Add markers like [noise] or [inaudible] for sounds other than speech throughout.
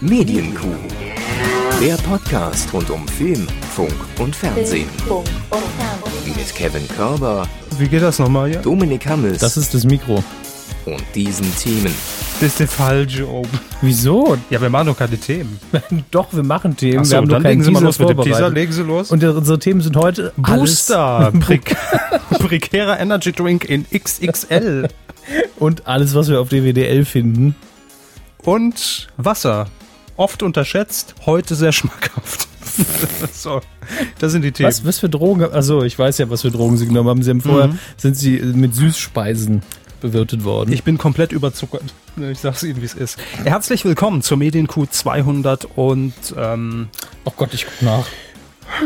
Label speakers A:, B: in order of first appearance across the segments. A: Medienkuh. Der Podcast rund um Film, Funk und Fernsehen.
B: Funk und Fernsehen.
A: Mit Kevin Körber,
C: Wie geht das nochmal hier?
A: Dominik Hammes
D: Das ist das Mikro.
A: und diesen Themen.
C: Das ist der falsche Open.
D: Wieso?
C: Ja, wir machen doch keine Themen.
D: Doch, wir machen Themen.
C: Achso,
D: wir haben
C: dann
D: keinen
C: legen Sie mal los mit dem
D: vorbereitet.
C: Teaser. Legen Sie los.
D: Und unsere Themen sind heute
C: [laughs] Booster. Prik [laughs] prekärer Energy Drink in XXL.
D: Alles und alles, was wir auf DWDL finden.
C: Und Wasser. Oft unterschätzt, heute sehr schmackhaft. [laughs] so, das sind die Themen.
D: Was, was für Drogen? Also ich weiß ja, was für Drogen sie genommen haben. Sie haben vorher
C: Mhm.
D: sind sie äh, mit Süßspeisen bewirtet worden.
C: Ich bin komplett überzuckert. Ich sag's Ihnen, wie es ist. Herzlich willkommen zur Medienkuh 200 und ähm,
D: oh Gott, ich guck nach.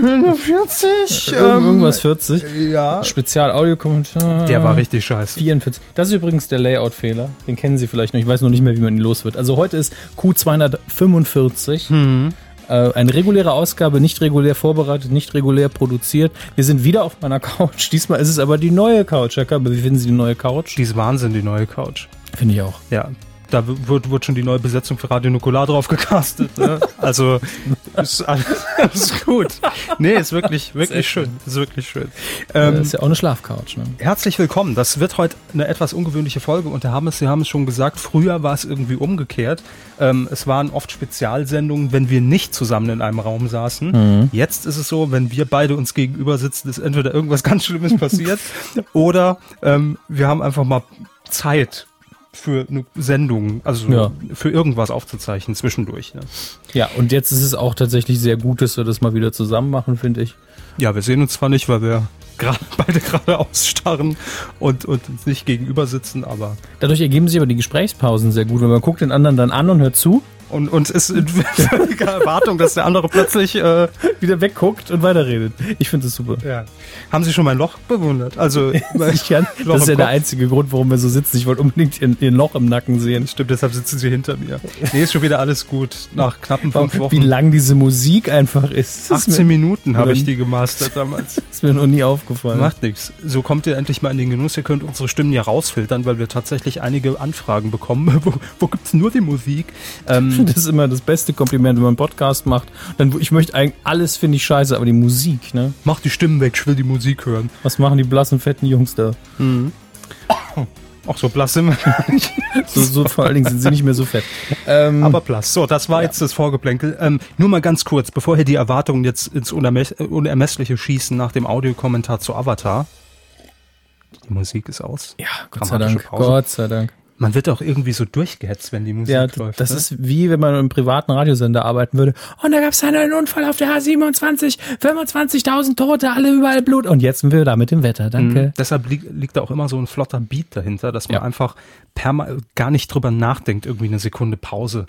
C: 40.
D: Irgend- irgendwas 40.
C: Ähm, äh, Ja.
D: Spezial-Audiokommentar.
C: Der war richtig scheiße.
D: 44. Das ist übrigens der Layout-Fehler. Den kennen Sie vielleicht noch. Ich weiß noch nicht mehr, wie man ihn los wird. Also heute ist Q245. Äh, eine reguläre Ausgabe, nicht regulär vorbereitet, nicht regulär produziert. Wir sind wieder auf meiner Couch. [laughs] Diesmal ist es aber die neue Couch. Herr Körber, wie finden Sie die neue Couch?
C: Die ist Wahnsinn, die neue Couch.
D: Finde ich auch.
C: Ja, da w- wird, wird schon die neue Besetzung für Radio Nukular drauf gecastet. Ne?
D: [laughs]
C: Also ist alles, alles gut. Nee, ist wirklich, wirklich schön. Ist wirklich schön.
D: Das
C: Ähm,
D: ist ja auch eine Schlafcouch. Ne?
C: Herzlich willkommen. Das wird heute eine etwas ungewöhnliche Folge und da haben es, Sie haben es schon gesagt, früher war es irgendwie umgekehrt. Ähm, es waren oft Spezialsendungen, wenn wir nicht zusammen in einem Raum saßen. Jetzt ist es so, wenn wir beide uns gegenüber sitzen, ist entweder irgendwas [laughs] ganz Schlimmes passiert oder ähm, wir haben einfach mal Zeit für eine Sendung, also
D: Ja.
C: für irgendwas aufzuzeichnen zwischendurch. Ne?
D: Ja, und jetzt ist es auch tatsächlich sehr gut, dass wir das mal wieder zusammen machen, finde ich.
C: Ja, wir sehen uns zwar nicht, weil wir gerade [laughs] beide geradeaus starren und, und uns nicht gegenüber sitzen, aber
D: Dadurch ergeben sich aber die Gesprächspausen sehr gut, wenn man guckt den anderen dann an und hört zu, [laughs]
C: Und uns ist [laughs] in völliger Erwartung, dass der andere plötzlich. Äh,
D: wieder wegguckt und weiterredet. Ich finde es super.
C: ja. Haben Sie schon mein Loch bewundert?
D: [laughs]
C: Also,
D: Ich kann,
C: [laughs] Loch
D: das ist
C: im
D: ja der
C: Kopf.
D: einzige Grund, warum wir so sitzen. Ich wollte unbedingt ihr, ihr Loch im Nacken sehen.
C: Stimmt, deshalb sitzen Sie hinter mir. Nee, ist schon wieder alles gut. Nach knappen fünf
D: Wie
C: Wochen.
D: lang diese Musik einfach ist, ist
C: 18
D: mir,
C: Minuten habe
D: Oder-
C: ich die gemastert damals.
D: [laughs] ist mir noch nie aufgefallen.
C: Macht nichts. So kommt ihr endlich mal in den Genuss. Ihr könnt unsere Stimmen ja rausfiltern, weil wir tatsächlich einige Anfragen bekommen. [laughs] wo wo gibt's nur die Musik? [laughs] Ähm,
D: Das ist immer das beste Kompliment, wenn man einen Podcast macht. Dann, ich möchte eigentlich, alles finde ich scheiße, aber die Musik, ne?
C: mach die Stimmen weg, ich will die Musik hören.
D: Was machen die blassen, fetten Jungs da?
C: Ach so, blass sind wir.
D: So, so, vor allen Dingen sind sie nicht mehr
C: [laughs]
D: so fett. Ähm,
C: Aber blass. Hm. So, das war jetzt das Vorgeplänkel. Ähm, nur mal ganz kurz, bevor hier die Erwartungen jetzt ins Unerme äh, Unermessliche schießen nach dem Audiokommentar zu Avatar. Die Musik ist aus.
D: ja, Gott sei
C: Dramatische
D: Dank.
C: Pause.
D: Gott sei Dank.
C: Man wird auch irgendwie so durchgehetzt, wenn die Musik
D: Ja, d-
C: läuft.
D: das
C: ne?
D: ist wie wenn man im privaten Radiosender arbeiten würde. Und da gab es dann einen Unfall auf der H27, 25.000 Tote, alle überall Blut. Und jetzt sind wir da mit dem Wetter, danke.
C: Deshalb liegt, liegt da auch immer so ein flotter Beat dahinter, dass man
D: äh, Ja.
C: einfach perma gar nicht drüber nachdenkt, irgendwie eine Sekunde Pause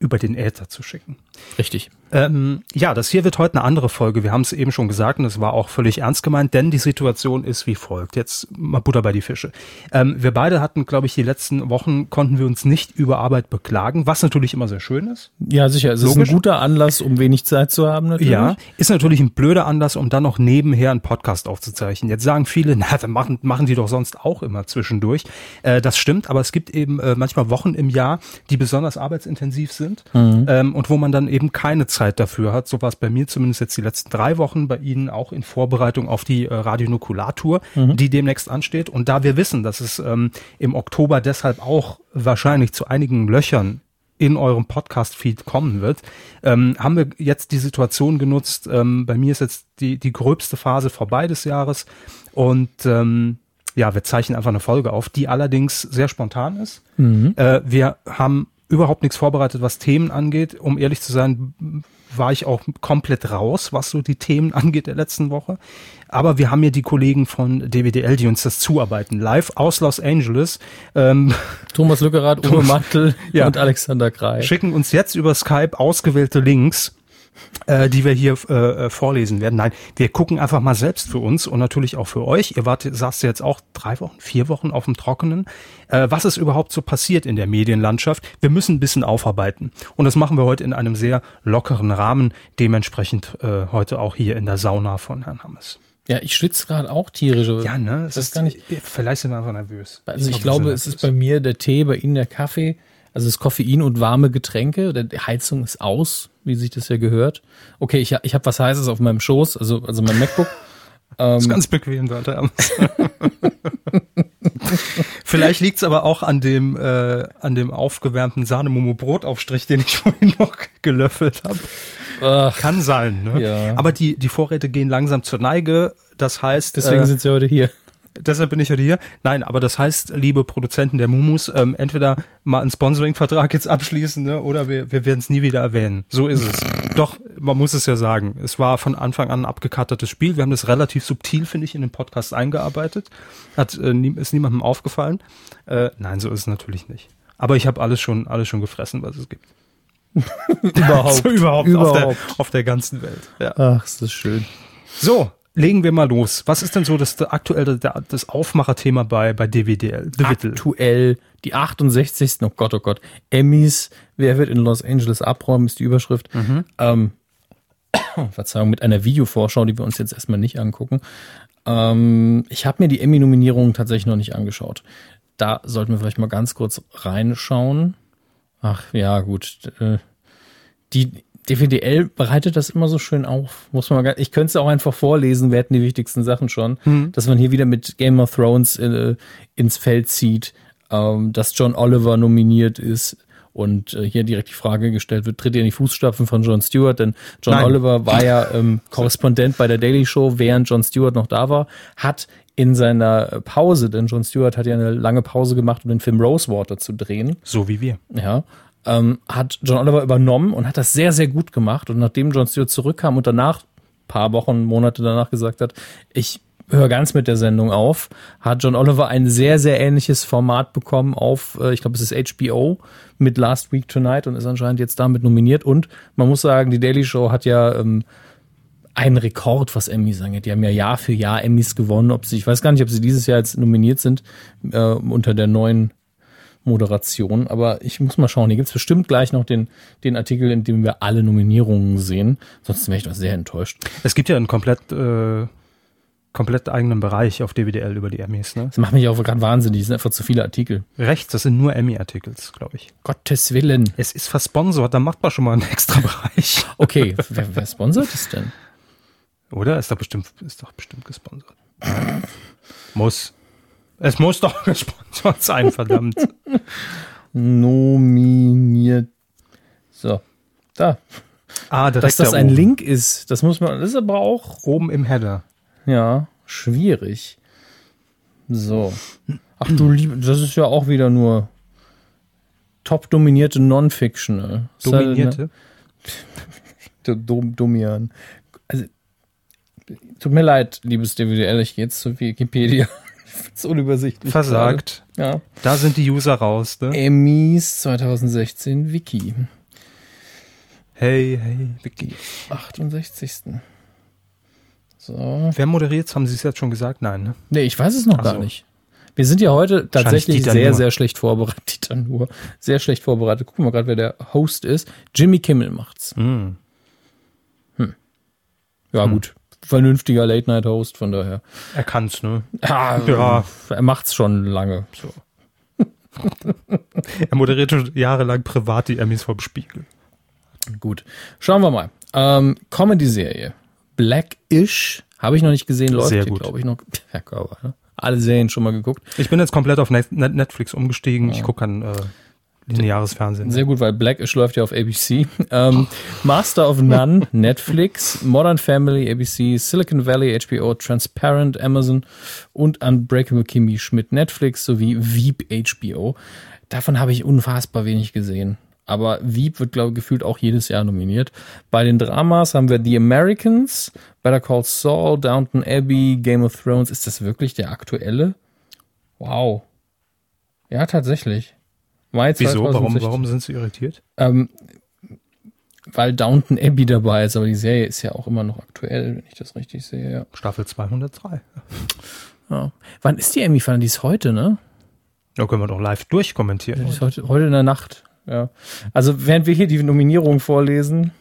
C: über den Äther zu schicken.
D: Richtig.
C: Ähm, ja, das hier wird heute eine andere Folge. Wir haben es eben schon gesagt und es war auch völlig ernst gemeint, denn die Situation ist wie folgt. Jetzt mal Butter bei die Fische. Ähm, wir beide hatten, glaube ich, die letzten Wochen konnten wir uns nicht über Arbeit beklagen, was natürlich immer sehr schön ist.
D: Ja, sicher. Es
C: Logisch.
D: ist ein guter Anlass, um wenig Zeit zu haben, natürlich.
C: Ja, ist natürlich ein blöder Anlass, um dann noch nebenher einen Podcast aufzuzeichnen. Jetzt sagen viele, [laughs] na, dann machen, machen die doch sonst auch immer zwischendurch. Äh, das stimmt, aber es gibt eben äh, manchmal Wochen im Jahr, die besonders arbeitsintensiv sind ähm, und wo man dann eben keine Zeit dafür hat. So war es bei mir zumindest jetzt die letzten drei Wochen, bei Ihnen auch in Vorbereitung auf die äh, Radionukulartour, die demnächst ansteht. Und da wir wissen, dass es ähm, im Oktober deshalb auch wahrscheinlich zu einigen Löchern in eurem Podcast-Feed kommen wird, ähm, haben wir jetzt die Situation genutzt. Ähm, bei mir ist jetzt die, die gröbste Phase vorbei des Jahres und ähm, ja, wir zeichnen einfach eine Folge auf, die allerdings sehr spontan ist. Äh, wir haben überhaupt nichts vorbereitet, was Themen angeht. Um ehrlich zu sein, war ich auch komplett raus, was so die Themen [laughs] angeht der letzten Woche. Aber wir haben hier die Kollegen von DWDL, die uns das zuarbeiten, live aus Los Angeles. Ähm,
D: Thomas Lückerath, Uwe Mantel
C: [laughs] Ja.
D: und Alexander Krei.
C: schicken uns jetzt über Skype ausgewählte Links, äh, die wir hier äh, äh, vorlesen werden. Nein, wir gucken einfach mal selbst für uns und natürlich auch für euch. Ihr wart, saßt ja jetzt auch drei Wochen, vier Wochen auf dem Trockenen. Äh, was ist überhaupt so passiert in der Medienlandschaft? Wir müssen ein bisschen aufarbeiten. Und das machen wir heute in einem sehr lockeren Rahmen. Dementsprechend äh, heute auch hier in der Sauna von Herrn Hammes.
D: Ja, ich schwitze gerade auch tierisch. aber
C: Ja, ne?
D: Das kann ich.
C: Vielleicht sind wir einfach nervös.
D: Also ich
C: wir sind
D: glaube, es
C: nervös.
D: ist bei mir der Tee, bei Ihnen der Kaffee. Also es ist Koffein und warme Getränke. Die Heizung ist aus, wie sich das ja gehört. Okay, ich, ich habe was Heißes auf meinem Schoß, also, also mein MacBook. Hm.
C: Das ist ganz bequem, Walter. [laughs] Vielleicht liegt es aber auch an dem, äh, an dem aufgewärmten Sahnemumu-Brotaufstrich, den ich [laughs] vorhin noch gelöffelt habe.
D: [laughs] Ach,
C: Kann sein, ne?
D: Ja.
C: Aber die, die Vorräte gehen langsam zur Neige. Das heißt,
D: deswegen
C: äh,
D: sind sie heute hier.
C: deshalb bin ich heute hier. Nein, aber das heißt, liebe Produzenten der Mumus, ähm, entweder mal einen Sponsoring-Vertrag jetzt abschließen, ne, oder wir, wir werden es nie wieder erwähnen. So ist es. Doch, man muss es ja sagen. Es war von Anfang an ein abgekattertes Spiel. Wir haben das relativ subtil, finde ich, in den Podcast eingearbeitet. Hat, äh, nie, ist niemandem aufgefallen. Äh, nein, so ist es natürlich nicht. Aber ich habe alles schon, alles schon gefressen, was es [laughs] gibt.
D: Überhaupt.
C: So überhaupt, Auf,
D: Überhaupt.
C: der, auf der ganzen Welt. Ja.
D: Ach, ist das schön.
C: So, legen wir mal los. Was ist denn so das aktuelle, das Aufmacherthema bei, bei DWDL? DeWittel?
D: Aktuell die 68. Oh Gott, oh Gott. Emmys, wer wird in Los Angeles abräumen, ist die Überschrift. Ähm, [coughs] Verzeihung, mit einer Videovorschau, die wir uns jetzt erstmal nicht angucken. Ähm, ich habe mir die Emmy-Nominierungen tatsächlich noch nicht angeschaut. Da sollten wir vielleicht mal ganz kurz reinschauen. Ach ja, gut. Äh, die DVDL bereitet das immer so schön auf. Muss man mal, ga- ich könnte es auch einfach vorlesen, wir hätten die wichtigsten Sachen schon. Dass man hier wieder mit Game of Thrones äh, ins Feld zieht, ähm, dass John Oliver nominiert ist und äh, hier direkt die Frage gestellt wird, tritt ihr in die Fußstapfen von John Stewart? Denn John
C: Nein.
D: Oliver war ja ähm, Korrespondent bei der Daily Show, während John Stewart noch da war, hat in seiner Pause, denn John Stewart hat ja eine lange Pause gemacht, um den Film Rosewater zu drehen
C: So wie wir.
D: ja, ähm, hat John Oliver übernommen und hat das sehr, sehr gut gemacht. Und nachdem John Stewart zurückkam und danach, paar Wochen, Monate danach gesagt hat, ich höre ganz mit der Sendung auf, hat John Oliver ein sehr, sehr ähnliches Format bekommen auf, äh, ich glaube, es ist HBO mit Last Week Tonight und ist anscheinend jetzt damit nominiert. Und man muss sagen, die Daily Show hat ja ähm, einen Rekord, was Emmys angeht. Die haben ja Jahr für Jahr Emmys gewonnen. Ob sie, ich weiß gar nicht, ob sie dieses Jahr jetzt nominiert sind äh, unter der neuen Moderation, aber ich muss mal schauen. Hier gibt's bestimmt gleich noch den, den Artikel, in dem wir alle Nominierungen sehen. Sonst wäre ich doch sehr enttäuscht.
C: Es gibt ja einen komplett, äh, komplett eigenen Bereich auf DWDL über die Emmys. Ne?
D: Das macht mich auch gerade wahnsinnig. Es sind einfach zu viele Artikel.
C: Rechts, das sind nur Emmy-Artikels, glaube ich.
D: Gottes Willen.
C: Es ist versponsert, da macht man schon mal einen [laughs] extra Bereich. [laughs]
D: Okay, wer, wer sponsert es denn?
C: Oder? Ist doch bestimmt, ist doch bestimmt gesponsert. muss. Es muss doch [laughs] gesponsert sein, verdammt.
D: Nominiert. So. Da.
C: Ah, direkt
D: Dass das
C: da
D: ein
C: oben.
D: Link ist, das muss man, das ist aber auch
C: Oben im Header.
D: Ja, schwierig. So. Ach
C: [clears throat]
D: du liebe, das ist ja auch wieder nur top dominierte Non-Fictional. Ist halt, ne?
C: Dominierte.
D: Do- Dom Domian. Also, tut mir leid, liebes DWDL, ich gehe jetzt zu Wikipedia. [laughs] Ich find's unübersichtlich.
C: Versagt.
D: gerade. Ja.
C: Da sind die User raus, ne?
D: Emmys 2016 Wiki.
C: Hey, hey, Vicky.
D: 68. So.
C: Wer moderiert's? Haben Sie es jetzt schon gesagt? Nein, ne?
D: Nee, ich weiß es noch
C: Ach
D: gar
C: so.
D: nicht. Wir sind ja heute tatsächlich
C: Dieter
D: sehr,
C: Nuhr.
D: sehr schlecht vorbereitet. [laughs] Dieter nur. Sehr schlecht vorbereitet. Gucken wir gerade, wer der Host ist. Jimmy Kimmel macht's. Hm.
C: Hm.
D: Ja, gut. Vernünftiger Late-Night-Host, von daher.
C: Er kann's, ne?
D: Ah,
C: Ja.
D: Er macht's schon lange. So.
C: Er moderierte jahrelang privat die Emmys vom Spiegel.
D: Gut. Schauen wir mal. Ähm, Comedy-Serie. Black-ish. Habe ich noch nicht gesehen. Läuft
C: Sehr
D: hier,
C: gut.
D: glaube ich, noch. Ja, aber, ne? Alle Serien schon mal geguckt.
C: Ich bin jetzt komplett auf Net Net Netflix umgestiegen. Ich gucke an äh, lineares Fernsehen.
D: Sehr gut, weil Blackish läuft ja auf ABC. [laughs] Ähm, Master
C: [laughs]
D: of None, Netflix, Modern Family, ABC, Silicon Valley, HBO, Transparent, Amazon und Unbreakable Kimmy Schmidt, Netflix sowie Veep, HBO. Davon habe ich unfassbar wenig gesehen. Aber Veep wird, glaube ich, gefühlt auch jedes Jahr nominiert. Bei den Dramas haben wir The Americans, Better Call Saul, Downton Abbey, Game of Thrones. Ist das wirklich der aktuelle? Wow. Ja, tatsächlich. Mai
C: Wieso? Warum,
D: 2016.
C: warum sind sie irritiert?
D: Ähm, weil Downton Abbey dabei ist, aber die Serie ist ja auch immer noch aktuell, wenn ich das richtig sehe. Ja.
C: Staffel 203.
D: Ja. Wann ist die Emmy Fun? Die ist heute, ne?
C: Da können wir doch live durchkommentieren.
D: Die ist heute, heute in der Nacht. Ja. Also während wir hier die Nominierung vorlesen,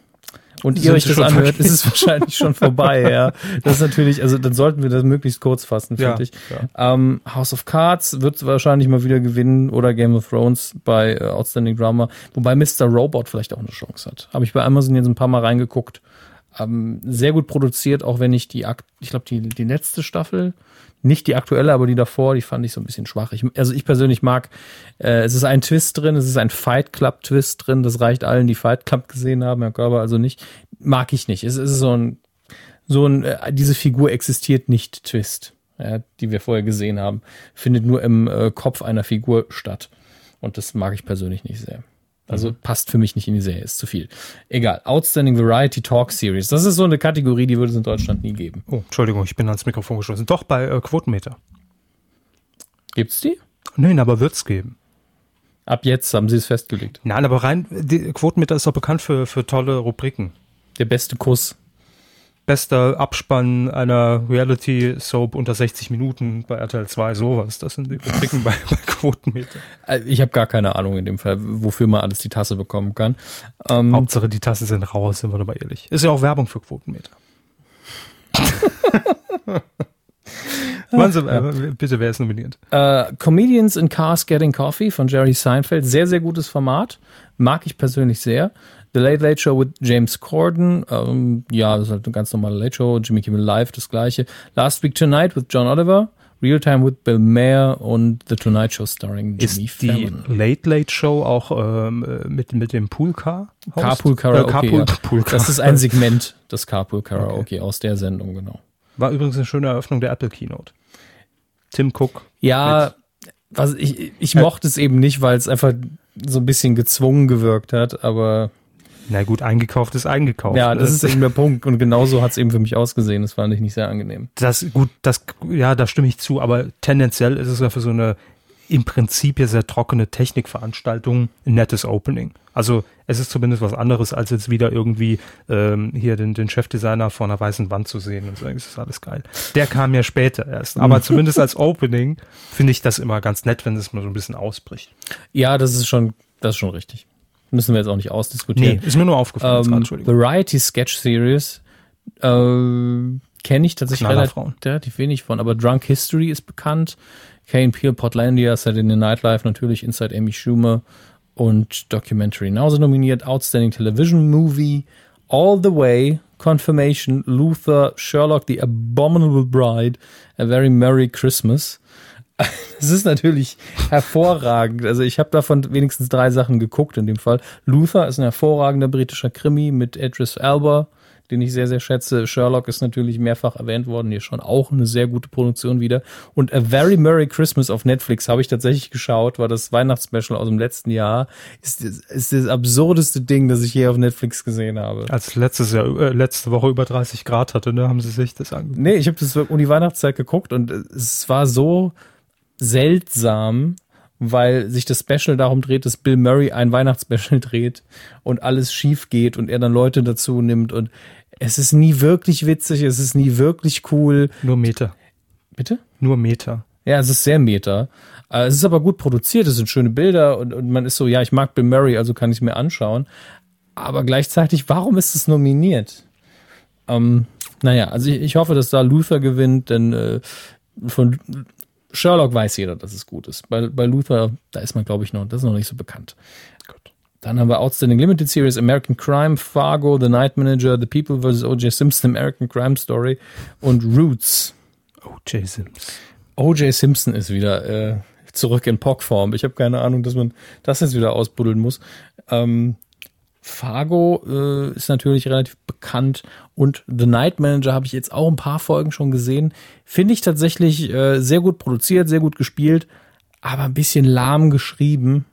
D: und ihr
C: Sind
D: euch
C: sie
D: das
C: schon
D: anhört,
C: vergessen?
D: ist es wahrscheinlich schon vorbei, ja. Das ist natürlich, also dann sollten wir das möglichst kurz fassen,
C: Ja,
D: finde ich. Ähm, House of Cards wird wahrscheinlich mal wieder gewinnen oder Game of Thrones bei äh, Outstanding Drama, wobei Mr. Robot vielleicht auch eine Chance hat. Habe ich bei Amazon jetzt ein paar Mal reingeguckt. Ähm, sehr gut produziert, auch wenn ich die, akt- ich glaube, die, die letzte Staffel, nicht die aktuelle, aber die davor, die fand ich so ein bisschen schwach. Ich, also ich persönlich mag, äh, es ist ein Twist drin, es ist ein Fight Club Twist drin, das reicht allen, die Fight Club gesehen haben, Herr Körber also nicht. Mag ich nicht. Es ist so ein so ein, äh, diese Figur existiert nicht Twist, ja, die wir vorher gesehen haben, findet nur im äh, Kopf einer Figur statt. Und das mag ich persönlich nicht sehr. Also passt für mich nicht in die Serie, ist zu viel. Egal. Outstanding Variety Talk Series. Das ist so eine Kategorie, die würde es in Deutschland nie geben.
C: Oh, Entschuldigung, ich bin ans Mikrofon gestoßen. Doch, bei äh, Quotenmeter.
D: Gibt's die?
C: Nein, aber wird's geben.
D: Ab jetzt haben sie es festgelegt.
C: Nein, aber rein, die Quotenmeter ist doch bekannt für, für tolle Rubriken.
D: Der beste Kuss.
C: Bester Abspann einer Reality-Soap unter 60 Minuten bei RTL 2, sowas. Das sind die Rubriken bei, bei Quotenmeter.
D: Äh, Ich habe gar keine Ahnung in dem Fall, wofür man alles die Tasse bekommen kann. Ähm,
C: Hauptsache, die Tassen sind raus, sind wir doch mal ehrlich. Ist ja auch Werbung für
D: [laughs]
C: Quotenmeter. Wann sind, äh, bitte, wer ist nominiert?
D: Äh, Comedians in Cars Getting Coffee von Jerry Seinfeld. Sehr, sehr gutes Format. Mag ich persönlich sehr. The Late Late Show with James Corden. Ähm, ja, das ist halt eine ganz normale Late Show. Jimmy Kimmel Live, das gleiche. Last Week Tonight with John Oliver. Real Time with Bill Mayer und The Tonight Show starring
C: Ist
D: Jimmy
C: die
D: Fallon.
C: Late Late Show auch ähm, äh, mit, mit dem Poolcar?
D: Carpool Karaoke.
C: Äh, Carpool,
D: ja.
C: Poolcar.
D: Das ist ein Segment, das Carpool Karaoke aus der Sendung, genau.
C: War übrigens eine schöne Eröffnung der Apple Keynote. Tim Cook.
D: Ja, was ich, ich mochte es eben nicht, weil es einfach so ein bisschen gezwungen gewirkt hat, aber
C: Na gut, eingekauft ist eingekauft.
D: Ja, das
C: Äh,
D: ist eben der Punkt. Und genauso hat es eben für mich ausgesehen. Das fand ich nicht sehr angenehm.
C: das gut, das ja, da stimme ich zu, aber tendenziell ist es ja für so eine im Prinzip ja sehr trockene Technikveranstaltung ein nettes Opening. Also es ist zumindest was anderes, als jetzt wieder irgendwie ähm, hier den, den Chefdesigner vor einer weißen Wand zu sehen und sagen, es ist alles geil. Der kam ja später erst. Aber zumindest als Opening finde ich das immer ganz nett, wenn es mal so ein bisschen ausbricht.
D: Ja, das ist schon, das ist schon richtig. Müssen wir jetzt auch nicht
C: Nee,
D: ausdiskutieren.
C: ist mir nur aufgefallen. jetzt gerade,
D: ähm,
C: Entschuldigung.
D: Variety Sketch Series äh, kenne ich tatsächlich
C: Knaller
D: relativ,
C: Frauen.
D: relativ wenig von, aber Drunk History ist bekannt. Kane Peel, Portlandia, Saturday Night Live, natürlich Inside Amy Schumer und Documentary Nause nominiert, Outstanding Television Movie, All the Way, Confirmation, Luther, Sherlock, The Abominable Bride, A Very Merry Christmas. Es ist natürlich hervorragend. Also ich habe davon wenigstens drei Sachen geguckt in dem Fall. Luther ist ein hervorragender britischer Krimi mit Idris Elba, den ich sehr, sehr schätze. Sherlock ist natürlich mehrfach erwähnt worden, hier schon auch eine sehr gute Produktion wieder. Und A Very Merry Christmas auf Netflix habe ich tatsächlich geschaut, war das Weihnachtsspecial aus dem letzten Jahr. Ist, das- ist das absurdeste Ding, das ich je auf Netflix gesehen habe.
C: Als letztes Jahr, äh, letzte Woche über 30 Grad hatte, ne, haben sie sich das angeguckt.
D: Nee, ich habe das um die Weihnachtszeit geguckt und es war so seltsam, weil sich das Special darum dreht, dass Bill Murray ein Weihnachtsspecial dreht und alles schief geht und er dann Leute dazu nimmt und es ist nie wirklich witzig, es ist nie wirklich cool.
C: Nur Meter.
D: Bitte?
C: Nur Meter.
D: Ja, es ist sehr meta. Äh, Es ist aber gut produziert, es sind schöne Bilder und, und man ist so, ja, ich mag Bill Murray, also kann ich es mir anschauen. Aber gleichzeitig, warum ist es nominiert? Ähm, naja, also ich, ich hoffe, dass da Luther gewinnt, denn äh, von Sherlock weiß jeder, dass es gut ist. Bei, bei Luther, da ist man, glaube ich, noch, das ist noch nicht so bekannt. Dann haben wir Outstanding Limited Series, American Crime, Fargo, The Night Manager, The People vs. O.J. Simpson, American Crime Story und Roots.
C: O.J. Sims.
D: O.J. Simpson ist wieder äh, zurück in Pockform. Ich habe keine Ahnung, dass man das jetzt wieder ausbuddeln muss. Ähm, Fargo äh, ist natürlich relativ bekannt und The Night Manager habe ich jetzt auch ein paar Folgen schon gesehen. Finde ich tatsächlich äh, sehr gut produziert, sehr gut gespielt, aber ein bisschen lahm geschrieben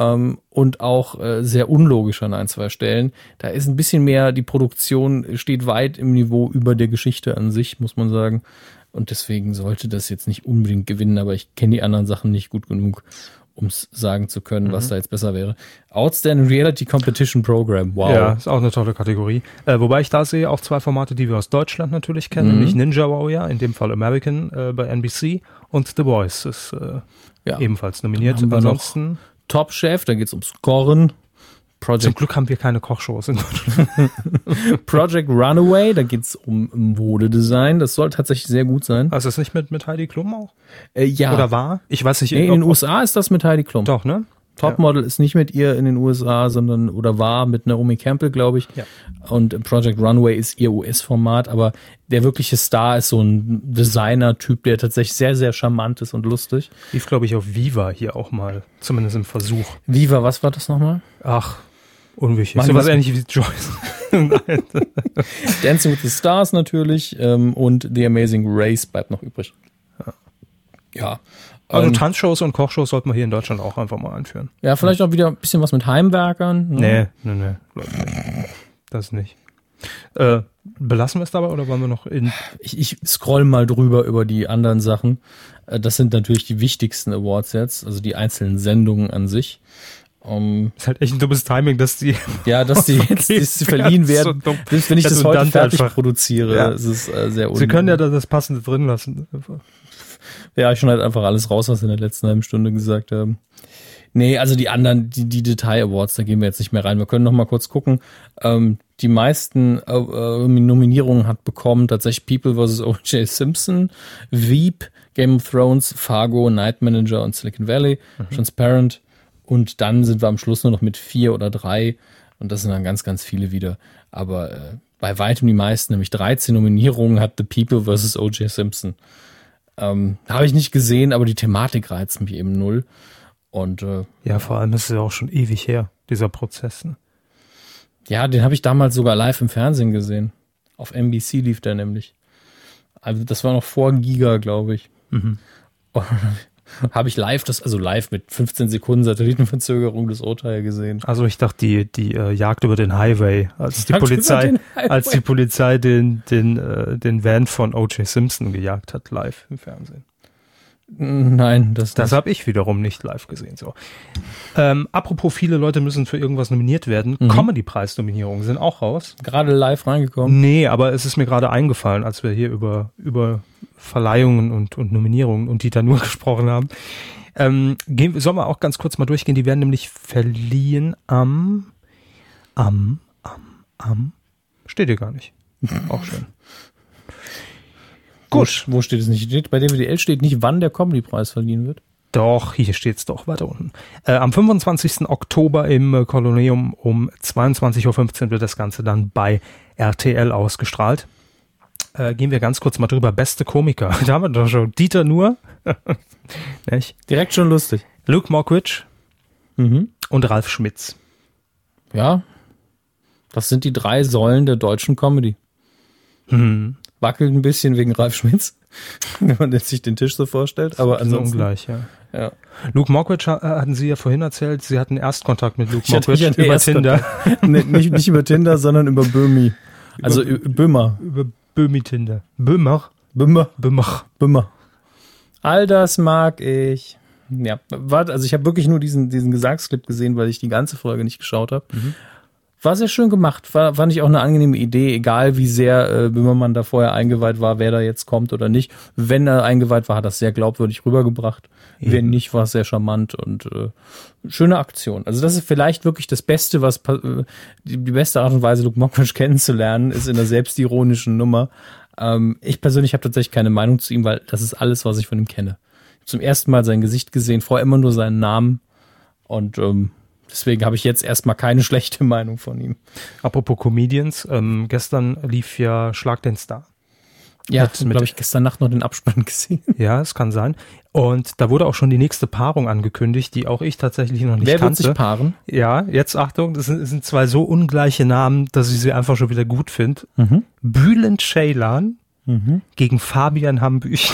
D: ähm, und auch äh, sehr unlogisch an ein, zwei Stellen. Da ist ein bisschen mehr, die Produktion steht weit im Niveau über der Geschichte an sich, muss man sagen. Und deswegen sollte das jetzt nicht unbedingt gewinnen, aber ich kenne die anderen Sachen nicht gut genug, um es sagen zu können,
C: Mhm.
D: was da jetzt besser wäre. Outstanding Reality Competition Program, wow.
C: Ja, ist auch eine tolle Kategorie. Äh, wobei ich da sehe auch zwei Formate, die wir aus Deutschland natürlich kennen,
D: Mhm.
C: nämlich Ninja Warrior, in dem Fall American äh, bei NBC und The Voice ist äh,
D: Ja.
C: ebenfalls nominiert.
D: Dann haben wir noch-
C: Ansonsten
D: Top Chef, da geht's ums Scoren.
C: Zum
D: Project,
C: Glück haben wir keine Kochshows in Deutschland.
D: Project Runaway, da geht's um Modedesign. Das soll tatsächlich sehr gut sein.
C: Ist das nicht mit, mit Heidi Klum auch?
D: Äh, ja.
C: Oder war? Ich weiß nicht.
D: Nee, in
C: ob-
D: den
C: ob-
D: USA ist das mit Heidi Klum.
C: Doch, ne?
D: Topmodel ist nicht mit ihr in den USA, sondern oder war mit Naomi Campbell, glaube ich.
C: Ja.
D: Und Project Runway ist ihr US-Format, aber der wirkliche Star ist so ein Designer-Typ, der tatsächlich sehr, sehr charmant ist und lustig.
C: Lief, glaube ich, auf Viva hier auch mal. Zumindest im Versuch.
D: Viva, was war das nochmal?
C: Ach, unwichtig.
D: Machen
C: So was
D: wir-
C: ähnlich wie Joyce.
D: Dancing with the Stars natürlich ähm, und The Amazing Race bleibt noch übrig. Ja.
C: Also
D: Ähm,
C: Tanzshows und Kochshows sollte man hier in Deutschland auch einfach mal einführen.
D: ja, vielleicht auch wieder ein bisschen was mit Heimwerkern. ne?
C: Nee, nee, nee. glaub ich nicht. Das nicht. Äh, belassen wir es dabei oder wollen wir noch in.
D: ich, ich scroll mal drüber über die anderen Sachen. Äh, Das sind natürlich die wichtigsten Awards jetzt, also die einzelnen Sendungen an sich. Ähm,
C: Ist halt echt ein dummes Timing, dass [laughs] die.
D: ja, dass die jetzt dass sie verliehen
C: Das ist
D: werden,
C: so dumm.
D: selbst wenn ich
C: Das
D: das
C: ist
D: heute
C: redundant
D: fertig
C: einfach.
D: produziere,
C: Ja.
D: es ist äh, sehr
C: Sie
D: un-
C: können ja da das Passende drin lassen.
D: ja, ich schon halt einfach alles raus, was wir in der letzten halben Stunde gesagt haben. Nee, also die anderen, die, die Detail-Awards, da gehen wir jetzt nicht mehr rein. Wir können noch mal kurz gucken. Ähm, die meisten äh, äh, Nominierungen hat bekommen tatsächlich People vs. O.J. Simpson, Veep, Game of Thrones, Fargo, Night Manager und Silicon Valley, Transparent. Und dann sind wir am Schluss nur noch mit vier oder drei. Und das sind dann ganz, ganz viele wieder. Aber äh, bei weitem die meisten, nämlich 13 Nominierungen hat The People vs. O.J. Simpson. Ähm, Habe ich nicht gesehen, aber die Thematik reizt mich eben null. Und äh,
C: Ja, vor allem ist es ja auch schon ewig her, dieser Prozess. ne?
D: ja, den habe ich damals sogar live im Fernsehen gesehen. Auf NBC lief der nämlich. Also das war noch vor Giga, glaube ich. Und [laughs] Habe ich live das, also live mit 15 Sekunden Satellitenverzögerung das Urteil gesehen.
C: Also ich dachte, die, die äh, Jagd über den Highway, als die
D: Jagd über
C: Polizei,
D: den Highway.
C: als die Polizei den, den, äh, den Van von O.J. Simpson gejagt hat, live im Fernsehen.
D: Nein, das,
C: Das
D: nicht.
C: habe ich wiederum nicht live gesehen. So. Ähm, apropos, viele Leute müssen für irgendwas nominiert werden. Comedy-Preis-Nominierungen sind auch raus.
D: gerade live reingekommen.
C: Nee, aber es ist mir gerade eingefallen, als wir hier über, über Verleihungen und, und Nominierungen und Dieter Nur [laughs] gesprochen haben. Ähm, gehen, sollen wir auch ganz kurz mal durchgehen? Die werden nämlich verliehen am, am, am, am. Steht hier gar nicht. Auch schön. Gut.
D: Wo, wo steht es nicht? Steht- Bei DWDL steht nicht, wann der Comedy-Preis verliehen wird.
C: Doch, hier steht's doch, weiter unten. Äh, am 25. Oktober im äh, Kolonium um 22.15 Uhr wird das Ganze dann bei RTL ausgestrahlt. Äh, gehen wir ganz kurz mal drüber. Beste Komiker. [laughs] Da haben wir doch schon Dieter Nuhr, [laughs] nicht?
D: Direkt schon lustig.
C: Luke Mockridge
D: Mhm.
C: und Ralf Schmitz.
D: Ja. Das sind die drei Säulen der deutschen Comedy.
C: Hm.
D: Wackelt ein bisschen wegen Ralf Schmitz, [laughs] wenn man jetzt sich den Tisch so vorstellt. Aber
C: Also
D: ansonsten,
C: ungleich, ja.
D: ja.
C: Luke Mockridge ha- äh, hatten Sie ja vorhin erzählt, Sie hatten Erstkontakt mit Luke
D: Ich hatte- ich
C: Mockridge
D: hatte
C: über Tinder.
D: Erstkontakt. [laughs] Nee, nicht, nicht über Tinder, sondern über Böhmi. Also Ü- Böhmer.
C: Über Böhmi-Tinder. Böhmach?
D: Böhmer.
C: Böhmach.
D: Böhmer. All das mag ich. Ja, warte, also ich habe wirklich nur diesen, diesen Gesangsclip gesehen, weil ich die ganze Folge nicht geschaut habe. War sehr schön gemacht, war, fand ich auch eine angenehme Idee, egal wie sehr äh, Böhmermann da vorher eingeweiht war, wer da jetzt kommt oder nicht. Wenn er eingeweiht war, hat das sehr glaubwürdig rübergebracht. Wenn nicht, war es sehr charmant und äh, schöne Aktion. Also das ist vielleicht wirklich das Beste, was pa- äh, die, die beste Art und Weise, Luke Mockridge kennenzulernen, ist in der selbstironischen Nummer. Ähm, ich persönlich habe tatsächlich keine Meinung zu ihm, weil das ist alles, was ich von ihm kenne. Ich hab zum ersten Mal sein Gesicht gesehen, vorher immer nur seinen Namen und ähm, deswegen habe ich jetzt erstmal keine [laughs] schlechte Meinung von ihm.
C: Apropos Comedians, ähm, gestern lief ja Schlag den Star.
D: Ja,
C: Mit- mit-
D: glaube ich gestern Nacht noch den Abspann [laughs] gesehen.
C: Ja, es kann sein. Und da wurde auch schon die nächste Paarung angekündigt, die auch ich tatsächlich noch nicht
D: Wer wird
C: kannte.
D: sich paaren?
C: ja, jetzt Achtung, das sind, es sind zwei so ungleiche Namen, dass ich sie einfach schon wieder gut finde.
D: Mhm.
C: Bülent Ceylan gegen Fabian Hambüchen.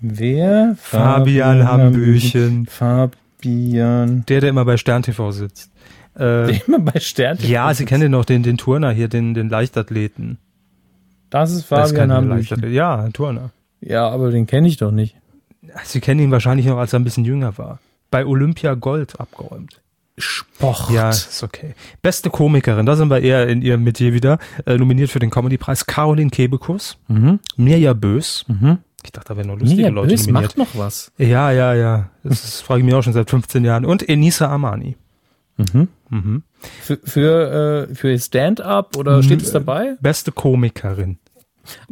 D: Wer?
C: Fabian Hambüchen.
D: Fabian.
C: [laughs] Der, der immer bei Stern TV sitzt. Äh,
D: Der [laughs] immer bei Stern.
C: ja, Sie kennen den noch, den, den Turner hier, den, den Leichtathleten.
D: Das ist
C: Das ist
D: Fabian
C: kein
D: Hambüchen.
C: Leichtathlet. Ja, ein Turner.
D: Ja, aber den kenne ich doch nicht.
C: Sie kennen ihn wahrscheinlich noch, als er ein bisschen jünger war. Bei Olympia Gold abgeräumt.
D: Sport.
C: Ja, ist okay. Beste Komikerin, da sind wir eher in ihrem Metier wieder. Äh, nominiert für den Comedy-Preis Caroline Kebekus, Mirja Bös. Ich dachte, da wären nur lustige
D: Mia
C: Leute
D: Mhm. Bös
C: nominiert.
D: macht noch was.
C: Ja, ja, ja. Das ist- frage ich mich auch schon seit 15 Jahren. Und Enisa Amani.
D: Für, für, äh, für Stand-up oder steht es dabei?
C: Beste Komikerin.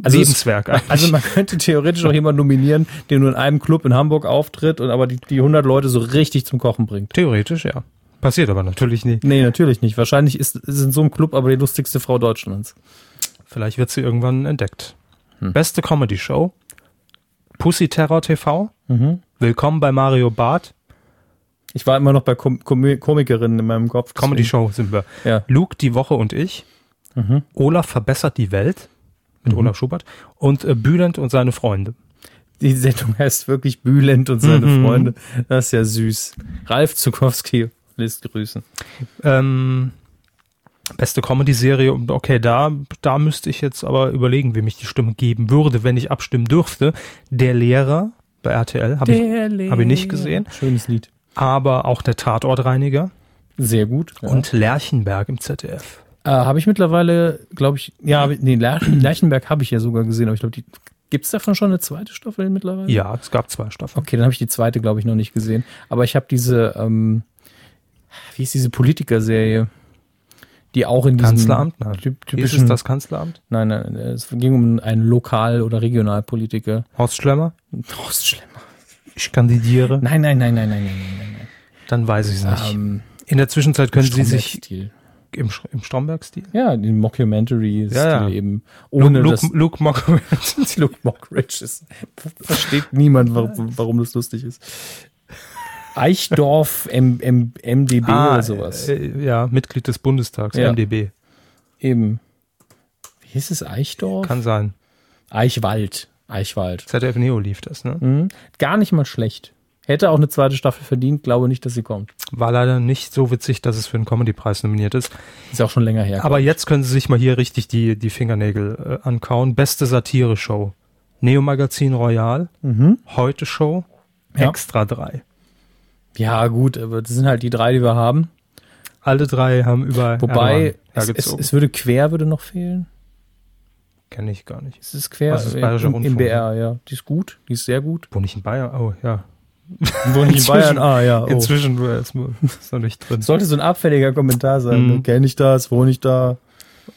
D: Also es-
C: Lebenswerk eigentlich.
D: Also man [laughs] könnte theoretisch auch jemanden nominieren, der nur in einem Club in Hamburg auftritt und aber die, die 100 Leute so richtig zum Kochen bringt.
C: Theoretisch, ja. Passiert aber natürlich nie.
D: Nee, natürlich nicht. Wahrscheinlich ist, ist in so einem Club aber die lustigste Frau Deutschlands.
C: Vielleicht wird sie irgendwann entdeckt.
D: Hm.
C: Beste Comedy Show. Pussy Terror TV.
D: Mhm.
C: Willkommen bei Mario Barth.
D: Ich war immer noch bei Com Com Komikerinnen in meinem Kopf. deswegen-
C: Comedy Show sind wir.
D: Ja.
C: Luke, die Woche und ich.
D: Mhm.
C: Olaf verbessert die Welt. Mit Olaf Schubert. Und äh, Bülent und seine Freunde.
D: Die Sendung [laughs] heißt wirklich Bülent und seine
C: Mhm.
D: Freunde. Das ist ja süß. Ralf Zukowski lässt grüßen.
C: Ähm, beste Comedy-Serie. Und Okay, da, da müsste ich jetzt aber überlegen, wem ich die Stimme geben würde, wenn ich abstimmen dürfte. Der Lehrer bei RTL habe ich, hab ich nicht gesehen.
D: Schönes Lied.
C: Aber auch der Tatortreiniger
D: Sehr gut. Ja.
C: und Lerchenberg im ZDF.
D: Äh, habe ich mittlerweile, glaube ich, ja, hab ich- nee, Lerchen, Lerchenberg habe ich ja sogar gesehen, aber ich glaube, die gibt's davon schon eine zweite Staffel mittlerweile?
C: Ja, es gab zwei Staffeln.
D: Okay, dann habe ich die zweite, glaube ich, noch nicht gesehen. Aber ich habe diese, ähm, wie ist diese Politiker-Serie? Die auch in diesem
C: Kanzleramt? Na,
D: typ-
C: Ist
D: typischen,
C: es das Kanzleramt?
D: Nein, nein, es ging um einen Lokal- oder Regionalpolitiker. Oh,
C: Horst Schlemmer?
D: Horst Schlemmer.
C: Ich kandidiere.
D: Nein, nein, nein, nein, nein, nein, nein,
C: Dann weiß ich es
D: nein.
C: nicht.
D: Ähm,
C: In der Zwischenzeit können Sie sich
D: Stromberg-Stil.
C: im, Sch- im Stromberg-Stil.
D: Ja, den Mockumentary-Stil
C: Ja, ja.
D: eben. Ohne
C: Luke, [laughs]
D: das
C: Luke Mock-
D: Luke Mockridge ist. Versteht niemand, warum, warum das lustig ist. Eichdorf M, M, MDB oder sowas.
C: Äh, ja, Mitglied des Bundestags,
D: Ja.
C: MdB.
D: Eben. Wie hieß es Eichdorf?
C: Kann sein.
D: Eichwald. Eichwald.
C: ZDF Neo lief das, ne?
D: Mhm. Gar nicht mal schlecht. Hätte auch eine zweite Staffel verdient, glaube nicht, dass sie kommt.
C: War leider nicht so witzig, dass es für den Comedy-Preis nominiert ist.
D: Ist auch schon länger her.
C: Aber jetzt können Sie sich mal hier richtig die, die Fingernägel äh, ankauen. Beste Satire-Show. Neo-Magazin Royal. Heute-Show.
D: Mhm. Ja.
C: Extra drei.
D: ja, gut, aber das sind halt die drei, die wir haben.
C: Alle drei haben über
D: Wobei,
C: Erdogan
D: es, es,
C: hergezogen.
D: es würde quer würde noch fehlen.
C: Kenne ich gar nicht.
D: Es ist quer
C: Was ist
D: äh,
C: Bayerischer
D: im, im
C: Rundfunk? ne?
D: BR, ja. Die ist gut, die ist sehr gut.
C: Wohne ich in Bayern? Oh, ja.
D: Wo
C: nicht in Bayern?
D: Ah, ja. Oh.
C: Inzwischen äh, ist,
D: [laughs]
C: ist noch nicht drin.
D: Sollte so ein abfälliger Kommentar sein.
C: Mhm.
D: ne? Kenn ich das? Wohne ich da?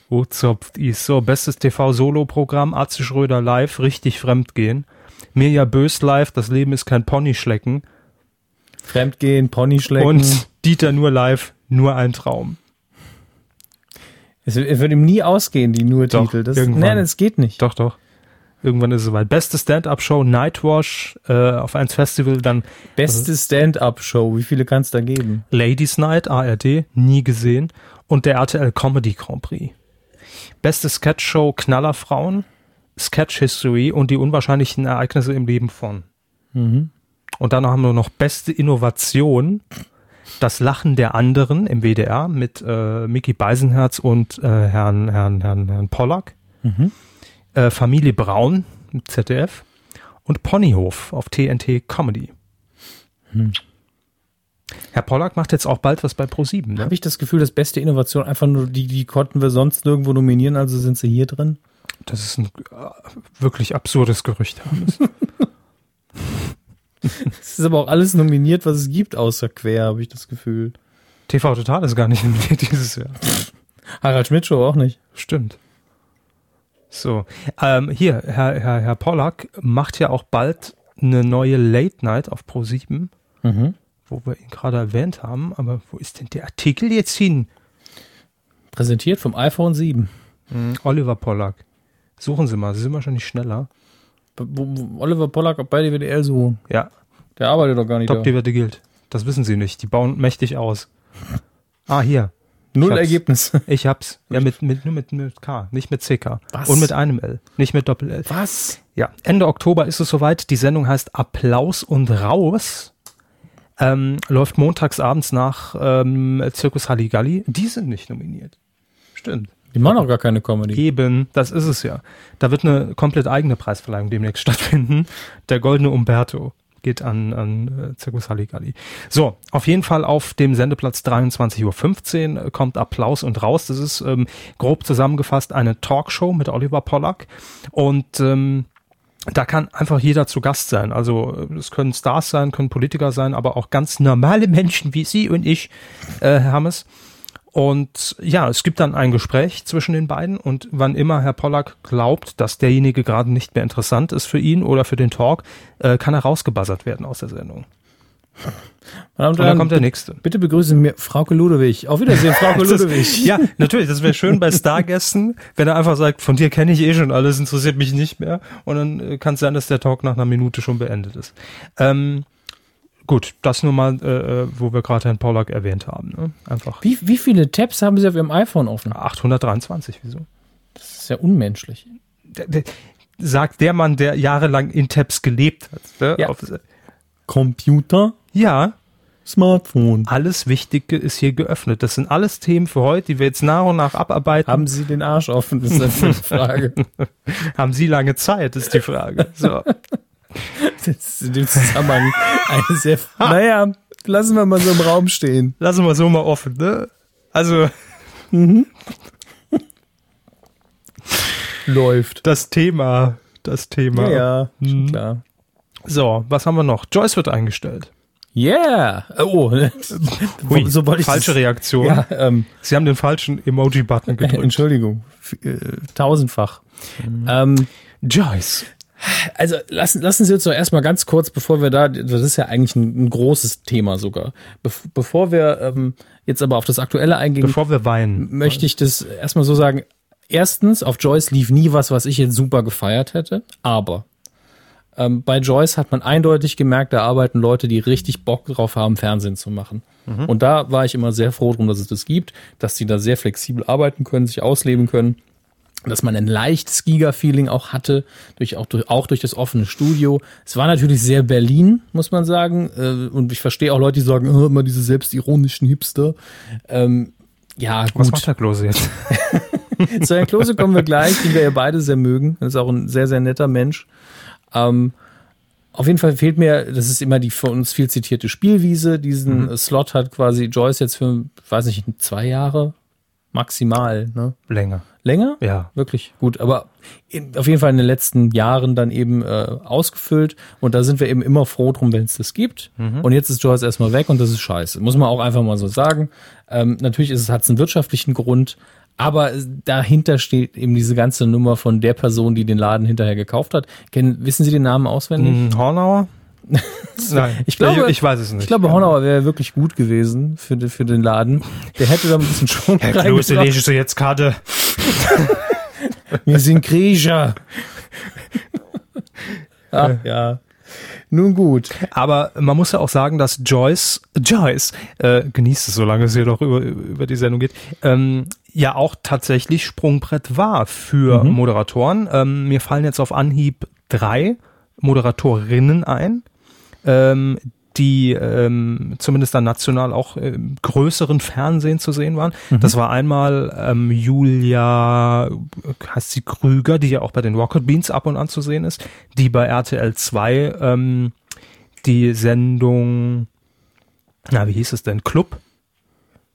C: Wo zopft is? So, bestes TV-Solo-Programm, Atze Schröder live, richtig fremdgehen. Mirja Bös live, das Leben ist kein Ponyschlecken.
D: Fremdgehen, Pony schlecken.
C: Und Dieter nur live, nur ein Traum.
D: es, es wird ihm nie ausgehen, die nur
C: Doch,
D: Titel. Das,
C: irgendwann.
D: nein, das geht nicht.
C: Doch, doch. Irgendwann ist es soweit. Beste Stand-Up-Show, Nightwash äh, auf 1 Festival, dann Also-
D: Beste Stand-up-Show. Wie viele kann's da geben?
C: Ladies Night, ARD, nie gesehen. Und der RTL Comedy Grand Prix. Beste Sketch-Show, Knallerfrauen, Sketch-History und die unwahrscheinlichen Ereignisse im Leben von. Und dann haben wir noch beste Innovation, das Lachen der anderen im WDR mit äh, Mickey Beisenherz und äh, Herrn, Herrn, Herrn, Herrn Pollack. Äh, Familie Braun, im ZDF. Und Ponyhof auf TNT Comedy. Herr Pollack macht jetzt auch bald was bei ProSieben. Ne?
D: Habe ich das Gefühl, dass beste Innovation einfach nur die, die konnten wir sonst nirgendwo nominieren, also sind sie hier drin?
C: Das ist ein äh, wirklich absurdes Gerücht. Hermes.
D: Es ist aber auch alles nominiert, was es gibt, außer quer, habe ich das Gefühl.
C: TV Total ist gar nicht nominiert [laughs] dieses Jahr.
D: Harald Schmidt Show auch nicht.
C: Stimmt. So, ähm, hier, Herr, Herr, Herr Pollack macht ja auch bald eine neue Late Night auf Pro7, Mhm. wo wir ihn gerade erwähnt haben, aber wo ist denn der Artikel jetzt hin?
D: Präsentiert vom iPhone 7.
C: Oliver Pollack. Suchen Sie mal, Sie sind wahrscheinlich schneller.
D: B- b- Oliver Pollack bei der WDL so.
C: Ja,
D: Der arbeitet doch gar nicht
C: top
D: da.
C: die Wette gilt. Das wissen Sie nicht, die bauen mächtig aus. Ah, hier,
D: Null
C: Schatz.
D: Ergebnis.
C: [laughs] ich hab's. Ja, mit, mit, nur mit, mit K, nicht mit CK.
D: Was?
C: Und mit einem L, nicht mit Doppel-L.
D: Was?
C: Ja, Ende Oktober ist es soweit. Die Sendung heißt Applaus und Raus. Ähm, läuft montags abends nach ähm, Zirkus Halligalli. Die sind nicht nominiert. Stimmt.
D: Die machen auch gar keine Comedy.
C: Eben, das ist es ja. Da wird eine komplett eigene Preisverleihung demnächst [laughs] stattfinden. Der Goldene Umberto geht an, an äh, Zirkus Halligalli. So, auf jeden Fall auf dem Sendeplatz 23.15 Uhr äh, kommt Applaus und raus. Das ist ähm, grob zusammengefasst eine Talkshow mit Oliver Pollack und ähm, da kann einfach jeder zu Gast sein. Also es können Stars sein, können Politiker sein, aber auch ganz normale Menschen wie Sie und ich äh, haben es. Und ja, es gibt dann ein Gespräch zwischen den beiden und wann immer Herr Pollack glaubt, dass derjenige gerade nicht mehr interessant ist für ihn oder für den Talk, äh, kann er rausgebuzzert werden aus der Sendung.
D: Und
C: Und dann kommt der nächste.
D: Bitte begrüßen mir Frauke Ludewig.
C: [laughs]
D: Auf Wiedersehen, Frauke
C: Das
D: Ludewig.
C: ist, ja, natürlich, das wäre schön bei Stargästen, [laughs] wenn er einfach sagt, von dir kenne ich eh schon alles, interessiert mich nicht mehr. Und dann äh, kann es sein, dass der Talk nach einer Minute schon beendet ist. Ähm, gut, das nur mal, äh, äh, wo wir gerade Herrn Pollack erwähnt haben. Ne? Einfach
D: Wie, wie viele Tabs haben Sie auf Ihrem iPhone offen?
C: Ah. 823, wieso?
D: Das ist ja unmenschlich.
C: Der, der, sagt der Mann, der jahrelang in Tabs gelebt hat. Ne?
D: Ja.
C: Auf,
D: Computer,
C: ja,
D: Smartphone.
C: alles Wichtige ist hier geöffnet. Das sind alles Themen für heute, die wir jetzt nach und nach abarbeiten.
D: Haben Sie den Arsch offen? Das ist eine
C: [laughs]
D: Frage.
C: Haben Sie lange Zeit, ist die Frage.
D: [laughs]
C: So.
D: Das ist in dem Zusammenhang eine sehr. Naja, lassen wir mal so im Raum stehen.
C: lassen wir so mal offen, ne? Also,
D: Läuft.
C: das Thema, das Thema.
D: Ja, ja
C: Mhm.
D: schon klar.
C: So, was haben wir noch? Joyce wird eingestellt.
D: Yeah! Oh, [laughs]
C: Hui,
D: so wollte ich
C: falsche
D: das-
C: Reaktion.
D: Ja, ähm,
C: Sie haben den falschen Emoji-Button gedrückt.
D: [laughs]
C: Mhm.
D: Entschuldigung. F- äh, Tausendfach. Ähm,
C: Joyce.
D: also lassen, lassen Sie uns doch erstmal ganz kurz, bevor wir da, das ist ja eigentlich ein, ein großes Thema sogar, Bef bevor wir ähm, jetzt aber auf das Aktuelle eingehen,
C: Bevor wir weinen.
D: möchte ich das erstmal so sagen. Erstens, auf Joyce lief nie was, was ich jetzt super gefeiert hätte, aber ähm, bei Joyce hat man eindeutig gemerkt, da arbeiten Leute, die richtig Bock drauf haben, Fernsehen zu machen.
C: Mhm.
D: Und da war ich immer sehr froh drum, dass es das gibt, dass die da sehr flexibel arbeiten können, sich ausleben können dass man ein leicht Skiga-Feeling auch hatte, durch, auch, durch, auch durch das offene Studio. Es war natürlich sehr Berlin, muss man sagen. äh, Und ich verstehe auch Leute, die sagen, oh, immer diese selbstironischen Hipster. Ähm, ja, gut.
C: Was macht der Klose
D: [laughs]
C: jetzt?
D: Zu Herrn Klose kommen wir gleich, den wir ja beide sehr mögen. Das ist auch ein sehr, sehr netter Mensch. Ähm, auf jeden Fall fehlt mir, das ist immer die von uns viel zitierte Spielwiese. Diesen äh, Slot hat quasi Joyce jetzt für, weiß nicht, zwei Jahre maximal. Ne?
C: Länger.
D: Länger?
C: Ja.
D: Wirklich gut, aber in, auf jeden Fall in den letzten Jahren dann eben äh, ausgefüllt und da sind wir eben immer froh drum, wenn es das gibt.
C: Mhm.
D: Und jetzt ist Joyce erstmal weg und das ist scheiße. Muss man auch einfach mal so sagen. Ähm, natürlich ist es, hat es einen wirtschaftlichen Grund, aber äh, dahinter steht eben diese ganze Nummer von der Person, die den Laden hinterher gekauft hat. Kennen, wissen Sie den Namen auswendig?
C: Hm, Hornauer? [laughs] Nein.
D: Ich glaube-
C: ich, ich weiß es nicht.
D: Ich glaube, Honauer wäre wirklich gut gewesen für, den- für den Laden. Der hätte da
C: [laughs]
D: ein bisschen schon
C: Herr Klose, lese du jetzt Karte.
D: [laughs] Wir sind Griecher. Ach Ah, ja. Nun gut.
C: Aber man muss ja auch sagen, dass Joyce, Joyce, äh, genießt es, solange es hier noch über, über die Sendung geht, ähm, ja auch tatsächlich Sprungbrett war für Moderatoren. Ähm, mir fallen jetzt auf Anhieb drei Moderatorinnen ein, ähm, die ähm, zumindest dann national auch im größeren Fernsehen zu sehen waren. Das war einmal ähm, Julia, äh, heißt sie Krüger, die ja auch bei den Rocket Beans ab und an zu sehen ist, die bei RTL 2 ähm, die Sendung, na, wie hieß es denn? Club?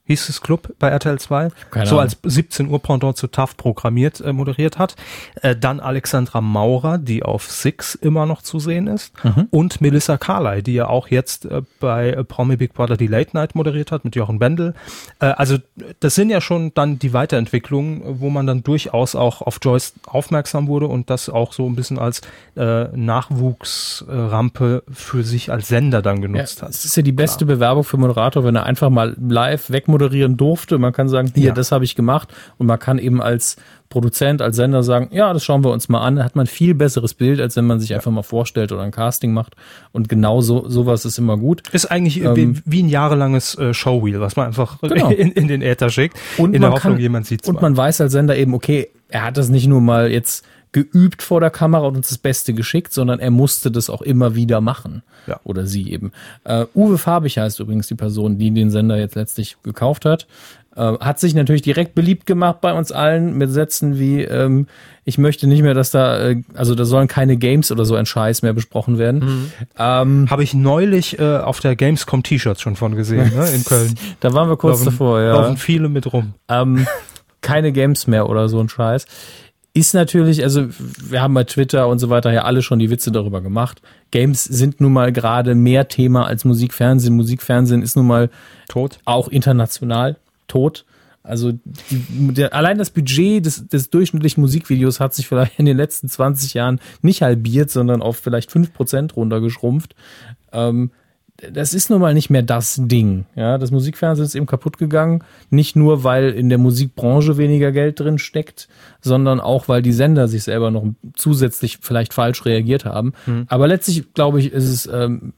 C: Hieß es Club bei RTL 2?
D: Keine
C: so
D: Ahnung.
C: als 17 Uhr Pendant zu TAF programmiert, äh, moderiert hat. Äh, dann Alexandra Maurer, die auf Six immer noch zu sehen ist.
D: Mhm.
C: Und Melissa Carley, die ja auch jetzt äh, bei äh, Promi Big Brother die Late Night moderiert hat mit Jochen Bendel. Äh, also das sind ja schon dann die Weiterentwicklungen, äh, wo man dann durchaus auch auf Joyce aufmerksam wurde und das auch so ein bisschen als äh, Nachwuchsrampe für sich als Sender dann genutzt hat.
D: Es ist ja die beste Bewerbung für Moderator, wenn er einfach mal live wegmoderieren durfte. Man kann sagen, hier,
C: Ja.
D: das habe ich gemacht. Und man kann eben als Produzent, als Sender sagen, ja, das schauen wir uns mal an. Da hat man viel besseres Bild, als wenn man sich einfach mal vorstellt oder ein Casting macht. Und genau so, sowas ist immer gut.
C: Ist eigentlich äh, wie, wie ein jahrelanges äh, Showwheel, was man einfach
D: Ähm, Genau.
C: [laughs] in, in den Äther schickt, in der
D: man
C: Hoffnung,
D: kann-
C: jemand sieht
D: Und man weiß als Sender eben, okay, er hat das nicht nur mal jetzt geübt vor der Kamera und uns das Beste geschickt, sondern er musste das auch immer wieder machen.
C: Ja.
D: Oder sie eben. Äh, Uwe Fabich heißt übrigens die Person, die den Sender jetzt letztlich gekauft hat. Äh, hat sich natürlich direkt beliebt gemacht bei uns allen mit Sätzen wie, ähm, ich möchte nicht mehr, dass da, äh, also da sollen keine Games oder so ein Scheiß mehr besprochen werden. Ähm,
C: Habe ich neulich äh, auf der Gamescom T-Shirts schon von gesehen, ne,
D: [laughs]
C: in Köln.
D: da waren wir kurz
C: Laufen-
D: davor, ja.
C: Laufen viele mit rum.
D: Ähm, keine Games mehr oder so ein Scheiß. Ist natürlich, also wir haben bei Twitter und so weiter ja alle schon die Witze darüber gemacht. Games sind nun mal gerade mehr Thema als Musikfernsehen. Musikfernsehen ist nun mal
C: Tot.
D: auch international tot. Also die, der, allein das Budget des, des durchschnittlichen Musikvideos hat sich vielleicht in den letzten 20 Jahren nicht halbiert, sondern auf vielleicht 5% runtergeschrumpft. Ähm, das ist nun mal nicht mehr das Ding. Ja, das Musikfernsehen ist eben kaputt gegangen. Nicht nur, weil in der Musikbranche weniger Geld drin steckt, sondern auch, weil die Sender sich selber noch zusätzlich vielleicht falsch reagiert haben.
C: Hm.
D: Aber letztlich, glaube ich, ist es ähm,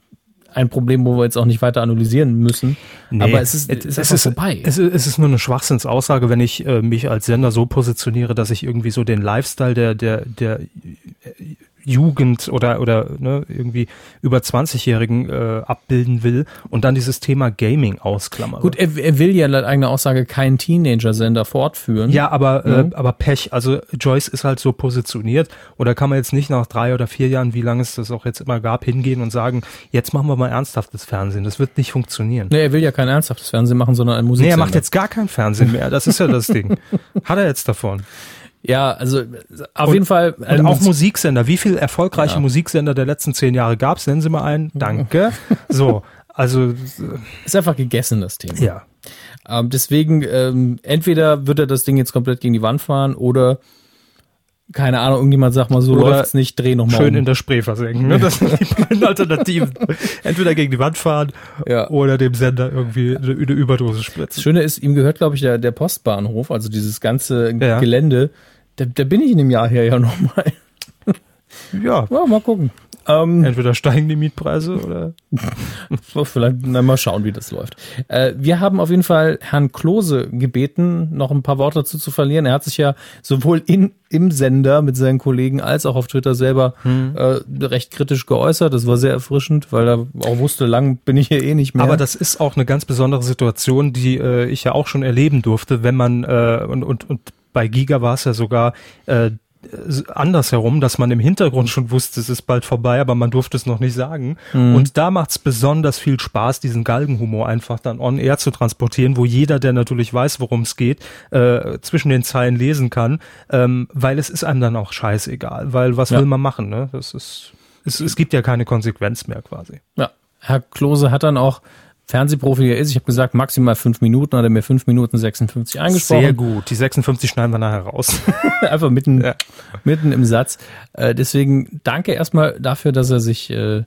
D: ein Problem, wo wir jetzt auch nicht weiter analysieren müssen.
C: Nee,
D: Aber es ist, es ist, ist vorbei.
C: Es ist, es ist nur eine Schwachsinnsaussage, wenn ich äh, mich als Sender so positioniere, dass ich irgendwie so den Lifestyle der, der, der äh, Jugend oder, oder ne, irgendwie über 20-Jährigen äh, abbilden will und dann dieses Thema Gaming ausklammere.
D: Gut, er, er will ja laut eigener Aussage keinen Teenager-Sender fortführen.
C: Ja, aber,
D: Hm?
C: äh, aber Pech. Also Joyce ist halt so positioniert. Oder kann man jetzt nicht nach drei oder vier Jahren, wie lange es das auch jetzt immer gab, hingehen und sagen, jetzt machen wir mal ernsthaftes Fernsehen. Das wird nicht funktionieren.
D: Nee, Ne, er will ja kein ernsthaftes Fernsehen machen, sondern ein
C: Nee,
D: Musiksender.
C: er macht jetzt gar kein Fernsehen mehr. Das ist ja das
D: [laughs]
C: Ding. Hat er jetzt davon.
D: Ja, also auf jeden Fall. ähm,
C: Und
D: ein
C: auch
D: Mus-
C: Musiksender. Wie viel erfolgreiche
D: Ja.
C: Musiksender der letzten zehn Jahre gab's? Nennen Sie mal einen.
D: [laughs]
C: Danke. So, also
D: ist einfach gegessen, das Thema.
C: ja.
D: Ähm, deswegen, ähm, entweder wird er das Ding jetzt komplett gegen die Wand fahren oder, keine Ahnung, irgendjemand sagt mal, so
C: Oder
D: läuft's nicht, dreh nochmal
C: Schön
D: um.
C: in der Spree versenken. Ne? Das sind die beiden Alternativen. Entweder gegen die Wand fahren
D: Ja.
C: oder dem Sender irgendwie eine, eine Überdosis
D: Das
C: spritzen.
D: Schöne ist, ihm gehört, glaube ich, der, der Postbahnhof, also dieses ganze
C: Ja.
D: Gelände. Da, da bin ich in dem Jahr her ja nochmal.
C: Ja.
D: Ja, mal gucken. Ähm,
C: Entweder steigen die Mietpreise oder.
D: so, vielleicht na, mal schauen, wie das läuft. Äh, wir haben auf jeden Fall Herrn Klose gebeten, noch ein paar Worte dazu zu verlieren. Er hat sich ja sowohl in, im Sender mit seinen Kollegen als auch auf Twitter selber
C: Hm.
D: äh, recht kritisch geäußert. Das war sehr erfrischend, weil er auch wusste, lang bin ich hier eh nicht mehr.
C: Aber das ist auch eine ganz besondere Situation, die äh, ich ja auch schon erleben durfte, wenn man äh, und, und, und bei Giga war es ja sogar äh, s- andersherum, dass man im Hintergrund schon wusste, es ist bald vorbei, aber man durfte es noch nicht sagen. Und da macht es besonders viel Spaß, diesen Galgenhumor einfach dann on air zu transportieren, wo jeder, der natürlich weiß, worum es geht, äh, zwischen den Zeilen lesen kann, ähm, weil es ist einem dann auch scheißegal, weil was
D: Ja.
C: will man machen, ne? Das ist, es, es gibt ja keine Konsequenz mehr quasi.
D: Ja, Herr Klose hat dann auch Fernsehprofi, wie er ist. Ich habe gesagt, maximal fünf Minuten, hat er mir fünf Minuten 56 eingesprochen.
C: Sehr gut. Die 56 schneiden wir nachher raus. [laughs]
D: Einfach mitten,
C: Ja.
D: mitten im Satz. Äh, deswegen danke erstmal dafür, dass er sich äh,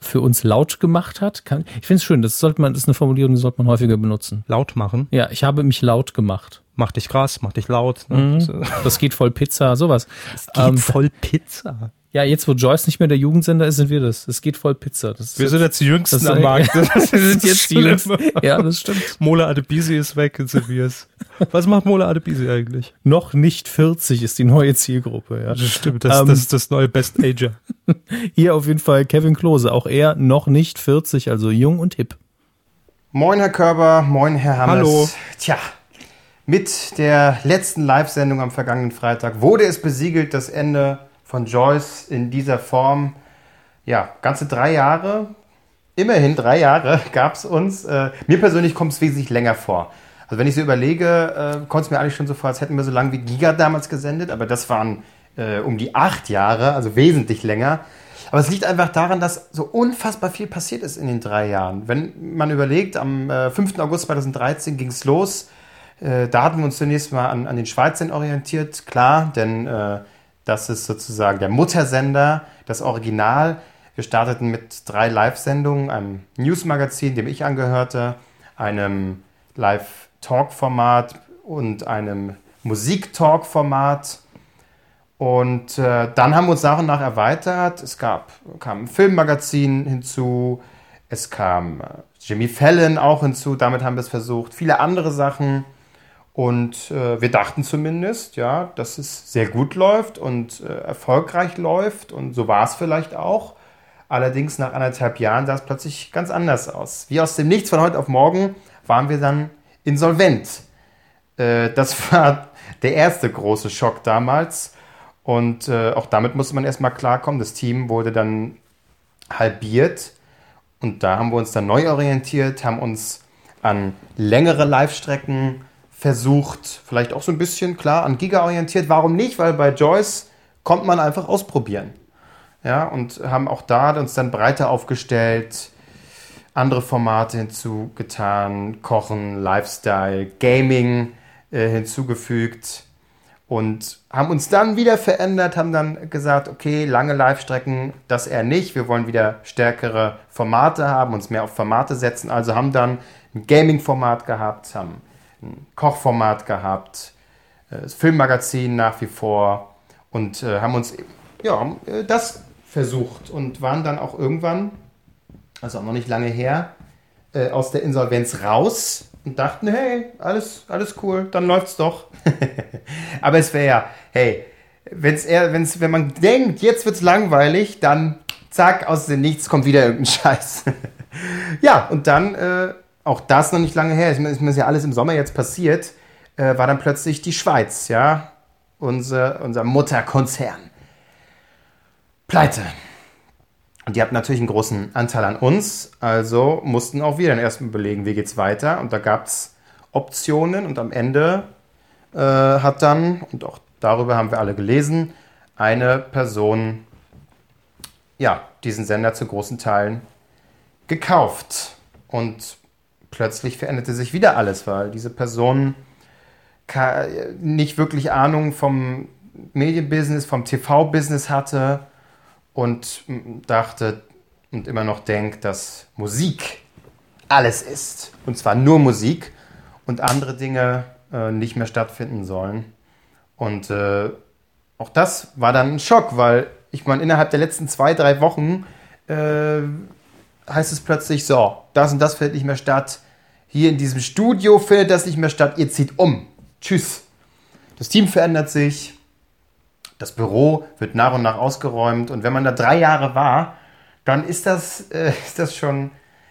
D: für uns laut gemacht hat. Kann, ich finde es schön, das sollte man, das ist eine Formulierung, die sollte man häufiger benutzen.
C: laut machen.
D: Ja, ich habe mich laut gemacht.
C: Mach dich krass, mach dich laut. Ne? Das, äh,
D: Das geht voll Pizza, sowas.
C: geht
D: Mhm. Ähm,
C: voll Pizza.
D: ja, jetzt wo Joyce nicht mehr der Jugendsender ist, sind wir das. Es geht voll Pizza. Das
C: Wir
D: ist
C: sind jetzt die Jüngsten
D: das-
C: am
D: [laughs]
C: Markt. Das
D: das sind jetzt die
C: Schlimme.
D: letzten- Ja, das stimmt.
C: Mola Adebisi ist weg in Seviers. Was macht Mola Adebisi eigentlich?
D: Noch nicht 40 ist die neue Zielgruppe. Ja.
C: Stimmt, das,
D: Ähm,
C: das ist das neue Best Ager.
D: Hier auf jeden Fall Kevin Klose, auch er noch nicht 40, also jung und hip.
B: Moin, Herr Körber, moin, Herr Hammes.
C: Hallo.
B: Tja, mit der letzten Live-Sendung am vergangenen Freitag wurde es besiegelt, das Ende von Joyce in dieser Form. Ja, ganze drei Jahre, immerhin drei Jahre [laughs] gab es uns. Äh, mir persönlich kommt es wesentlich länger vor. Also wenn ich so überlege, äh, kommt es mir eigentlich schon so vor, als hätten wir so lange wie Giga damals gesendet, aber das waren äh, um die acht Jahre, also wesentlich länger. Aber es liegt einfach daran, dass so unfassbar viel passiert ist in den drei Jahren. Wenn man überlegt, am äh, 5. August 2013 ging es los. Äh, da hatten wir uns zunächst mal an, an den Schweizern orientiert, klar, denn äh, das ist sozusagen der Muttersender, das Original. Wir starteten mit drei Live-Sendungen, einem Newsmagazin, dem ich angehörte, einem Live-Talk-Format und einem Musik-Talk-Format. Und äh, dann haben wir uns nach und nach erweitert. Es gab, kam ein Filmmagazin hinzu, es kam äh, Jimmy Fallon auch hinzu, damit haben wir es versucht, viele andere Sachen. Und äh, wir dachten zumindest, ja, dass es sehr gut läuft und äh, erfolgreich läuft und so war es vielleicht auch. Allerdings nach anderthalb Jahren sah es plötzlich ganz anders aus. Wie aus dem Nichts von heute auf morgen waren wir dann insolvent. Äh, das [laughs] war der erste große Schock damals. Und äh, auch damit musste man erstmal klarkommen. Das Team wurde dann halbiert. Und da haben wir uns dann neu orientiert, haben uns an längere Live-Strecken versucht, vielleicht auch so ein bisschen, klar, an Giga orientiert. Warum nicht? Weil bei Joyce kommt man einfach ausprobieren. Ja, und haben auch da uns dann breiter aufgestellt, andere Formate hinzugetan, Kochen, Lifestyle, Gaming äh, hinzugefügt und haben uns dann wieder verändert, haben dann gesagt, okay, lange Live-Strecken, das eher nicht. Wir wollen wieder stärkere Formate haben, uns mehr auf Formate setzen. Also haben dann ein Gaming-Format gehabt, haben ein Kochformat gehabt, äh, das Filmmagazin nach wie vor und äh, haben uns ja, haben, äh, das versucht und waren dann auch irgendwann, also auch noch nicht lange her, äh, aus der Insolvenz raus und dachten, hey, alles, alles cool, dann läuft's doch. [laughs] Aber es wäre ja, hey, wenn's eher, wenn's, wenn man denkt, jetzt wird's langweilig, dann zack, aus dem Nichts kommt wieder irgendein Scheiß. [laughs] ja, und dann, äh, auch das noch nicht lange her, ist mir ist mir das ja alles im Sommer jetzt passiert, äh, war dann plötzlich die Schweiz, ja, unser, unser Mutterkonzern. Pleite. Und die hatten natürlich einen großen Anteil an uns, also mussten auch wir dann erstmal überlegen, wie geht's weiter. Und da gab es Optionen und am Ende äh, hat dann, und auch darüber haben wir alle gelesen, eine Person ja, diesen Sender zu großen Teilen gekauft. Und plötzlich veränderte sich wieder alles, weil diese Person ka- nicht wirklich Ahnung vom Medienbusiness, vom TV-Business hatte und mm, dachte und immer noch denkt, dass Musik alles ist. Und zwar nur Musik und andere Dinge äh, nicht mehr stattfinden sollen. Und äh, auch das war dann ein Schock, weil ich meine, innerhalb der letzten zwei, drei Wochen äh, heißt es plötzlich so, das und das findet nicht mehr statt. Hier in diesem Studio findet das nicht mehr statt. Ihr zieht um. Tschüss. Das Team verändert sich. Das Büro wird nach und nach ausgeräumt. Und wenn man da drei Jahre war, dann ist das, äh, [laughs] ist das schon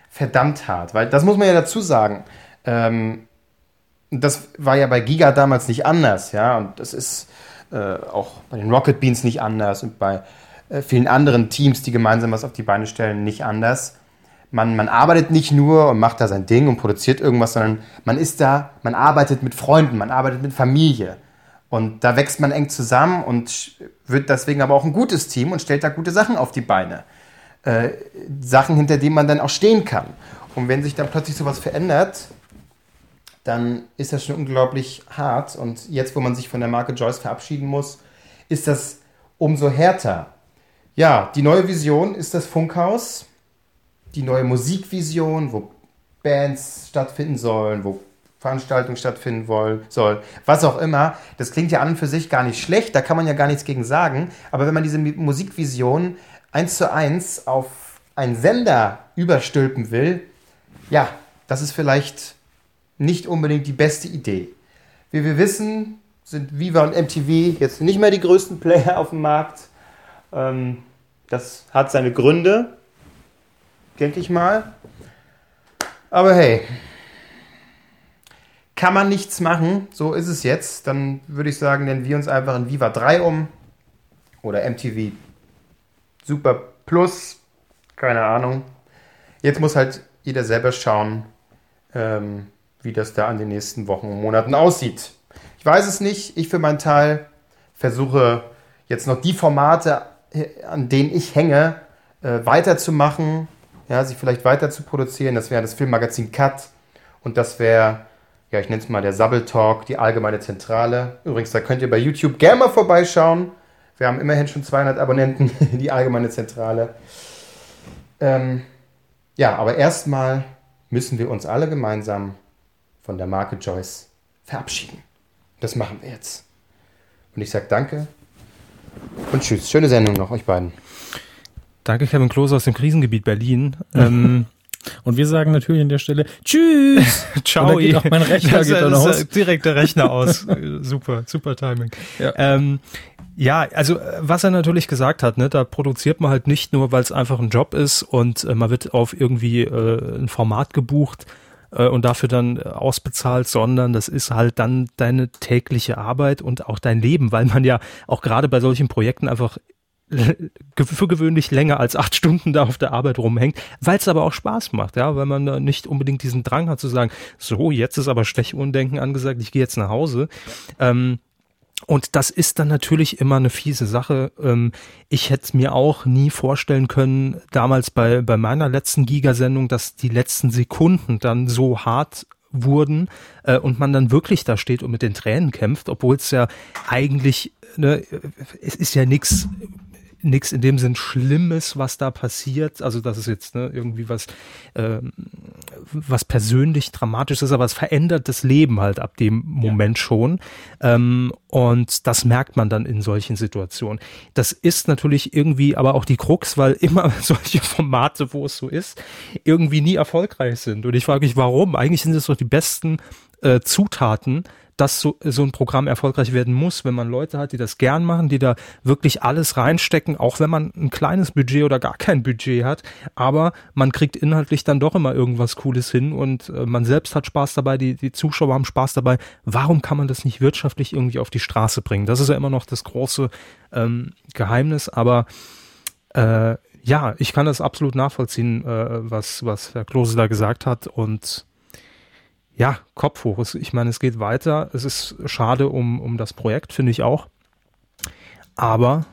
B: verdammt hart. Weil das muss man ja dazu sagen. Ähm, das war ja bei Giga damals nicht anders. Ja? Und das ist äh, auch bei den Rocket Beans nicht anders und bei äh, vielen anderen Teams, die gemeinsam was auf die Beine stellen, nicht anders. Man, man arbeitet nicht nur und macht da sein Ding und produziert irgendwas, sondern man ist da, man arbeitet mit Freunden, man arbeitet mit Familie. Und da wächst man eng zusammen und sch- wird deswegen aber auch ein gutes Team und stellt da gute Sachen auf die Beine. Äh, Sachen, hinter denen man dann auch stehen kann. Und wenn sich dann plötzlich sowas verändert, dann ist das schon unglaublich hart. Und jetzt, wo man sich von der Marke Joyce verabschieden muss, ist das umso härter. Ja, die neue Vision ist das Funkhaus, die neue Musikvision, wo Bands stattfinden sollen, wo Veranstaltungen stattfinden wollen, soll, was auch immer. Das klingt ja an und für sich gar nicht schlecht, da kann man ja gar nichts gegen sagen. Aber wenn man diese Mi- Musikvision eins zu eins auf einen Sender überstülpen will, ja, das ist vielleicht nicht unbedingt die beste Idee. Wie wir wissen, sind Viva und MTV jetzt nicht mehr die größten Player auf dem Markt. Ähm, das hat seine Gründe, denke ich mal. Aber hey, kann man nichts machen, so ist es jetzt. Dann würde ich sagen, nennen wir uns einfach in Viva 3 um oder MTV Super Plus, keine Ahnung. Jetzt muss halt jeder selber schauen, ähm, wie das da an den nächsten Wochen und Monaten aussieht. Ich weiß es nicht. Ich für meinen Teil versuche jetzt noch die Formate, äh, an denen ich hänge, äh, weiterzumachen, ja, sie vielleicht weiter zu produzieren. Das wäre das Filmmagazin Cut und das wäre, ja, ich nenne es mal der Sabbeltalk, die allgemeine Zentrale. Übrigens, da könnt ihr bei YouTube gerne mal vorbeischauen. Wir haben immerhin schon 200 Abonnenten, [laughs] die allgemeine Zentrale. Ähm, ja, aber erstmal müssen wir uns alle gemeinsam von der Marke Joyce verabschieden. Das machen wir jetzt. Und ich sage danke und tschüss. Schöne Sendung noch, euch beiden.
C: Danke, Kevin Klose aus dem Krisengebiet Berlin.
D: [laughs]
C: Ähm,
D: Und wir sagen natürlich an der Stelle [laughs] Tschüss.
C: [laughs] ciao.
D: Und da geht
C: ihr-
D: auch mein Rechner
C: Das-
D: geht auch
C: das-
D: noch
C: das-
D: aus.
C: Direkt der Rechner
D: [laughs]
C: aus. Äh, super, super Timing.
D: Ja.
C: Ähm, ja, also äh, was er natürlich gesagt hat, ne, da produziert man halt nicht nur, weil es einfach ein Job ist und äh, man wird auf irgendwie äh, ein Format gebucht äh, und dafür dann äh, ausbezahlt, sondern das ist halt dann deine tägliche Arbeit und auch dein Leben, weil man ja auch gerade bei solchen Projekten einfach für gewöhnlich länger als acht [laughs] Stunden da auf der Arbeit rumhängt, weil es aber auch Spaß macht, ja, weil man da nicht unbedingt diesen Drang hat zu sagen, so, jetzt ist aber Stechundenken angesagt, ich gehe jetzt nach Hause. Ähm, und das ist dann natürlich immer eine fiese Sache. Ähm, ich hätte mir auch nie vorstellen können, damals bei, bei meiner letzten Gigasendung, dass die letzten Sekunden dann so hart wurden äh, und man dann wirklich da steht und mit den Tränen kämpft, obwohl es ja eigentlich, ne, es ist ja nichts nichts in dem Sinn Schlimmes, was da passiert. Also das ist jetzt ne, irgendwie was, äh, was persönlich dramatisch ist, aber es verändert das Leben halt ab dem Moment ja. schon. Ähm, und das merkt man dann in solchen Situationen. Das ist natürlich irgendwie aber auch die Krux, weil [laughs] immer solche Formate, wo es so ist, irgendwie nie erfolgreich sind. Und ich frage mich, warum? Eigentlich sind es doch die besten äh, Zutaten, dass so, so ein Programm erfolgreich werden muss, wenn man Leute hat, die das gern machen, die da wirklich alles reinstecken, auch wenn man ein kleines Budget oder gar kein Budget hat, aber man kriegt inhaltlich dann doch immer irgendwas Cooles hin und äh, man selbst hat Spaß dabei, die, die Zuschauer haben Spaß dabei. Warum kann man das nicht wirtschaftlich irgendwie auf die Straße bringen? Das ist ja immer noch das große ähm, Geheimnis, aber äh, ja, ich kann das absolut nachvollziehen, äh, was, was Herr Klose da gesagt hat und ja, Kopf hoch. Ich meine, es geht weiter. Es ist schade um, um das Projekt, finde ich auch. Aber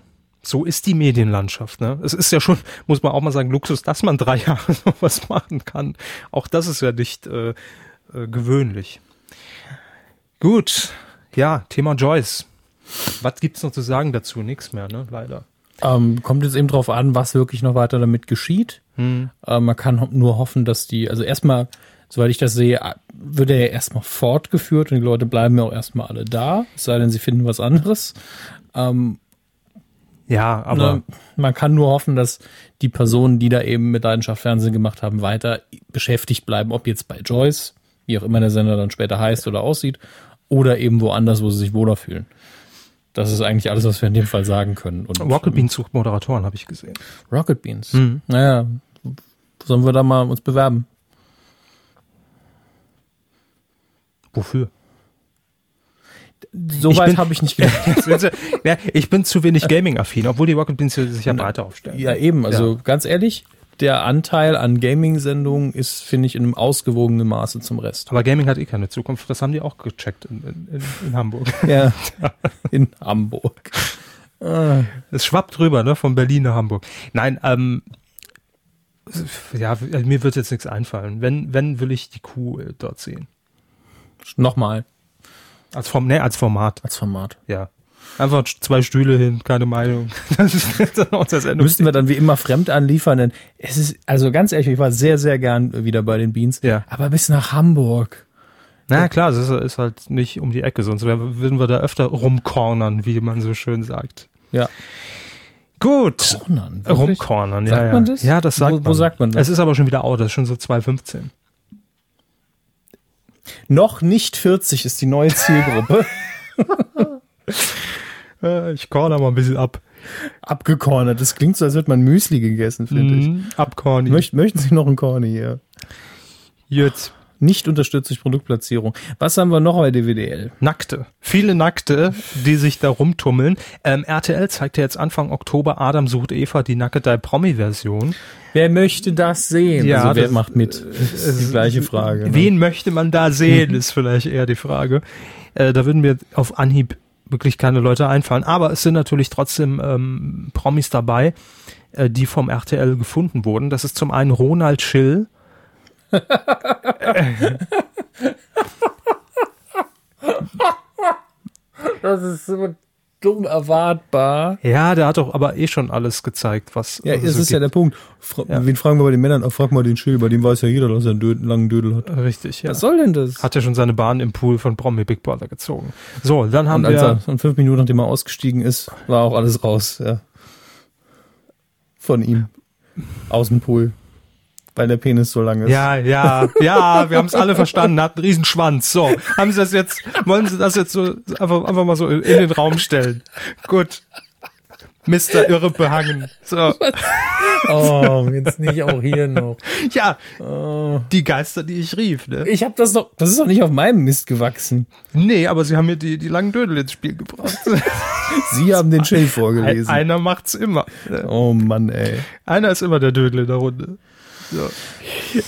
C: so ist die Medienlandschaft. Ne? Es ist ja schon, [laughs] muss man auch mal sagen, Luxus, dass man drei [laughs] Jahre noch was machen kann. Auch das ist ja nicht äh, äh, gewöhnlich. Gut, ja, Thema Joyce. Was gibt's noch zu sagen dazu? Nix mehr, ne? Leider.
D: Ähm, kommt jetzt eben drauf an, was wirklich noch weiter damit geschieht. Hm. Äh, man kann ho nur hoffen, dass die, also erstmal soweit ich das sehe, äh, wird er ja erstmal fortgeführt und die Leute bleiben ja auch erstmal alle da, es sei denn, sie finden was anderes. Ähm,
C: ja, aber. Ne,
D: man kann nur hoffen, dass die Personen, die da eben mit Leidenschaft Fernsehen gemacht haben, weiter beschäftigt bleiben, ob jetzt bei Joyce, wie auch immer der Sender dann später heißt oder aussieht, oder eben woanders, wo sie sich wohler fühlen. Das ist eigentlich alles, was wir in dem Fall sagen können.
C: Und Rocket Beans sucht Moderatoren, habe ich gesehen.
D: Rocket Beans. Mhm. Naja, sollen wir da mal uns bewerben?
C: Wofür?
D: Soweit habe ich nicht [laughs] gedacht.
C: [laughs] ja, ich bin zu wenig Gaming-affin, obwohl die Rocket Beans sich ja breiter aufstellen.
D: Ja, eben. Also ja. ganz ehrlich, der Anteil an Gaming-Sendungen ist, finde ich, in einem ausgewogenen Maße zum Rest.
C: Aber Gaming hat eh keine Zukunft. Das haben die auch gecheckt in, in, in Hamburg.
D: [laughs] ja, [laughs] Ah. in [laughs] Hamburg.
C: Es schwappt drüber, ne? Von Berlin nach Hamburg. Nein, ähm, ja, mir wird jetzt nichts einfallen. Wenn, wenn will ich die Kuh äh, dort sehen.
D: Nochmal.
C: Als, Form, nee, als Format.
D: Als Format.
C: Ja. Einfach zwei Stühle hin, keine Meinung. [laughs] Das
D: ist dann auch das Ende. Müssten wir dann wie immer fremd anliefern, denn es ist, also ganz ehrlich, ich war sehr, sehr gern wieder bei den Beans.
C: Ja.
D: Aber bis nach Hamburg.
C: Na klar, es ist, ist halt nicht um die Ecke, sonst würden wir da öfter rumkornern, wie man so schön sagt.
D: Ja.
C: Gut.
D: Kornern,
C: rumkornern, ja.
D: Sagt
C: ja.
D: man das?
C: Ja, das sagt
D: wo,
C: man.
D: Wo sagt man das?
C: Es ist aber schon wieder out, das ist schon so 215.
D: Noch nicht 40 ist die neue [laughs] Zielgruppe. Äh,
C: ich corner mal ein bisschen ab.
D: Abgecornert. Das klingt so, als hätte man Müsli gegessen, finde mm,
C: ich. Abcorny.
D: Möcht, möchten Sie noch ein Corny hier?
C: Jetzt.
D: Nicht unterstützt durch Produktplatzierung. Was haben wir noch bei DWDL?
C: Nackte. Viele Nackte, die sich da rumtummeln. Ähm, RTL zeigte jetzt Anfang Oktober Adam sucht Eva die Naked Eye Promi-Version.
D: Wer möchte das sehen?
C: Ja,
D: also
C: wer das,
D: macht mit? Das [laughs] ist die gleiche Frage.
C: Ne? Wen möchte man da
D: [laughs]
C: sehen, ist vielleicht eher die Frage. Äh, da würden mir auf Anhieb wirklich keine Leute einfallen. Aber es sind natürlich trotzdem ähm, Promis dabei, äh, die vom RTL gefunden wurden. Das ist zum einen Ronald Schill.
D: das ist so dumm erwartbar.
C: Ja, der hat doch aber eh schon alles gezeigt, was.
D: Ja, es Also, so ist gibt. ja der Punkt. Fra ja. Wen fragen wir bei den Männern? Frag mal den Schill, bei dem weiß ja jeder, dass er einen Dö langen Dödel hat.
C: Richtig, ja.
D: Was soll denn das?
C: Hat ja schon seine Bahn im Pool von Promi Big Brother gezogen. So, dann haben
D: und
C: wir.
D: Er, und fünf Minuten, nachdem er ausgestiegen ist, war auch alles raus, ja. Von ihm. Aus dem Pool. Weil der Penis so lang ist.
C: Ja, ja, ja, wir haben es alle verstanden, hat einen riesen Schwanz. So, haben Sie das jetzt, wollen Sie das jetzt so einfach, einfach mal so in, in den Raum stellen? Gut. Mr. Irre behangen. So.
D: Oh, jetzt nicht auch hier noch.
C: Ja,
D: Oh.
C: die Geister, die ich rief, ne?
D: [laughs] Ich habe das doch, das ist doch nicht auf meinem Mist gewachsen.
C: Nee, aber sie haben mir die, die langen Dödel ins Spiel gebracht.
D: [laughs] Sie haben den Schild
C: Ein,
D: vorgelesen.
C: einer macht's immer. ne?
D: oh Mann, ey.
C: Einer ist immer der Dödel in der Runde. So.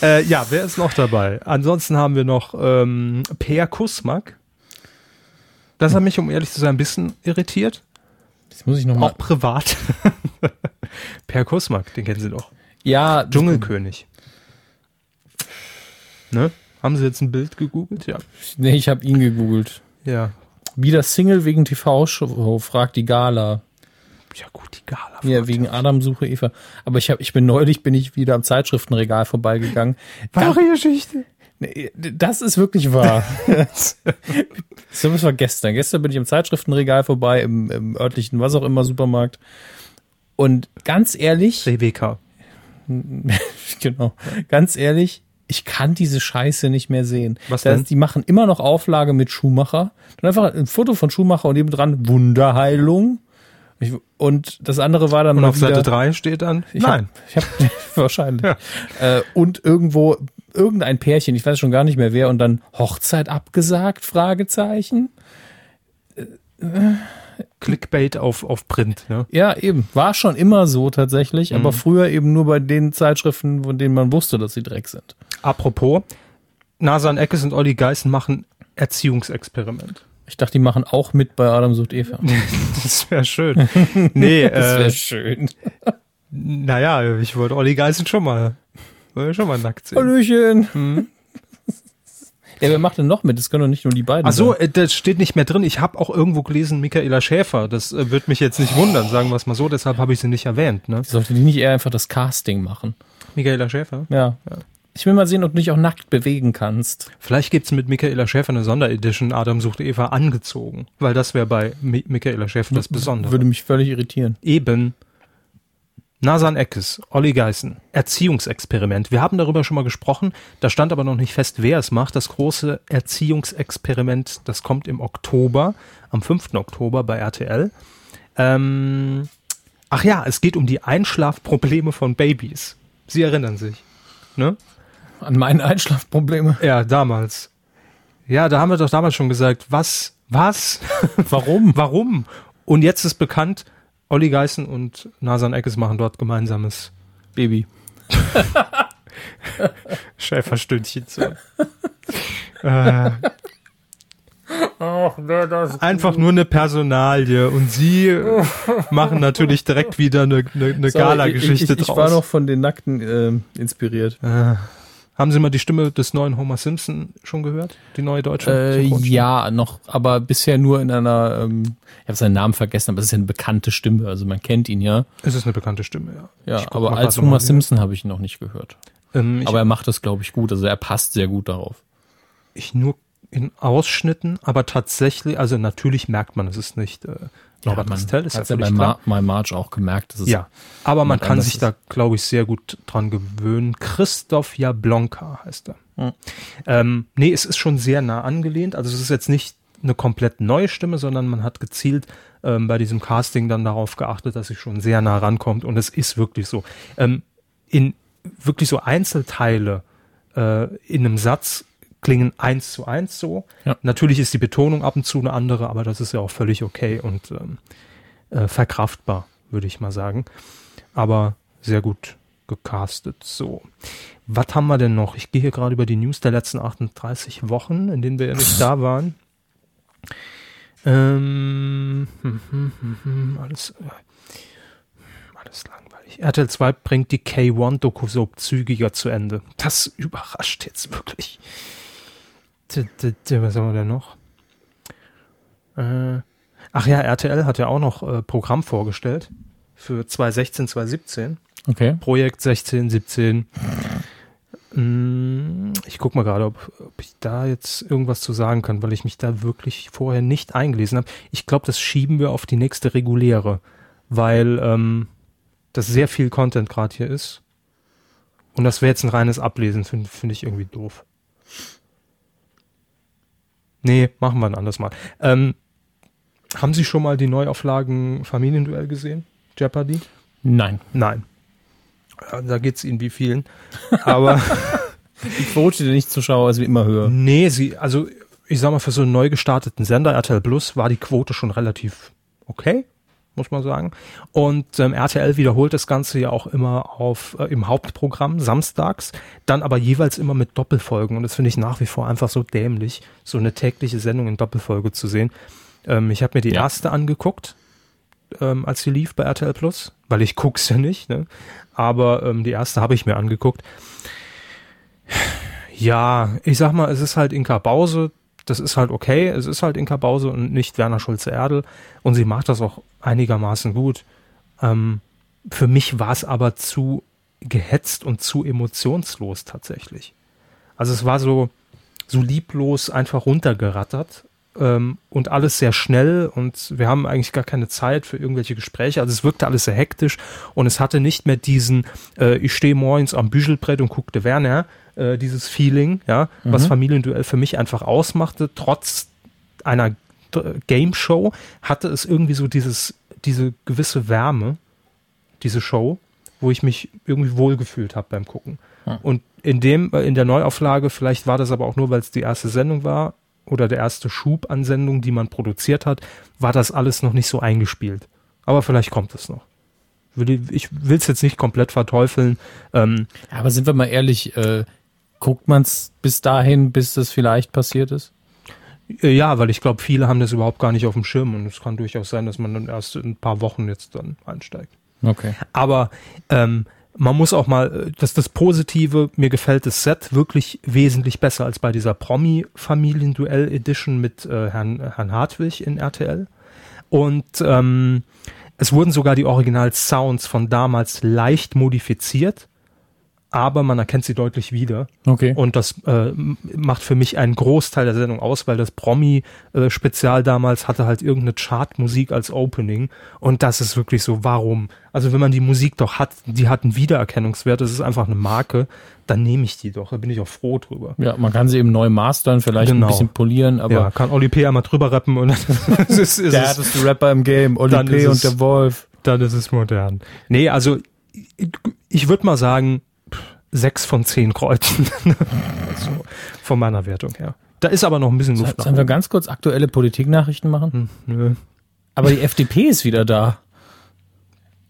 C: Äh, ja, wer ist noch dabei? Ansonsten haben wir noch ähm, Per Kusmak. Das hat mich, um ehrlich zu sein, ein bisschen irritiert.
D: Das muss ich noch mal.
C: Auch privat. [laughs] per Kusmak, den kennen Sie doch.
D: Ja,
C: Dschungelkönig. Ne? Haben Sie jetzt ein Bild gegoogelt? Ja.
D: nee, ich habe ihn gegoogelt.
C: Ja.
D: Wieder Single wegen TV-Show, fragt die Gala.
C: Ja, gut, die Gala.
D: Ja, wegen Adam suche Eva. Aber ich, hab, ich bin neulich, bin ich wieder am Zeitschriftenregal vorbeigegangen.
C: Wahre Geschichte.
D: Nee, Das ist
C: [laughs]
D: wirklich wahr. so was war gestern. Gestern bin ich im Zeitschriftenregal vorbei, im, im örtlichen, was auch immer, Supermarkt. Und ganz ehrlich,
C: Rebecca.
D: [laughs] genau, ganz ehrlich, ich kann diese Scheiße nicht mehr sehen.
C: Was
D: Das-
C: denn?
D: Die machen immer noch Auflage mit Schumacher. Dann einfach ein Foto von Schumacher und neben dran Wunderheilung. Ich, und das andere war dann
C: Und
D: mal
C: auf
D: wieder,
C: Seite 3 steht dann.
D: ich Hab, [laughs] ich hab, wahrscheinlich. Äh, und irgendwo irgendein Pärchen, ich weiß schon gar nicht mehr wer, und dann Hochzeit abgesagt? Fragezeichen.
C: Clickbait auf, auf Print. Ne?
D: Ja, eben. War schon immer so tatsächlich, aber früher eben nur bei den Zeitschriften, von denen man wusste, dass sie Dreck sind.
C: Apropos, Nasan Eckes und Olli Geißen machen
D: [laughs]
C: Erziehungsexperiment.
D: Ich dachte, die machen auch mit bei Adam sucht Eva.
C: Das wäre
D: [laughs]
C: schön. Nee,
D: Das wäre
C: äh,
D: schön.
C: naja, ich wollte Olli Geißen schon mal, wollte schon mal nackt sehen.
D: Hallöchen. [laughs] Ja, wer macht denn noch mit? Das können doch nicht nur die beiden.
C: Ach so,
D: sein.
C: äh, das steht nicht mehr drin. Ich habe auch irgendwo gelesen, Michaela Schäfer. Das äh, wird mich jetzt nicht wundern, sagen wir es mal so. Deshalb habe ich sie nicht erwähnt. Ne?
D: Sollte die nicht eher einfach das Casting machen?
C: Michaela Schäfer?
D: Ja. Ich will mal sehen, ob du dich auch nackt bewegen kannst.
C: Vielleicht gibt's mit Michaela Schäfer eine Sonderedition Adam sucht Eva angezogen. Weil das wäre bei Mi Michaela Schäfer das Besondere.
D: Würde mich völlig irritieren.
C: Eben. Nasan Eckes, Olli Geißen, Erziehungsexperiment. Wir haben darüber schon mal gesprochen, da stand aber noch nicht fest, wer es macht. Das große Erziehungsexperiment, das kommt im Oktober, am 5. Oktober bei RTL. Ähm, ach ja, es geht um die Einschlafprobleme von Babys. Sie erinnern sich. Ne?
D: An meinen Einschlafprobleme.
C: Ja, damals. Ja, da haben wir doch damals schon gesagt, was, was? [laughs]
D: Warum?
C: Warum? Und jetzt ist bekannt, Olli Geißen und Nasan Eckes machen dort gemeinsames
D: Baby.
C: [laughs] Schäferstündchen zu. äh,
D: Ach, wer das.
C: einfach nur eine Personalie. Und sie
D: [laughs]
C: äh, machen natürlich direkt wieder eine, eine, eine
D: ich,
C: Gala-Geschichte
D: ich, ich
C: draus.
D: war noch von den Nackten ähm, inspiriert.
C: äh, haben Sie mal die Stimme des neuen Homer Simpson schon gehört? Die neue deutsche?
D: Äh,
C: Synchronstimme?
D: ja, noch, aber bisher nur in einer, ähm, ich habe seinen Namen vergessen, aber es ist ja eine bekannte Stimme, also man kennt ihn ja.
C: Es ist eine bekannte Stimme, ja.
D: Ja,
C: Ich guck
D: aber
C: mal
D: als
C: grad noch
D: Homer
C: mal hier.
D: Simpson habe ich ihn noch nicht gehört.
C: Ähm, ich
D: Aber er macht das, glaube ich, gut, also er passt sehr gut darauf.
C: ich nur in Ausschnitten, aber tatsächlich, also natürlich merkt man, es ist nicht äh, Norbert Castell, ist ja
D: hat ja
C: völlig
D: bei
C: klar.
D: Ma My March auch gemerkt, dass es
C: Ja, aber man
D: jemand
C: kann
D: anders
C: sich
D: ist.
C: da, glaube ich, sehr gut dran gewöhnen. Christoph Jablonka heißt er.
D: Hm.
C: Ähm, nee, es ist schon sehr nah angelehnt. Also es ist jetzt nicht eine komplett neue Stimme, sondern man hat gezielt ähm, bei diesem Casting dann darauf geachtet, dass sie schon sehr nah rankommt. Und es ist wirklich so. Ähm, in wirklich so Einzelteile äh, in einem Satz klingen eins zu eins so.
D: Ja.
C: Natürlich ist die Betonung ab und zu eine andere, aber das ist ja auch völlig okay und ähm, äh, verkraftbar, würde ich mal sagen. Aber sehr gut gecastet. So. Was haben wir denn noch? Ich gehe hier gerade über die News der letzten 38 Wochen, in denen wir ja nicht da waren. Ähm, hm, hm, hm, hm, alles, äh, alles langweilig. RTL 2 bringt die K1-Doku-Soap zügiger zu Ende. Das überrascht jetzt wirklich. T- t- t- Was haben wir denn noch? Äh, ach ja, RTL hat ja auch noch äh, Programm vorgestellt für 2016, 2017.
D: Okay.
C: Projekt 16, 17. Mm, Ich guck mal gerade, ob, ob ich da jetzt irgendwas zu sagen kann, weil ich mich da wirklich vorher nicht eingelesen habe. Ich glaube, das schieben wir auf die nächste reguläre, weil ähm, das sehr viel Content gerade hier ist. Und das wäre jetzt ein reines Ablesen, finde find ich irgendwie doof. Nee, machen wir ein anderes Mal. Ähm, haben Sie schon mal die Neuauflagen Familienduell gesehen? Jeopardy?
D: Nein.
C: Nein. Ja, Da geht's ihnen wie vielen. Aber
D: Die Quote, die ich zuschauer, ist wie immer höher.
C: nee, sie, also ich sag mal, für so einen neu gestarteten Sender RTL Plus war die Quote schon relativ okay, muss man sagen. Und ähm, RTL wiederholt das Ganze ja auch immer auf äh, im Hauptprogramm samstags, dann aber jeweils immer mit Doppelfolgen. Und das finde ich nach wie vor einfach so dämlich, so eine tägliche Sendung in Doppelfolge zu sehen. Ähm, ich habe mir die
D: Ja.
C: erste angeguckt, ähm, als sie lief bei RTL Plus, weil ich guck's ja nicht, ne? Aber ähm, die erste habe ich mir angeguckt. Ja, ich sag mal, es ist halt Inka Bause, das ist halt okay, es ist halt Inka Bause und nicht Werner Schulze-Erdel und sie macht das auch einigermaßen gut. Ähm, für mich war es aber zu gehetzt und zu emotionslos tatsächlich. Also es war so, so lieblos einfach runtergerattert ähm, und alles sehr schnell und wir haben eigentlich gar keine Zeit für irgendwelche Gespräche. Also es wirkte alles sehr hektisch und es hatte nicht mehr diesen, äh, ich stehe morgens am Büschelbrett und guckte Werner, äh, dieses Feeling, ja, was Familienduell für mich einfach ausmachte, trotz einer äh, Game Show hatte es irgendwie so dieses, diese gewisse Wärme, diese Show, wo ich mich irgendwie wohlgefühlt habe beim Gucken. Und in dem, äh, in der Neuauflage, vielleicht war das aber auch nur, weil es die erste Sendung war oder der erste Schub an Sendung, die man produziert hat, war das alles noch nicht so eingespielt. Aber vielleicht kommt es noch. Will- Ich will es jetzt nicht komplett verteufeln. Ähm,
D: Aber sind wir mal ehrlich, äh, guckt man es bis dahin, bis das vielleicht passiert ist?
C: äh, ja, weil ich glaube, viele haben das überhaupt gar nicht auf dem Schirm und es kann durchaus sein, dass man dann erst in ein paar Wochen jetzt dann einsteigt.
D: Okay.
C: Aber ähm, man muss auch mal, äh, das, das Positive, mir gefällt das Set wirklich wesentlich besser als bei dieser Promi-Familienduell-Edition mit äh, Herrn, Herrn Hartwig in RTL. Und ähm, es wurden sogar die Original-Sounds von damals leicht modifiziert, aber man erkennt sie deutlich wieder.
D: Okay.
C: Und das äh, m- macht für mich einen Großteil der Sendung aus, weil das Promi-Spezial damals hatte halt irgendeine Chartmusik als Opening. Und das ist wirklich so, warum? Also wenn man die Musik doch hat, die hat einen Wiedererkennungswert, das ist einfach eine Marke, dann nehme ich die doch. Da bin ich auch froh drüber.
D: ja, man kann sie eben neu mastern, vielleicht
C: Genau.
D: ein bisschen polieren, aber
C: ja, kann Oli P. einmal drüber rappen und [laughs] es ist, ist
D: der
C: es
D: härteste Rapper im Game, Oli
C: Dann
D: P.
C: ist
D: und
C: es-
D: der Wolf.
C: dann ist es modern. Nee, also ich, ich würde mal sagen, pff, sechs von zehn Kreuzen. [laughs] so, von meiner Wertung her. Da ist aber noch ein bisschen Luft nach
D: Äh, Sollen wir ganz kurz aktuelle Politiknachrichten machen?
C: Hm, Nö.
D: Aber die FDP ist wieder da.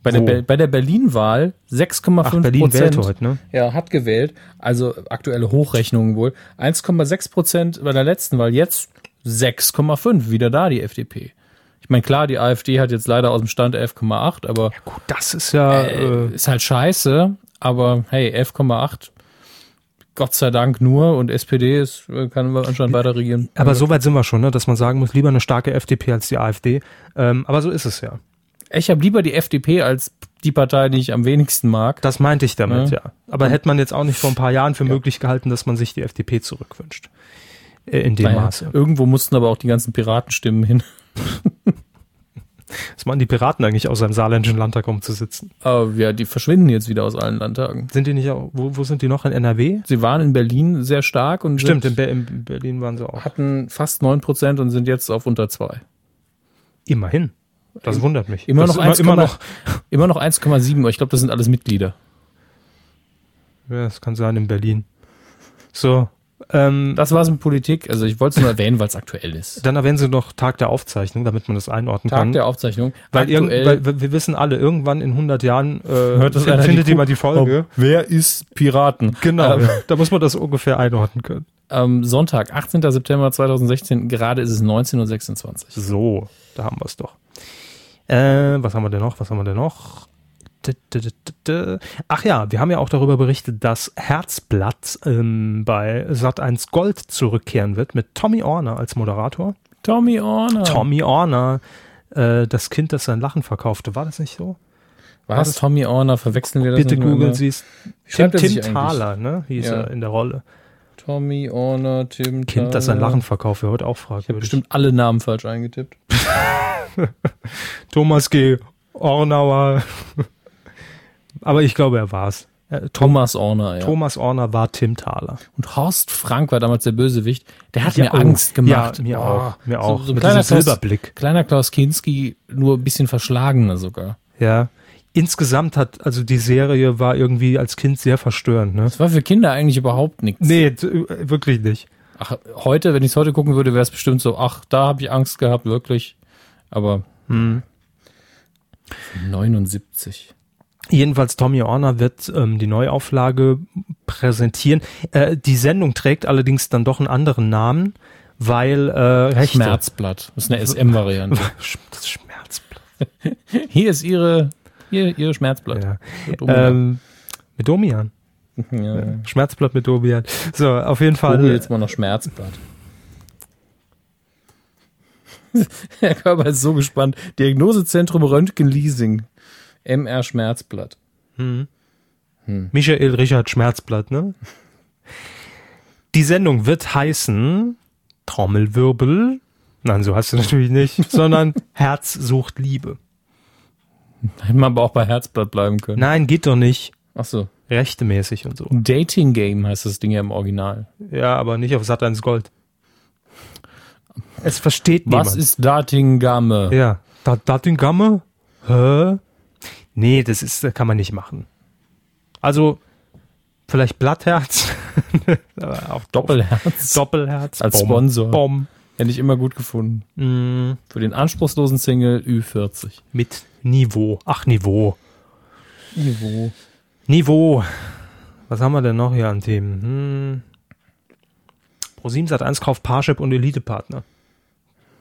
D: Bei der,
C: Wo?
D: Be bei der Berlin-Wahl 6,5
C: Ach, Berlin wählt
D: Prozent.
C: heute, ne?
D: Ja, hat gewählt. Also aktuelle Hochrechnungen wohl. 1,6 Prozent bei der letzten Wahl. Jetzt 6,5. Wieder da die FDP. Ich meine, klar, die AfD hat jetzt leider aus dem Stand 11,8, aber
C: Gut, das ist ja.
D: äh,
C: Äh,
D: ist halt scheiße. Aber hey, 11,8. Gott sei Dank nur. Und SPD ist, äh, kann man anscheinend weiter regieren.
C: aber so weit sind wir schon, ne, dass man sagen muss, lieber eine starke FDP als die AfD. Ähm, aber so ist es ja.
D: Ich habe lieber die FDP als die Partei, die ich am wenigsten mag.
C: Das meinte ich damit, ja. Aber hätte man jetzt auch nicht vor ein paar Jahren für möglich gehalten, dass man sich die FDP zurückwünscht. Äh, in dem
D: Naja,
C: Maße.
D: Irgendwo mussten aber auch die ganzen Piratenstimmen hin. [laughs]
C: Was machen die Piraten eigentlich aus seinem saarländischen Landtag, um zu sitzen?
D: Aber ja, die verschwinden jetzt wieder aus allen Landtagen.
C: Sind die nicht auch, wo, wo sind die noch? In NRW?
D: Sie waren in Berlin sehr stark und
C: Stimmt, in,
D: sind,
C: Be in Berlin waren sie auch.
D: hatten fast 9% und sind jetzt auf unter 2.
C: Immerhin. Das wundert mich.
D: Immer
C: das
D: noch,
C: ist
D: 1,
C: immer, immer noch.
D: [laughs] immer noch 1,7, aber ich glaube, das sind alles Mitglieder.
C: Ja, das kann sein in Berlin. So. Ähm,
D: Das war's mit Politik. Also ich wollte es nur erwähnen, weil es aktuell ist.
C: dann erwähnen sie noch Tag der Aufzeichnung, damit man das einordnen
D: Tag
C: kann.
D: der Aufzeichnung.
C: Weil, irgend, weil wir- wir wissen alle, irgendwann in 100 Jahren äh, fin-
D: einer
C: findet
D: die
C: jemand die Folge.
D: Oh, wer ist Piraten?
C: Genau,
D: Ähm,
C: ja. da muss man das ungefähr einordnen können.
D: ähm, Sonntag, 18. September 2016. Gerade ist es 19.26 Uhr.
C: So, da haben wir es doch. Äh, was haben wir denn noch? Was haben wir denn noch? D- d- d- d- d- Ach ja, wir haben ja auch darüber berichtet, dass Herzblatt ähm, bei Sat1 Gold zurückkehren wird mit Tommy Orner als Moderator.
D: Tommy Orner.
C: Tommy Orner, äh, das Kind, das sein Lachen verkaufte, war das nicht so?
D: Was? Tommy Orner, verwechseln wir das
C: Bitte
D: nicht mehr ne.
C: googeln
D: immer?
C: Sie es. Tim,
D: schreibt er
C: Tim
D: sich eigentlich?
C: Thaler, ne? Hieß
D: Ja.
C: er in der Rolle. Äh,
D: Tommy Orner, Tim
C: Kind, das sein
D: Thaler.
C: Lachen verkauft, wer heute auch fragt.
D: Ich habe bestimmt alle Namen falsch eingetippt.
C: Thomas G. Ornauer. [laughs] Aber ich glaube, er war's. Äh, Tom,
D: Thomas Orner, ja.
C: Thomas Orner war Tim Thaler.
D: Und Horst Frank war damals der Bösewicht. Der hat
C: Ja,
D: mir
C: oh.
D: Angst gemacht.
C: Ja, mir
D: Boah.
C: auch. Mir
D: So,
C: auch.
D: so ein
C: Mit
D: kleiner
C: diesem
D: Klaus,
C: Silberblick.
D: Kleiner Klaus Kinski, nur ein bisschen verschlagener sogar.
C: Ja. Insgesamt hat, also die Serie war irgendwie als Kind sehr verstörend, ne?
D: Das war für Kinder eigentlich überhaupt nichts.
C: Nee, d- äh, wirklich nicht.
D: Ach, heute, wenn ich es heute gucken würde, wäre es bestimmt so, ach, da habe ich Angst gehabt, wirklich. Aber Hm. 79.
C: Jedenfalls Tommy Orner wird ähm, die Neuauflage präsentieren. Äh, die Sendung trägt allerdings dann doch einen anderen Namen, weil äh, Rechte.
D: Schmerzblatt. Das ist eine SM-Variante.
C: Das Schmerzblatt.
D: [laughs] Hier ist ihre, hier, ihr Schmerzblatt.
C: Ja.
D: Mit Umlauf.
C: Ähm, mit Domian.
D: ja.
C: Schmerzblatt mit Domian. So, auf jeden Fall. äh,
D: Google jetzt mal noch Schmerzblatt. [laughs] Herr Körber ist so gespannt. Diagnosezentrum Röntgen Leasing. MR Schmerzblatt.
C: Michael Richard Schmerzblatt, ne? Die Sendung wird heißen Trommelwirbel. Nein, so heißt sie [laughs] natürlich nicht, sondern Herz sucht Liebe.
D: Hätten wir aber auch bei Herzblatt bleiben können.
C: Nein, geht doch nicht.
D: Ach so.
C: Rechtemäßig und so.
D: Dating Game heißt das Ding ja im Original.
C: Ja, aber nicht auf Sat 1 Gold. Es versteht
D: Was
C: niemand.
D: ist Dating Game?
C: ja, da, da den Gamme? Hä? Nee, das ist, das kann man nicht machen. Also, vielleicht Blattherz. [laughs] aber auch Doppel
D: Doppelherz.
C: Doppelherz.
D: Als
C: Bom,
D: Sponsor.
C: Bom.
D: [laughs] Hätte ich immer gut gefunden.
C: Mm,
D: Für den anspruchslosen Single Ü40.
C: mit Niveau. Ach, Niveau.
D: Niveau.
C: Niveau. Was haben wir denn noch hier an Themen? Hm. ProSieben Sat 1 kauft Parship und Elite-Partner.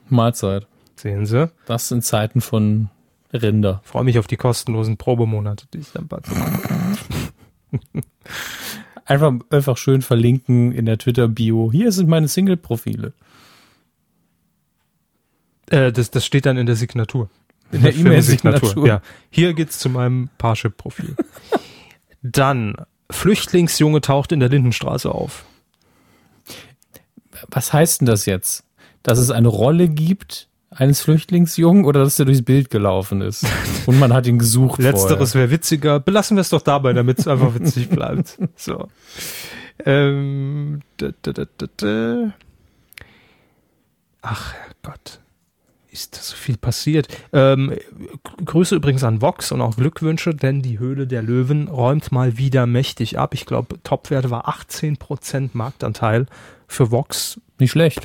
D: Mahlzeit.
C: Sehen Sie?
D: Das sind Zeiten von Rinder.
C: Freue mich auf die kostenlosen Probemonate, die ich dann bald
D: Einfach, einfach schön verlinken in der Twitter-Bio. Hier sind meine Single-Profile.
C: äh, das, das steht dann in der Signatur. In
D: der E-Mail-Signatur.
C: Firmensignatur, Ja. Hier geht's zu meinem
D: [laughs]
C: Parship-Profil. dann, Flüchtlingsjunge taucht in der Lindenstraße auf.
D: Was heißt denn das jetzt? Dass es eine Rolle gibt eines Flüchtlingsjungen oder dass der durchs Bild gelaufen [laughs] ist? Und man hat ihn gesucht.
C: Letzteres wäre witziger. Belassen wir es doch dabei, damit es einfach [laughs] witzig bleibt. So. Ähm, da, da, da, da, da. Ach Herrgott. Ist da so viel passiert? Ähm, Grüße übrigens an Vox und auch Glückwünsche, denn die Höhle der Löwen räumt mal wieder mächtig ab. Ich glaube, Topwerte war 18% Marktanteil für Vox
D: vorher. Nicht schlecht.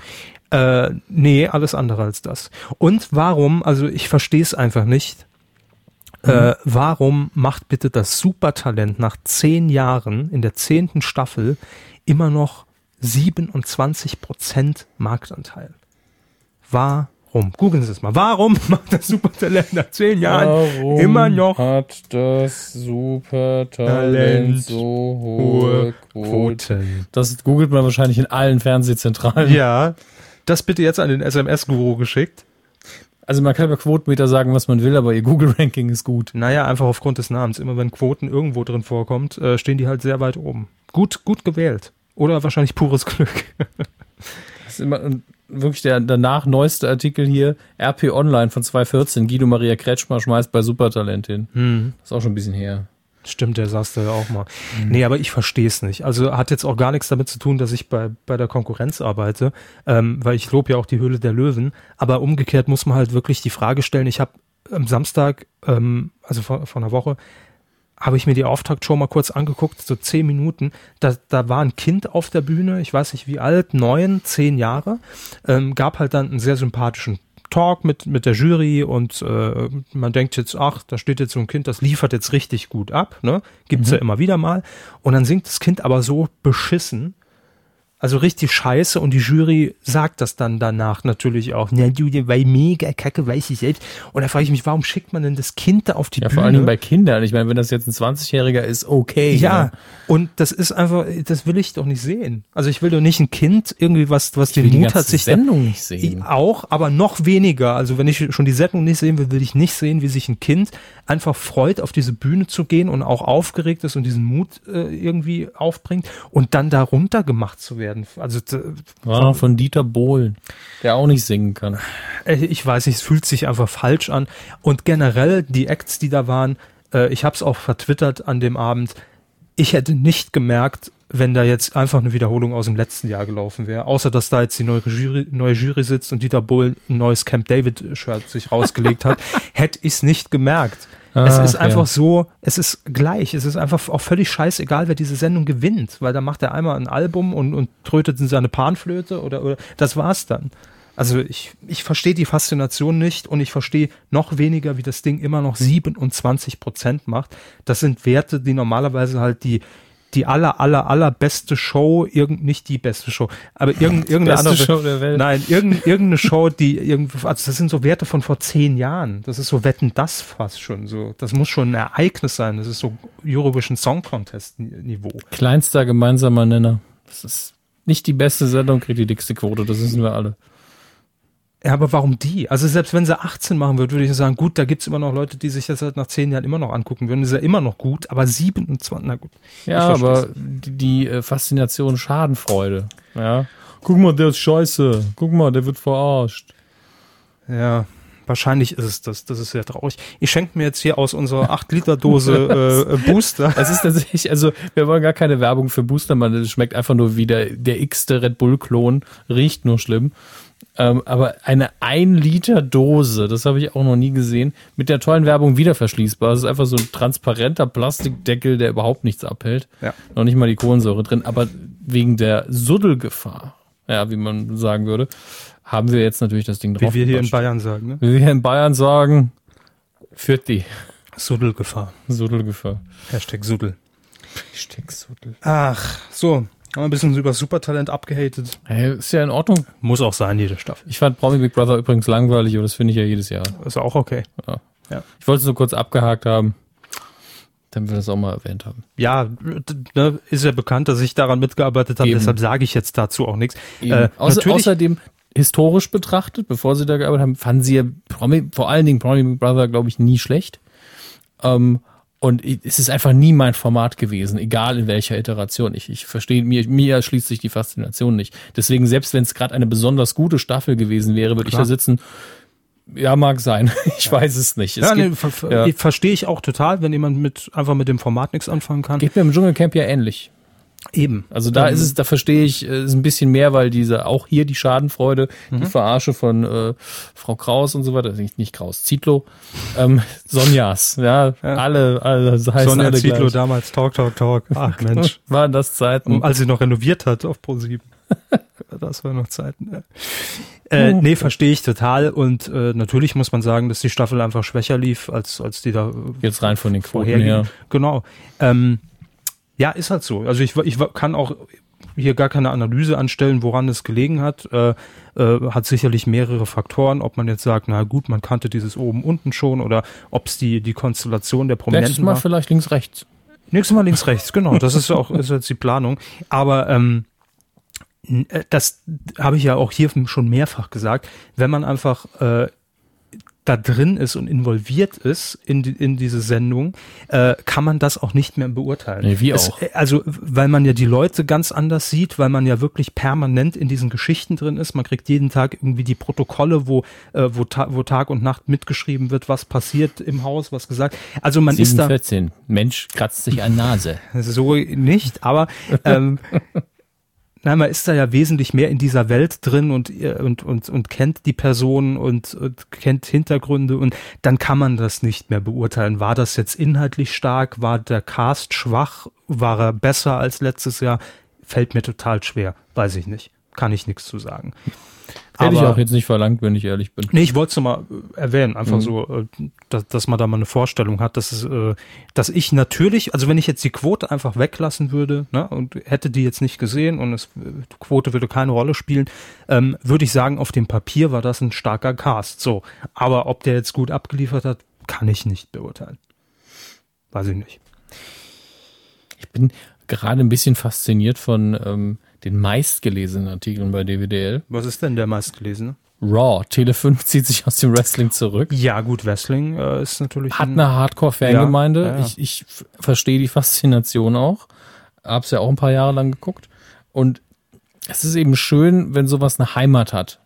C: äh, nee, alles andere als das. Und warum, also ich verstehe es einfach nicht, äh, warum macht bitte das Supertalent nach zehn Jahren in der zehnten Staffel immer noch 27% Marktanteil? Warum? Googeln Sie es mal. Warum [laughs] macht das Supertalent nach zehn Jahren immer noch
D: hat das
C: Talent
D: Supertalent so
C: hohe
D: hohe Quote.
C: Quoten?
D: Das googelt man wahrscheinlich in allen Fernsehzentralen.
C: Ja, das bitte jetzt an den SMS-Guru geschickt.
D: Also man kann über Quotenmeter sagen, was man will, aber ihr Google-Ranking ist gut.
C: Naja, einfach aufgrund des Namens. Immer wenn Quoten irgendwo drin vorkommt, äh, stehen die halt sehr weit oben. Gut, gut gewählt. Oder wahrscheinlich pures Glück.
D: Das ist immer und wirklich der danach neueste Artikel hier, RP Online von 2014, Guido Maria Kretschmer schmeißt bei Supertalent hin. Ist auch schon ein bisschen her.
C: Stimmt, der saß da ja auch mal. Nee, aber ich verstehe es nicht. Also hat jetzt auch gar nichts damit zu tun, dass ich bei, bei der Konkurrenz arbeite, ähm, weil ich lobe ja auch die Höhle der Löwen. Aber umgekehrt muss man halt wirklich die Frage stellen, ich habe am Samstag, ähm, also vor, vor einer Woche, habe ich mir die Auftaktshow mal kurz angeguckt, so zehn Minuten. Da, da war ein Kind auf der Bühne, ich weiß nicht wie alt, neun, zehn Jahre. Ähm, gab halt dann einen sehr sympathischen Talk mit, mit der Jury und äh, man denkt jetzt, ach, da steht jetzt so ein Kind, das liefert jetzt richtig gut ab, ne? Gibt's
D: Mhm.
C: ja immer wieder mal. Und dann singt das Kind aber so beschissen, also richtig scheiße und die Jury sagt das dann danach natürlich auch. Na du, der war mega kacke, weiß ich selbst. Und da frage ich mich, warum schickt man denn das Kind da auf die
D: Ja,
C: Bühne?
D: vor allen Dingen bei Kindern. Ich meine, wenn das jetzt ein 20-Jähriger ist, okay.
C: Ja,
D: ne?
C: und das ist einfach, das will ich doch nicht sehen. Also ich will doch nicht ein Kind irgendwie, was, was
D: Ich will
C: den
D: die
C: Mut
D: ganze
C: hat, sich da,
D: Sendung nicht
C: ich
D: sehen.
C: auch, aber noch weniger. Also wenn ich schon die Sendung nicht sehen will, will ich nicht sehen, wie sich ein Kind einfach freut, auf diese Bühne zu gehen und auch aufgeregt ist und diesen Mut äh, irgendwie aufbringt und dann darunter gemacht zu werden. Also d-
D: War noch von Dieter Bohlen, der auch nicht singen kann.
C: äh, ich weiß nicht, es fühlt sich einfach falsch an. Und generell die Acts, die da waren, äh, ich habe es auch vertwittert an dem Abend, ich hätte nicht gemerkt, wenn da jetzt einfach eine Wiederholung aus dem letzten Jahr gelaufen wäre. Außer, dass da jetzt die neue Jury, neue Jury
D: [laughs]
C: sitzt und Dieter Bohlen ein neues Camp David-Shirt sich rausgelegt hat, hätte ich es nicht gemerkt. es
D: Ah,
C: ist
D: okay.
C: einfach so, es ist gleich. Es ist einfach auch völlig scheißegal, wer diese Sendung gewinnt, weil da macht er einmal ein Album und, und trötet in seine Panflöte oder, oder das war's dann. Also ich, ich verstehe die Faszination nicht und ich verstehe noch weniger, wie das Ding immer noch 27 Prozent macht. Das sind Werte, die normalerweise halt die, die aller, aller, aller beste Show, irgend, nicht die beste Show, aber
D: [laughs]
C: irgend, irgendeine
D: Beste
C: andere.
D: Show der Welt.
C: Nein, irgend, irgendeine Show, die irgendwie, also das sind so Werte von vor zehn Jahren. Das ist so Wetten, das fast schon so. Das muss schon ein Ereignis sein. Das ist so Eurovision Song Contest Niveau.
D: Kleinster gemeinsamer Nenner. Das ist nicht die beste Sendung, kriegt die dickste Quote, das wissen wir alle.
C: Ja, aber warum die? Also selbst wenn sie 18 machen würde, würde ich sagen, gut, da gibt's immer noch Leute, die sich das halt nach 10 Jahren immer noch angucken würden. Das ist ja immer noch gut, aber 27, na gut.
D: Ja,
C: Ich versteh's.
D: aber die, die äh, Faszination Schadenfreude. Ja. Guck mal, der ist scheiße. Guck mal, der wird verarscht.
C: Ja, wahrscheinlich ist es das. Das ist sehr traurig. Ich schenke mir jetzt hier aus unserer
D: [laughs]
C: 8-Liter-Dose äh, äh, Booster.
D: Es ist tatsächlich, also wir wollen gar keine Werbung für Boostermann, das schmeckt einfach nur wie der, der x-te Red Bull-Klon, riecht nur schlimm. Ähm, aber eine 1 Liter Dose, das habe ich auch noch nie gesehen, mit der tollen Werbung wieder verschließbar. Es ist einfach so ein transparenter Plastikdeckel, der überhaupt nichts abhält.
C: Ja.
D: Noch nicht mal die Kohlensäure drin, aber wegen der Suddelgefahr, ja, wie man sagen würde, haben wir jetzt natürlich das Ding drauf.
C: Wie wir hier in
D: gepatscht.
C: Bayern sagen, ne?
D: wie wir hier in Bayern sagen, führt die
C: Suddelgefahr.
D: Suddelgefahr.
C: Hashtag Suddel.
D: Hashtag Suddel.
C: Ach, so. Haben wir ein bisschen über Supertalent abgehatet.
D: Hey, ist ja in Ordnung.
C: Muss auch sein, jede Staffel.
D: Ich fand Promi Big Brother übrigens langweilig, aber das finde ich ja jedes Jahr.
C: Ist auch okay.
D: Ich wollte es nur kurz abgehakt haben, damit wir das auch mal erwähnt haben.
C: Ja, d- ne, ist ja bekannt, dass ich daran mitgearbeitet habe,
D: Eben.
C: deshalb sage ich jetzt dazu auch nichts. Äh,
D: Äh, Außer,
C: natürlich,
D: außerdem, historisch betrachtet, bevor sie da gearbeitet haben, fanden sie ja Promi, vor allen Dingen Promi Big Brother, glaube ich, nie schlecht. Ähm, und i- es ist einfach nie mein Format gewesen, egal in welcher Iteration. Ich, ich verstehe, mir, mir erschließt sich die Faszination nicht. Deswegen, selbst wenn es gerade eine besonders gute Staffel gewesen wäre, würde ich
C: Klar.
D: da sitzen. Ja, mag sein. [laughs] Ich weiß es nicht. Es
C: ja, nee,
D: gibt-
C: ver ver-
D: ja.
C: verstehe ich auch total, wenn jemand mit einfach mit dem Format nichts anfangen kann.
D: Geht mir im Dschungelcamp ja ähnlich.
C: Eben.
D: Also da ist es, da verstehe ich äh, ist ein bisschen mehr, weil diese auch hier die Schadenfreude,
C: Mhm.
D: die Verarsche von äh, Frau Kraus und so weiter, also nicht, nicht Kraus, Zitlo, ähm, [laughs] Sonjas, ja, alle, alle heißen
C: Sonja
D: alle
C: Zietlow Um
D: gleich.
C: damals, Talk, Talk, Talk. Ach Mensch.
D: Waren das Zeiten?
C: Und als sie noch renoviert hat auf
D: [laughs]
C: Pro7. Das war noch Zeiten. Ja. Äh, nee, verstehe ich total. Und äh, natürlich muss man sagen, dass die Staffel einfach schwächer lief, als, als die da äh,
D: Jetzt rein von den Quoten
C: vorherging.
D: her.
C: Genau. Ähm, ja, ist halt so. Also ich, ich kann auch hier gar keine Analyse anstellen, woran es gelegen hat. Äh, äh, hat sicherlich mehrere Faktoren, ob man jetzt sagt, na gut, man kannte dieses oben unten schon oder ob es die, die Konstellation der
D: Nächstes
C: Prominenten
D: Mal
C: war.
D: vielleicht links, rechts.
C: Nächstes Mal links, rechts, genau. Das ist ja auch ist jetzt die Planung. Aber ähm, n- äh, das habe ich ja auch hier schon mehrfach gesagt. Wenn man einfach äh, da drin ist und involviert ist in, die, in diese Sendung, äh, kann man das auch nicht mehr beurteilen.
D: Nee, wie
C: Es-
D: auch.
C: äh, also, weil man ja die Leute ganz anders sieht, weil man ja wirklich permanent in diesen Geschichten drin ist. Man kriegt jeden Tag irgendwie die Protokolle, wo, äh, wo, ta wo Tag und Nacht mitgeschrieben wird, was passiert im Haus, was gesagt. Also man ist da.
D: 14. Mensch kratzt sich
C: [laughs]
D: an Nase.
C: So nicht, aber ähm, nein, man ist da ja wesentlich mehr in dieser Welt drin und, äh, und, und, und kennt die Personen und, und kennt Hintergründe und dann kann man das nicht mehr beurteilen. War das jetzt inhaltlich stark? War der Cast schwach? War er besser als letztes Jahr? Fällt mir total schwer. Weiß ich nicht. Kann ich nichts zu sagen.
D: Hätte ich
C: Aber-
D: auch jetzt nicht verlangt, wenn ich ehrlich bin.
C: Nee, ich wollte es nochmal erwähnen, einfach so, äh, dass, dass man da mal eine Vorstellung hat, dass, es, äh, dass ich natürlich, also wenn ich jetzt die Quote einfach weglassen würde ne, und hätte die jetzt nicht gesehen und es, äh, die Quote würde keine Rolle spielen, ähm, würde ich sagen, auf dem Papier war das ein starker Cast. So, aber ob der jetzt gut abgeliefert hat, kann ich nicht beurteilen. Weiß ich nicht.
D: Ich bin gerade ein bisschen fasziniert von ähm, den meistgelesenen Artikeln bei DWDL.
C: Was ist denn der meistgelesene?
D: Raw, Tele5 [laughs] zieht sich aus dem Wrestling zurück.
C: Ja, gut, Wrestling äh, ist natürlich.
D: Hat
C: ein-
D: eine Hardcore-Fangemeinde.
C: Ja, ja, ja.
D: Ich, ich f- verstehe die Faszination auch. Hab's ja auch ein paar Jahre lang geguckt. Und es ist eben schön, wenn sowas eine Heimat hat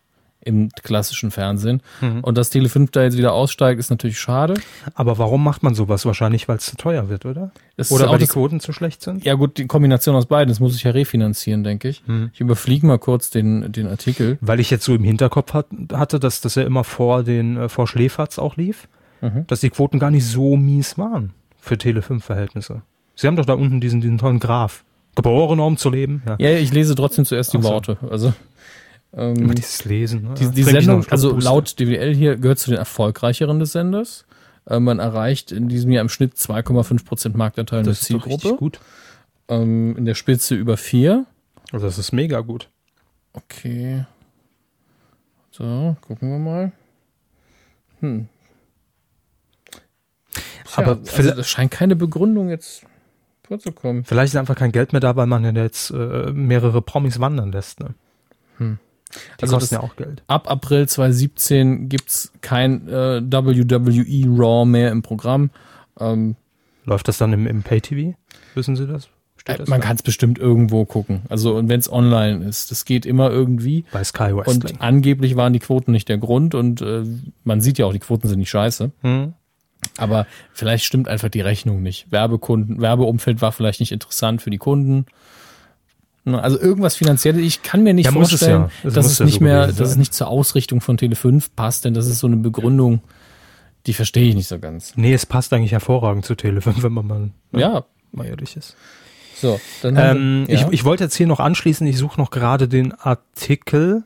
D: im klassischen Fernsehen.
C: Mhm.
D: Und dass Tele5 da jetzt wieder aussteigt, ist natürlich schade.
C: aber warum macht man sowas? Wahrscheinlich, weil es zu teuer wird, oder?
D: Es ist
C: Oder
D: auch
C: weil die
D: das-
C: Quoten zu schlecht sind?
D: Ja gut, die Kombination aus beiden, das muss ich ja refinanzieren, denke ich.
C: Mhm.
D: Ich überfliege mal kurz den, den Artikel.
C: Weil ich jetzt so im Hinterkopf hat, hatte, dass das ja immer vor den äh, vor Schläferz auch lief.
D: Mhm.
C: dass die Quoten gar nicht so mies waren für Tele5-Verhältnisse. Sie haben doch da unten diesen, diesen tollen Graph. Geboren, um zu leben. Ja.
D: Ja, ich lese trotzdem zuerst die
C: Ach so.
D: Worte. Also, ähm,
C: Immer dieses Lesen. ne?
D: Die, die
C: Trink ich noch einen
D: Sendung,
C: Schluck
D: also
C: Booster.
D: laut DWL hier, gehört zu den erfolgreicheren des Senders. Äh, Man erreicht in diesem Jahr im Schnitt 2,5% Marktanteil in der
C: das ist doch richtig
D: Zielgruppe.
C: gut.
D: Ähm, in der Spitze über 4.
C: Also das ist mega gut.
D: Okay. So, gucken wir mal. Hm. Tja,
C: Aber
D: also
C: vielleicht-
D: das scheint keine Begründung jetzt vorzukommen.
C: Vielleicht ist einfach kein Geld mehr da, weil man ja jetzt äh, mehrere Promis wandern lässt. Ne? Die
D: Also
C: kosten ja
D: das-
C: auch Geld.
D: Ab April 2017 gibt's kein äh, WWE Raw mehr im Programm. Ähm,
C: Läuft das dann im, im Pay-TV? Wissen Sie das? Steht das
D: Äh, man
C: da?
D: kann es bestimmt irgendwo gucken. Also, und wenn es online ist, das geht immer irgendwie.
C: bei Sky Wrestling.
D: Und angeblich waren die Quoten nicht der Grund und äh, man sieht ja auch, die Quoten sind nicht scheiße.
C: Hm.
D: Aber vielleicht stimmt einfach die Rechnung nicht. Werbekunden, Werbeumfeld war vielleicht nicht interessant für die Kunden. Na, Also irgendwas finanzielles. Ich kann mir nicht
C: Ja, muss es
D: vorstellen,
C: ja. Es
D: dass
C: muss
D: es
C: ja
D: nicht
C: so
D: mehr,
C: gewesen
D: dass es
C: sein.
D: nicht zur Ausrichtung von Tele5 passt, denn das ist so eine Begründung, die verstehe ich nicht so ganz.
C: Nee, es passt eigentlich hervorragend zu Telefon, wenn man mal,
D: Ja,
C: mal ehrlich ist.
D: so. Dann
C: Ähm,
D: haben wir- ja.
C: ich, ich wollte jetzt hier noch anschließen, ich suche noch gerade den Artikel,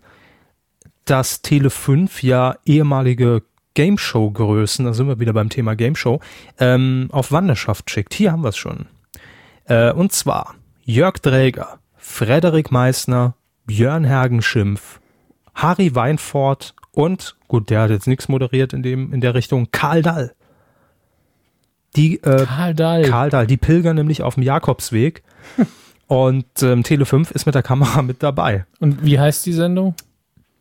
C: dass Tele5 ja ehemalige Game Show Größen, da sind wir wieder beim Thema Game Show, ähm, auf Wanderschaft schickt. Hier haben wir es schon. Äh, und zwar Jörg Dräger, Frederik Meissner, Björn Hergenschimpf, Harry Weinfort und, gut, der hat jetzt nichts moderiert in, dem, in der Richtung, Karl Dall. Die äh,
D: Karl Dahl.
C: Karl Dahl. Die pilgern nämlich auf dem [laughs] Jakobsweg. Und ähm, Tele5 ist mit der Kamera mit dabei.
D: Und wie heißt die Sendung?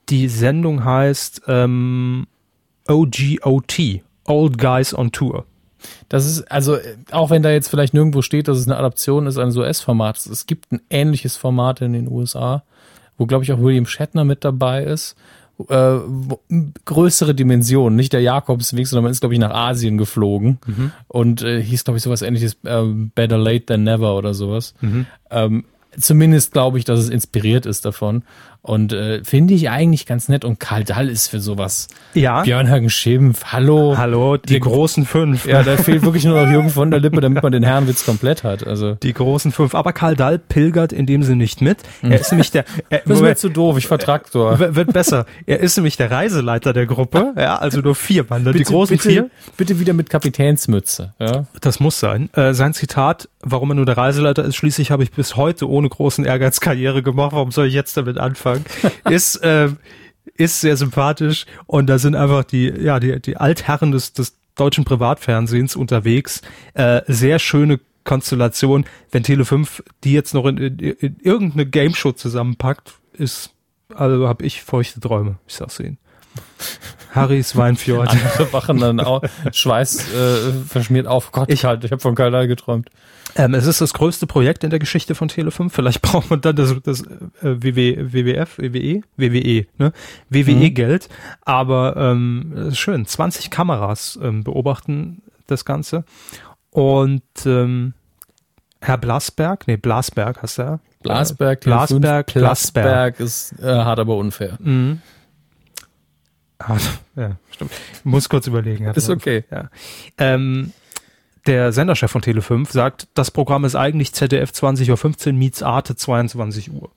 C: Die Sendung heißt ähm, OGOT, Old Guys on Tour.
D: Das ist, also, äh, auch wenn da jetzt vielleicht nirgendwo steht, dass es eine Adaption ist eines US-Formats, es gibt ein ähnliches Format in den USA, wo, glaube ich, auch William Shatner mit dabei ist. Äh, wo, m- größere Dimensionen, nicht der Jakobsweg, sondern man ist, glaube ich, nach Asien geflogen und äh, hieß, glaube ich, sowas ähnliches, äh, Better Late Than Never oder sowas. Ähm, zumindest glaube ich, dass es inspiriert ist davon und äh, finde ich eigentlich ganz nett und Karl Dall ist für sowas.
C: Ja.
D: Björn Hagen Schimpf, hallo.
C: Ah. Hallo, die
D: Der-
C: großen fünf. äh,
D: Ja, da fehlt wirklich nur noch Jürgen von der Lippe, damit man den Herrenwitz komplett hat. Also
C: Die großen fünf. Aber Karl Dall pilgert in dem Sinne nicht mit. Er ist [laughs] nämlich der. Er,
D: das ist mir
C: Moment,
D: zu doof, ich vertrag so.
C: w- wird besser. Er ist nämlich der Reiseleiter der Gruppe. Ja, also nur vier wandern. Die großen
D: bitte,
C: vier.
D: Bitte wieder mit Kapitänsmütze. Ja?
C: Das muss sein. Äh, sein Zitat, warum er nur der Reiseleiter ist, schließlich habe ich bis heute ohne großen Ehrgeiz Karriere gemacht, warum soll ich jetzt damit anfangen, ist, äh, ist sehr sympathisch und da sind einfach die, ja, die, die Altherren des, des deutschen Privatfernsehens unterwegs. Äh, sehr schöne Konstellation. Wenn Tele5 die jetzt noch in, in, in irgendeine Gameshow zusammenpackt, ist, also habe ich feuchte Träume, ich sag's Ihnen. Harrys Weinfjord.
D: [laughs] Andere wachen dann auch Schweiß äh, verschmiert auf. Gott, ich halt, ich habe von Karl Dahl geträumt.
C: Ähm, es ist das größte Projekt in der Geschichte von Tele5. Vielleicht [laughs] braucht man dann das, das äh, WW, WWF, WWE, WWE, ne?
D: Mhm.
C: WWE-Geld. Aber ähm, es ist schön, 20 Kameras ähm, beobachten das Ganze. Und ähm, Herr Blasberg, nee, Blasberg heißt er.
D: Blasberg,
C: Blasberg, Blasberg.
D: Blasberg ist äh, hart, aber unfair.
C: Ah, [laughs] ja, stimmt. Muss kurz überlegen.
D: Ist okay.
C: Ja. Ähm, der Senderchef von Tele5 sagt, das Programm ist eigentlich ZDF 20.15 Uhr meets Arte 22 Uhr.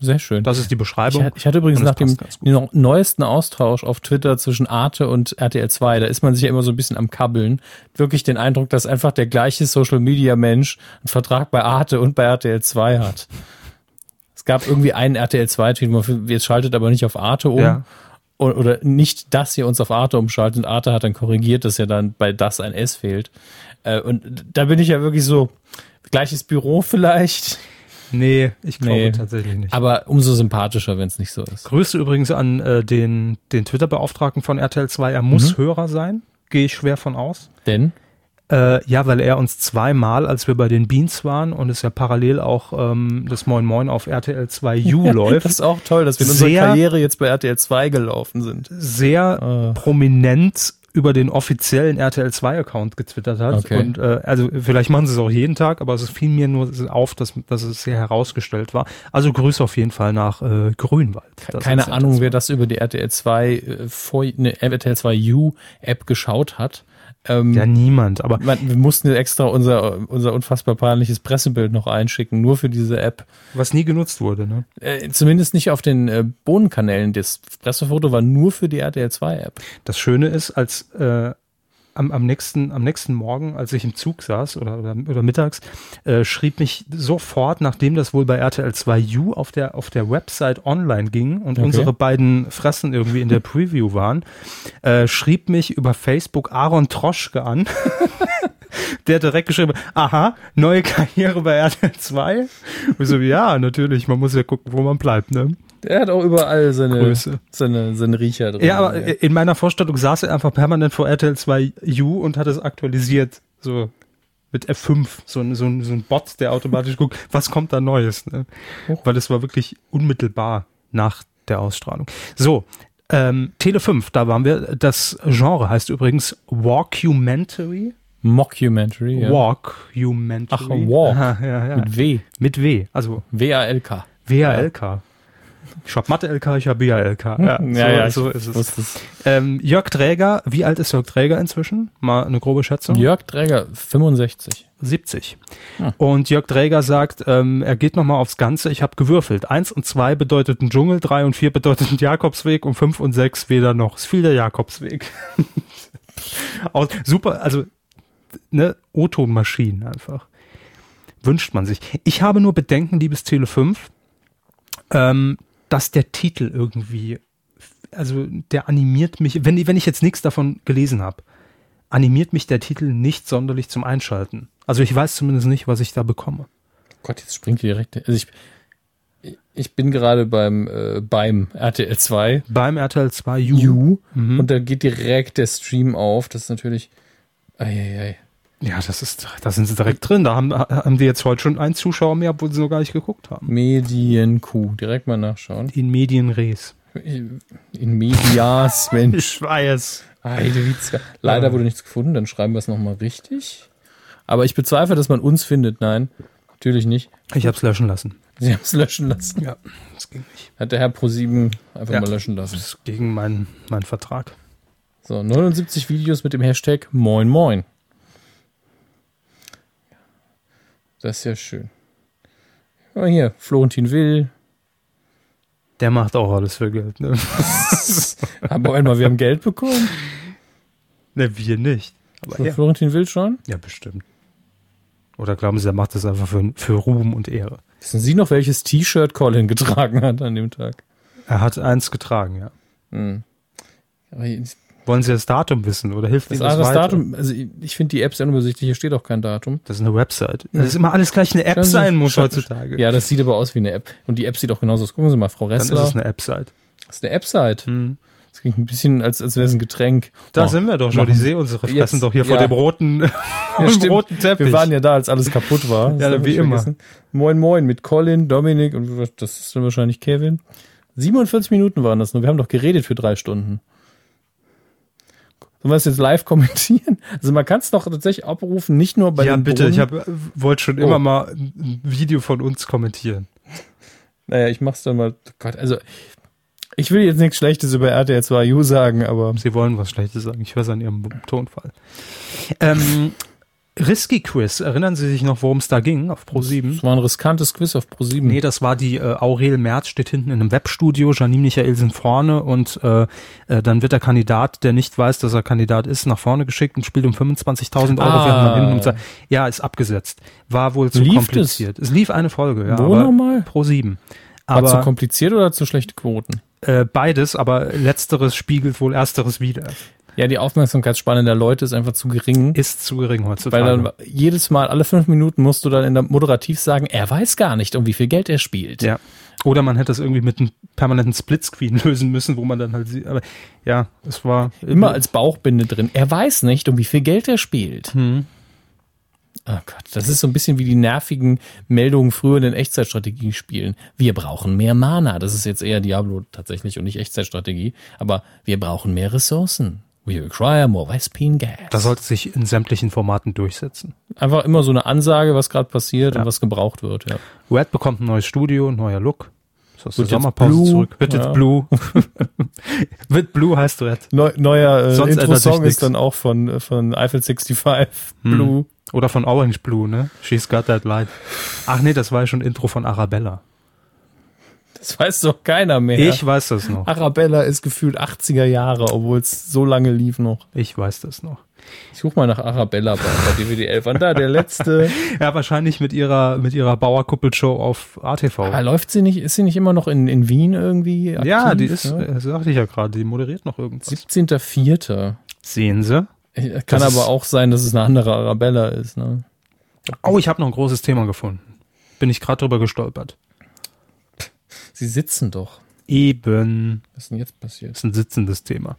D: Sehr schön.
C: Das ist die
D: Ich,
C: Beschreibung.
D: hatte- ich hatte übrigens
C: Und das
D: nach dem
C: passt ganz gut.
D: no- neuesten Austausch auf Twitter zwischen Arte und RTL 2, da ist man sich ja immer so ein bisschen am Kabbeln, wirklich den Eindruck, dass einfach der gleiche Social Media Mensch einen Vertrag bei Arte und bei RTL 2 hat. Es gab irgendwie einen RTL 2 Tweet, wo man für- jetzt schaltet aber nicht auf Arte um.
C: Ja.
D: O- Oder nicht, dass ihr uns auf Arte umschaltet. Und Arte hat dann korrigiert, dass ja dann bei das ein S fehlt. Äh, Und da bin ich ja wirklich so, gleiches Büro vielleicht,
C: Nee, ich glaube
D: Nee.
C: tatsächlich nicht.
D: aber umso sympathischer, wenn es nicht so ist.
C: Grüße übrigens an äh, den, den Twitter-Beauftragten von RTL 2. Er
D: Mhm.
C: muss Hörer sein, gehe ich schwer von aus.
D: Denn
C: Äh, ja, weil er uns zweimal, als wir bei den Beans waren und es ja parallel auch ähm, das Moin Moin auf RTL 2
D: [laughs]
C: U läuft,
D: Das ist auch toll, dass wir in unserer
C: Sehr-
D: Karriere jetzt bei RTL 2 gelaufen sind.
C: sehr prominent über den offiziellen RTL 2 Account getwittert hat.
D: Okay.
C: Und äh, also vielleicht machen sie es auch jeden Tag, aber es fiel mir nur auf, dass, dass es sehr herausgestellt war. Also Grüße auf jeden Fall nach äh, Grünwald. Das
D: Keine
C: ist-
D: Ahnung, wer das über die RTL 2 äh, vor, ne, RTL 2 U App geschaut hat. Ähm,
C: Ja, niemand, aber
D: man, wir mussten extra unser, unser unfassbar peinliches Pressebild noch einschicken, nur für diese App.
C: was nie genutzt wurde, ne?
D: Äh, zumindest nicht auf den äh, Bohnenkanälen. Das Pressefoto war nur für die RTL 2 App.
C: Das Schöne ist, als äh, am, am, nächsten, am nächsten Morgen, als ich im Zug saß oder, oder, oder mittags, äh, schrieb mich sofort, nachdem das wohl bei RTL 2U auf der, auf der Website online ging und
D: Okay.
C: unsere beiden Fressen irgendwie in der Preview waren, äh, schrieb mich über Facebook Aaron Troschke an. [laughs] Der hat direkt geschrieben, aha, neue Karriere bei RTL 2. Ich so, ja, natürlich, man muss ja gucken, wo man bleibt, ne?
D: Er hat auch überall seine,
C: Größe.
D: seine, seine Riecher drin.
C: Ähm, Ja, aber in meiner Vorstellung saß er einfach permanent vor RTL 2 U und hat es aktualisiert, so mit F5, so ein, so ein, so ein Bot, der automatisch [laughs] guckt, was kommt da Neues, ne? Weil es war wirklich unmittelbar nach der Ausstrahlung. So, ähm, Tele 5, da waren wir. Das Genre heißt übrigens Walkumentary.
D: Mockumentary. Ja.
C: Walkumentary.
D: Ach, Walk.
C: Aha, ja, ja. Mit,
D: Mit W.
C: W, also
D: W-A-L-K.
C: WALK. Ich hab Mathe-LK, ich hab BALK. Ja, so, so ist es.
D: es.
C: Ähm, Jörg Träger, wie alt ist Jörg Träger inzwischen? Mal eine grobe Schätzung.
D: Jörg Träger, 65.
C: 70. Und Jörg Träger sagt, ähm, er geht nochmal aufs Ganze, ich habe gewürfelt. Eins und zwei bedeuteten Dschungel, drei und vier bedeuteten Jakobsweg und fünf und sechs weder noch. Es fiel der Jakobsweg. [laughs] Aus, super, also ne, O-Ton-Maschinen einfach. Wünscht man sich. Ich habe nur Bedenken, liebes Tele 5, ähm, dass der Titel irgendwie, also der animiert mich, wenn, wenn ich jetzt nichts davon gelesen habe, animiert mich der Titel nicht sonderlich zum Einschalten. Also ich weiß zumindest nicht, was ich da bekomme.
D: Gott, jetzt springt die direkt. Also ich, ich bin gerade beim, äh, beim RTL 2
C: Beim RTL 2 U.
D: U und da geht direkt der Stream auf. Das ist natürlich. Eieiei.
C: Ja, das ist, da sind sie direkt drin. Da haben, haben die jetzt heute schon einen Zuschauer mehr, obwohl sie noch gar nicht geguckt haben.
D: Medien-Q. Direkt mal nachschauen.
C: In Medienres.
D: In Medias, [laughs] Mensch.
C: weiß.
D: Heide Witzka. Leider wurde nichts gefunden, dann schreiben wir es nochmal richtig. Aber ich bezweifle, dass man uns findet. Nein, natürlich nicht. [laughs]
C: Ich hab's löschen lassen.
D: Sie haben es löschen lassen.
C: Ja, das ging nicht.
D: Hat der Herr ProSieben einfach
C: Ja.
D: mal löschen lassen.
C: Das ist gegen meinen, meinen Vertrag.
D: So, 79 Videos mit dem Hashtag Moin Moin. Das ist ja schön. Oh, hier,
C: [laughs]
D: Florentin Will.
C: Der macht auch alles für Geld, ne? [laughs]
D: Aber einmal, wir haben Geld bekommen.
C: ne, wir nicht. Aber
D: So,
C: er.
D: Florentin Will schon.
C: Ja, bestimmt. Oder glauben Sie, er macht das einfach für, für Ruhm und Ehre?
D: Wissen Sie noch, welches T-Shirt Colin getragen hat an dem Tag?
C: Er hat eins getragen, ja.
D: Aber hier-
C: Wollen Sie das Datum wissen oder hilft
D: Das,
C: Ihnen das
D: das
C: weiter?
D: Datum, also ich, ich finde die App sehr unübersichtlich, hier steht auch kein Datum.
C: Das ist eine Website. Das ist immer alles gleich eine App
D: Schauen Sie,
C: sein muss
D: scha-
C: heutzutage.
D: Ja, das sieht aber aus wie eine App. Und die App sieht auch genauso aus. Gucken Sie mal, Frau
C: Dann ist
D: Ressler.
C: es eine Hm. App-Site.
D: das ist eine App-Site. Das klingt ein bisschen, als, als wäre es ein Getränk.
C: Da
D: Oh,
C: sind wir doch schon. Ich sehe unsere
D: Jetzt-
C: Fressen doch hier vor
D: ja.
C: dem roten, [laughs]
D: ja, stimmt.
C: roten Teppich.
D: Wir waren ja da, als alles kaputt war. Das
C: Ja,
D: darf man
C: wie
D: nicht
C: immer.
D: vergessen. Moin Moin mit Colin, Dominik und was- das ist dann wahrscheinlich Kevin. 47 Minuten waren das nur. Wir haben doch geredet für drei Stunden. Sollen wir das jetzt live kommentieren? [laughs] Also man kann es doch tatsächlich abrufen, nicht nur bei
C: ja,
D: den
C: bitte.
D: Bohnen.
C: Ich hab, äh, wollte schon
D: Oh.
C: immer mal ein Video von uns kommentieren.
D: Naja, ich mach's dann mal. Gott, also ich will jetzt nichts Schlechtes über RTL 2U sagen, aber
C: Sie wollen was Schlechtes sagen. Ich höre es an Ihrem
D: [laughs]
C: Tonfall. Ähm, Risky Quiz. Erinnern Sie sich noch, worum es da ging auf Pro7?
D: es war ein riskantes Quiz auf Pro7.
C: Nee, das war die äh, Aurel Merz steht hinten in einem Webstudio, Janine Michaelsen vorne und äh, äh, dann wird der Kandidat, der nicht weiß, dass er Kandidat ist, nach vorne geschickt und spielt um 25.000 Euro,
D: Ah.
C: während man hinten um sein- Ja, ist abgesetzt. War wohl zu
D: Lief
C: kompliziert. Es lief eine Folge, ja.
D: Wo
C: aber
D: nochmal?
C: Pro 7.
D: war zu
C: Aber
D: kompliziert oder zu schlechte Quoten?
C: äh, beides, aber letzteres spiegelt wohl ersteres wieder.
D: Ja, die Aufmerksamkeitsspanne der Leute ist einfach zu gering.
C: Ist zu gering
D: Weil
C: heutzutage.
D: dann jedes Mal, alle fünf Minuten musst du dann in der Moderativ sagen, er weiß gar nicht, um wie viel Geld er spielt.
C: ja. Oder man hätte es irgendwie mit einem permanenten Splitscreen [laughs] lösen müssen, wo man dann halt sieht. Aber ja, es war
D: Immer als Bauchbinde drin. Er weiß nicht, um wie viel Geld er spielt.
C: Hm.
D: Oh Gott, das ist so ein bisschen wie die nervigen Meldungen früher in den Echtzeitstrategie-Spielen. Wir brauchen mehr Mana. Das ist jetzt eher Diablo tatsächlich und nicht Echtzeitstrategie. Aber wir brauchen mehr Ressourcen. We require more Vespin gas.
C: Das sollte sich in sämtlichen Formaten durchsetzen.
D: Einfach immer so eine Ansage, was gerade passiert und was gebraucht wird. Ja.
C: Red bekommt ein neues Studio, ein neuer Look. Ist aus
D: Wird
C: der
D: jetzt
C: Sommerpause
D: Blue,
C: zurück. Wird
D: ja.
C: jetzt Blue. [laughs] Wird Blue heißt Red.
D: Neu, neuer äh,
C: Sonst ändert sich
D: Intro-Song
C: nix. Hm.
D: ist dann auch von, äh, von Eiffel 65 Blue.
C: Oder von Orange Blue, ne? She's got that light. Ach nee, das war ja schon Intro von Arabella.
D: Das weiß doch keiner mehr.
C: Ich weiß das noch.
D: Arabella ist gefühlt 80er Jahre, obwohl es so lange lief noch.
C: Ich weiß das noch.
D: Ich suche mal nach Arabella bei, bei DVD 11. Und da,
C: [laughs]
D: der letzte.
C: Ja, wahrscheinlich mit ihrer, mit ihrer Bauerkuppelshow auf
D: Ah,
C: ATV.
D: läuft sie nicht, ist sie nicht immer noch in, in Wien irgendwie? Aktiv,
C: Ja, die ist,
D: Ne?
C: äh, sagte ich ja gerade, die moderiert noch irgendwas.
D: 17.04.
C: Sehen Sie?
D: Äh, Kann
C: Das ist-
D: aber auch sein, dass es eine andere Arabella ist. Ne?
C: Oh, ich habe noch ein großes Thema gefunden. Bin ich gerade drüber gestolpert.
D: Sie sitzen doch.
C: Eben.
D: Was ist denn jetzt passiert?
C: Ist ein sitzendes Thema.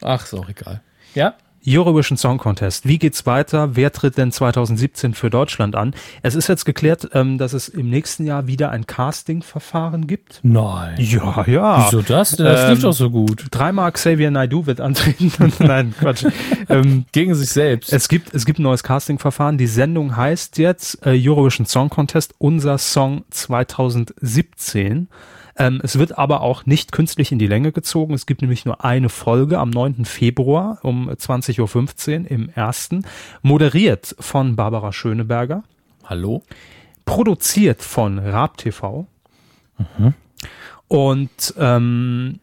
D: Ach, ist auch egal. Ja?
C: Eurovision Song Contest. Wie geht's weiter? Wer tritt denn 2017 für Deutschland an? Es ist jetzt geklärt, ähm, dass es im nächsten Jahr wieder ein Casting-Verfahren gibt.
D: Nein.
C: Ja, ja.
D: Wieso das? denn? Das lief
C: Ähm,
D: doch so gut.
C: Dreimal Xavier Naidoo wird antreten. [laughs] Nein, Quatsch. ähm,
D: Gegen sich selbst.
C: es gibt, es gibt ein neues Castingverfahren. Die Sendung heißt jetzt äh, Eurovision Song Contest, unser Song 2017. Ähm, es wird aber auch nicht künstlich in die Länge gezogen. Es gibt nämlich nur eine Folge am 9. Februar um 20.15 Uhr im ersten. Moderiert von Barbara Schöneberger.
D: Hallo?
C: Produziert von Raab TV.
D: Mhm.
C: Und ähm,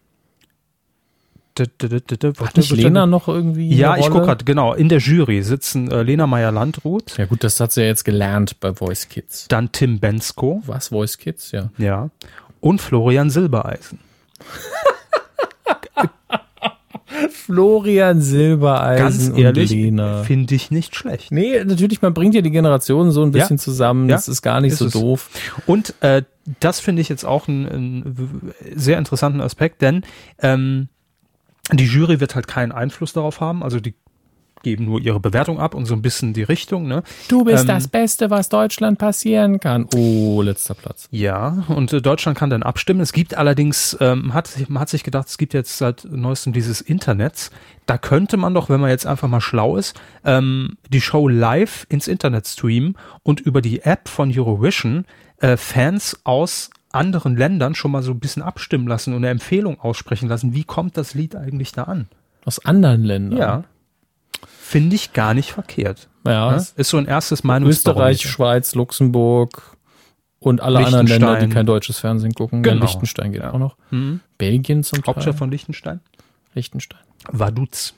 C: d- d- d- d- d-
D: Hat nicht Lena noch irgendwie?
C: ja,
D: eine
C: ich
D: Rolle?
C: gucke gerade, genau. In der Jury sitzen äh, Lena Meyer-Landrut,
D: Ja, gut, das hat sie ja jetzt gelernt bei Voice Kids.
C: dann Tim Bensko
D: Was? Voice Kids? Ja.
C: ja, und Florian Silbereisen.
D: Florian Silbereisen.
C: Ganz ehrlich,
D: Und Lena.
C: finde ich nicht schlecht.
D: Nee, natürlich, man bringt ja die Generationen so ein
C: Ja.
D: bisschen zusammen.
C: Ja.
D: Das ist gar nicht
C: Ist
D: so
C: es.
D: doof.
C: Und äh, das finde ich jetzt auch einen- einen sehr interessanten Aspekt, denn ähm, die Jury wird halt keinen Einfluss darauf haben. Also die geben nur ihre Bewertung ab und so ein bisschen die Richtung. Ne?
D: Du bist
C: Ähm,
D: das Beste, was Deutschland passieren kann. Oh, letzter Platz.
C: Ja, und äh, Deutschland kann dann abstimmen. Es gibt allerdings, ähm, hat, man hat sich gedacht, es gibt jetzt seit neuestem dieses Internets. Da könnte man doch, wenn man jetzt einfach mal schlau ist, ähm, die Show live ins Internet streamen und über die App von Eurovision äh, Fans aus anderen Ländern schon mal so ein bisschen abstimmen lassen und eine Empfehlung aussprechen lassen. Wie kommt das Lied eigentlich da an?
D: Aus anderen Ländern.
C: Ja. Finde ich gar nicht verkehrt.
D: Ja,
C: Ne?
D: es-
C: Ist so ein erstes Meinungsbarometer.
D: Österreich, Schweiz, Luxemburg und alle anderen
C: Liechtenstein.
D: Länder, die kein deutsches Fernsehen gucken.
C: Genau.
D: Liechtenstein geht auch noch. Belgien zum Teil.
C: Hauptstadt von Liechtenstein?
D: Liechtenstein.
C: Vaduz.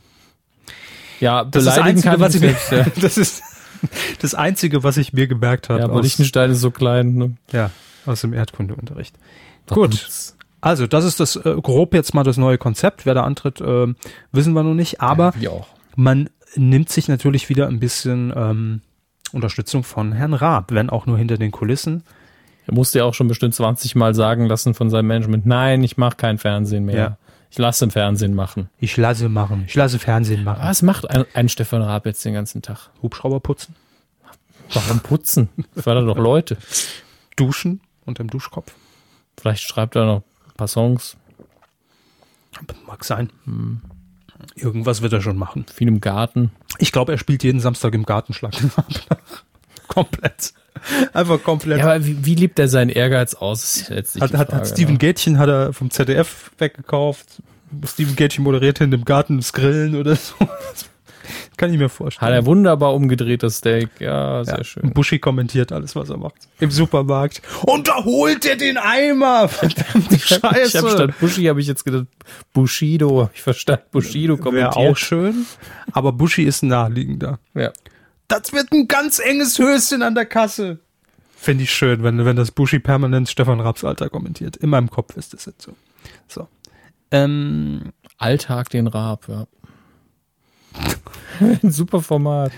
D: Ja,
C: Das ist das
D: beleidigen
C: Einzige,
D: kann
C: was ich
D: ich
C: mir,
D: selbst.
C: [laughs]
D: Ja, [laughs]
C: das ist das Einzige, was ich mir gemerkt habe.
D: ja aber
C: aus-
D: Liechtenstein ist so klein. Ne?
C: ja, aus dem Erdkundeunterricht. Gut. Also, das ist das äh, grob jetzt mal das neue Konzept. Wer da antritt, ähm, wissen wir noch nicht. Aber
D: Wie auch.
C: man nimmt sich natürlich wieder ein bisschen ähm, Unterstützung von Herrn Raab, wenn auch nur hinter den Kulissen.
D: Er musste ja auch schon bestimmt 20 Mal sagen lassen von seinem Management, nein, ich mache kein Fernsehen mehr.
C: Ja.
D: Ich lasse Fernsehen machen.
C: Ich lasse machen, ich lasse Fernsehen machen.
D: Was Ah, macht ein, ein Stefan Raab jetzt den ganzen Tag?
C: Hubschrauber putzen,
D: Warum putzen? Fördert doch Leute.
C: duschen unterm Duschkopf.
D: Vielleicht schreibt er noch ein paar Songs,
C: Mag sein.
D: Hm.
C: Irgendwas wird er schon machen.
D: viel im Garten.
C: Ich glaube, er spielt jeden Samstag im Gartenschlag. [laughs] komplett. Einfach komplett.
D: Ja, aber wie, wie lebt er seinen Ehrgeiz aus? Ist letztlich
C: hat,
D: die
C: hat,
D: Frage,
C: hat Steven
D: ne?
C: Gätchen hat er vom ZDF weggekauft. Steven Gätchen moderiert hinten im Garten das Grillen oder so. [laughs] Das kann ich mir
D: Hat
C: vorstellen.
D: er wunderbar umgedreht, das Steak. Ja, sehr [laughs] schön.
C: Buschi kommentiert alles, was er macht. Im Supermarkt. Und da holt er den Eimer! Verdammte
D: [laughs] Ich hab
C: Scheiße!
D: statt Bushi habe ich jetzt gedacht, Bushido. Ich verstand Bushido kommentiert.
C: Wäre auch schön, aber Buschi ist naheliegender.
D: Ja.
C: Das wird ein ganz enges Höschen an der Kasse. Finde ich schön, wenn, wenn das Bushi permanent Stefan Raps Alter kommentiert. In meinem Kopf ist das jetzt so. So. Ähm,
D: Alltag den Raab, ja. Ein [laughs] super Format.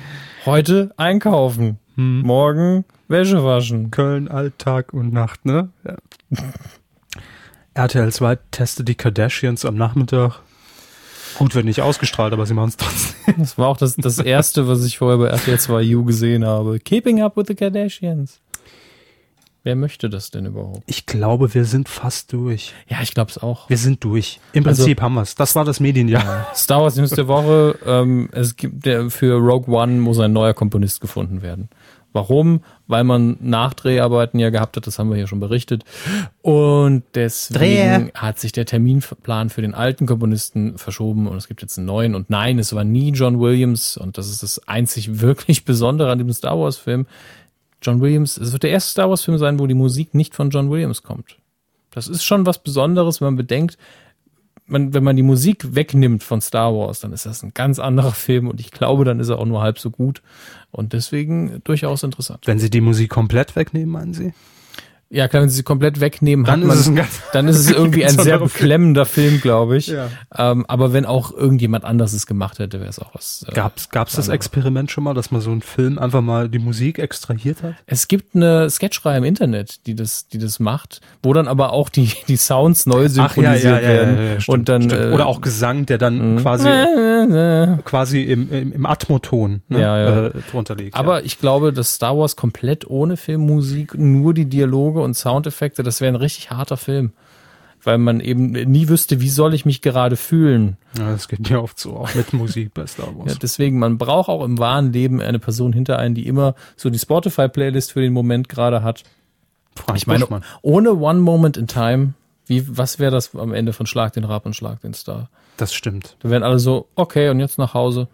D: Heute einkaufen, morgen Wäsche waschen.
C: Köln, Alltag und Nacht, ne? Ja. [laughs] RTL 2 testet die Kardashians am Nachmittag. Gut, wird nicht ausgestrahlt, aber sie machen es trotzdem. [laughs]
D: Das war auch das, das erste, was ich vorher bei RTL 2 U gesehen habe. Keeping up with the Kardashians. Wer möchte das denn überhaupt?
C: Ich glaube, wir sind fast durch.
D: Ja, ich glaube es auch.
C: Wir sind durch. Im
D: Also-
C: Prinzip haben wir's. Das war das Medienjahr.
D: Star Wars News der Woche. Ähm, es gibt der, für Rogue One muss ein neuer Komponist gefunden werden. Warum? Weil man Nachdreharbeiten ja gehabt hat, das haben wir hier schon berichtet. Und deswegen hat sich der Terminplan für den alten Komponisten verschoben und es gibt jetzt einen neuen. Und nein, es war nie John Williams und das ist das einzig [laughs] wirklich Besondere an dem Star Wars Film. John Williams, es wird der erste Star Wars Film sein, wo die Musik nicht von John Williams kommt. Das ist schon was Besonderes, wenn man bedenkt, man, wenn man die Musik wegnimmt von Star Wars, dann ist das ein ganz anderer [laughs] Film und ich glaube, dann ist er auch nur halb so gut und deswegen durchaus interessant.
C: [laughs] Wenn Sie die Musik komplett wegnehmen, meinen Sie?
D: Ja, klar, wenn sie sie komplett wegnehmen,
C: Dann
D: hat
C: ist
D: man,
C: es ein ganz- [laughs]
D: dann ist es irgendwie ein
C: ganz
D: sehr
C: anderer Film.
D: beklemmender Film, glaube ich.
C: Ja.
D: Ähm, aber wenn auch irgendjemand anders es gemacht hätte, wäre es auch was. äh,
C: Gab's, gab's das Experiment schon mal, dass man so einen Film einfach mal die Musik extrahiert hat?
D: Es gibt eine Sketchreihe im Internet, die das, die das macht, wo dann aber auch die, die Sounds neu synchronisiert werden
C: stimmt,
D: und dann
C: stimmt.
D: äh, Hm.
C: Oder auch Gesang, der dann quasi, quasi im, im, im Atmoton ne,
D: Ja, ja.
C: Äh, drunter liegt. ja.
D: Aber ich glaube, dass Star Wars komplett ohne Filmmusik, nur die Dialoge und Soundeffekte, das wäre ein richtig harter Film. Weil man eben nie wüsste, wie soll ich mich gerade fühlen.
C: ja, das geht ja oft so, auch mit Musik bei Star Wars.
D: Ja, deswegen, man braucht auch im wahren Leben eine Person hinter einen, die immer so die Spotify-Playlist für den Moment gerade hat.
C: Frank
D: Ich meine,
C: Buschmann.
D: ohne One Moment in Time, wie, was wäre das am Ende von Schlag den Rab und Schlag den Star?
C: das stimmt.
D: Da wären alle so, okay, und jetzt nach Hause.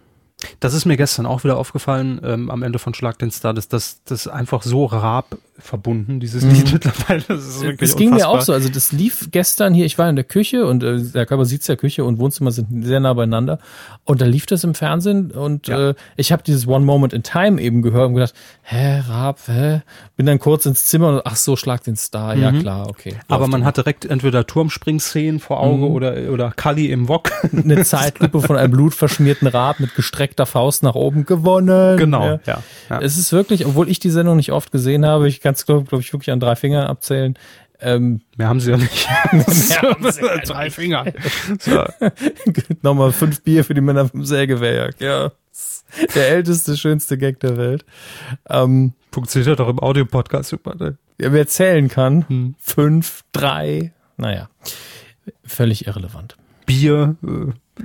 C: Das ist mir gestern auch wieder aufgefallen, ähm, am Ende von Schlag den Star, dass das, das einfach so rab verbunden, dieses Lied [laughs] mittlerweile. Das ist wirklich
D: Mhm. Äh, Es ging
C: unfassbar.
D: mir auch so. Also das lief gestern hier, ich war in der Küche und äh, der Körper sieht's ja, Küche und Wohnzimmer sind sehr nah beieinander. Und da lief das im Fernsehen und
C: Ja.
D: äh, ich habe dieses One Moment in Time eben gehört und gedacht, hä, Raab, hä? Bin dann kurz ins Zimmer und ach so, schlag den Star, ja klar, okay.
C: Mhm. Aber man hat direkt entweder Turmspringszenen vor Auge
D: Mhm.
C: oder, oder Kali im Wok. [laughs]
D: eine Zeitlupe von einem blutverschmierten Raab mit gestreckter Faust nach oben gewonnen.
C: Genau,
D: Ja.
C: ja, ja.
D: Es ist wirklich, obwohl ich die Sendung nicht oft gesehen habe, ich kann es, glaube glaub ich, wirklich an drei Fingern abzählen. Ähm, [laughs]
C: Mehr haben sie ja nicht. [laughs] Drei Finger. So.
D: Nochmal fünf Bier für die Männer vom Sägewerk, ja. Der älteste, schönste Gag der Welt. Ähm,
C: Funktioniert doch im Audio-Podcast super. Ne?
D: ja, wer zählen kann,
C: Hm.
D: fünf, drei, naja, völlig irrelevant.
C: Bier, äh,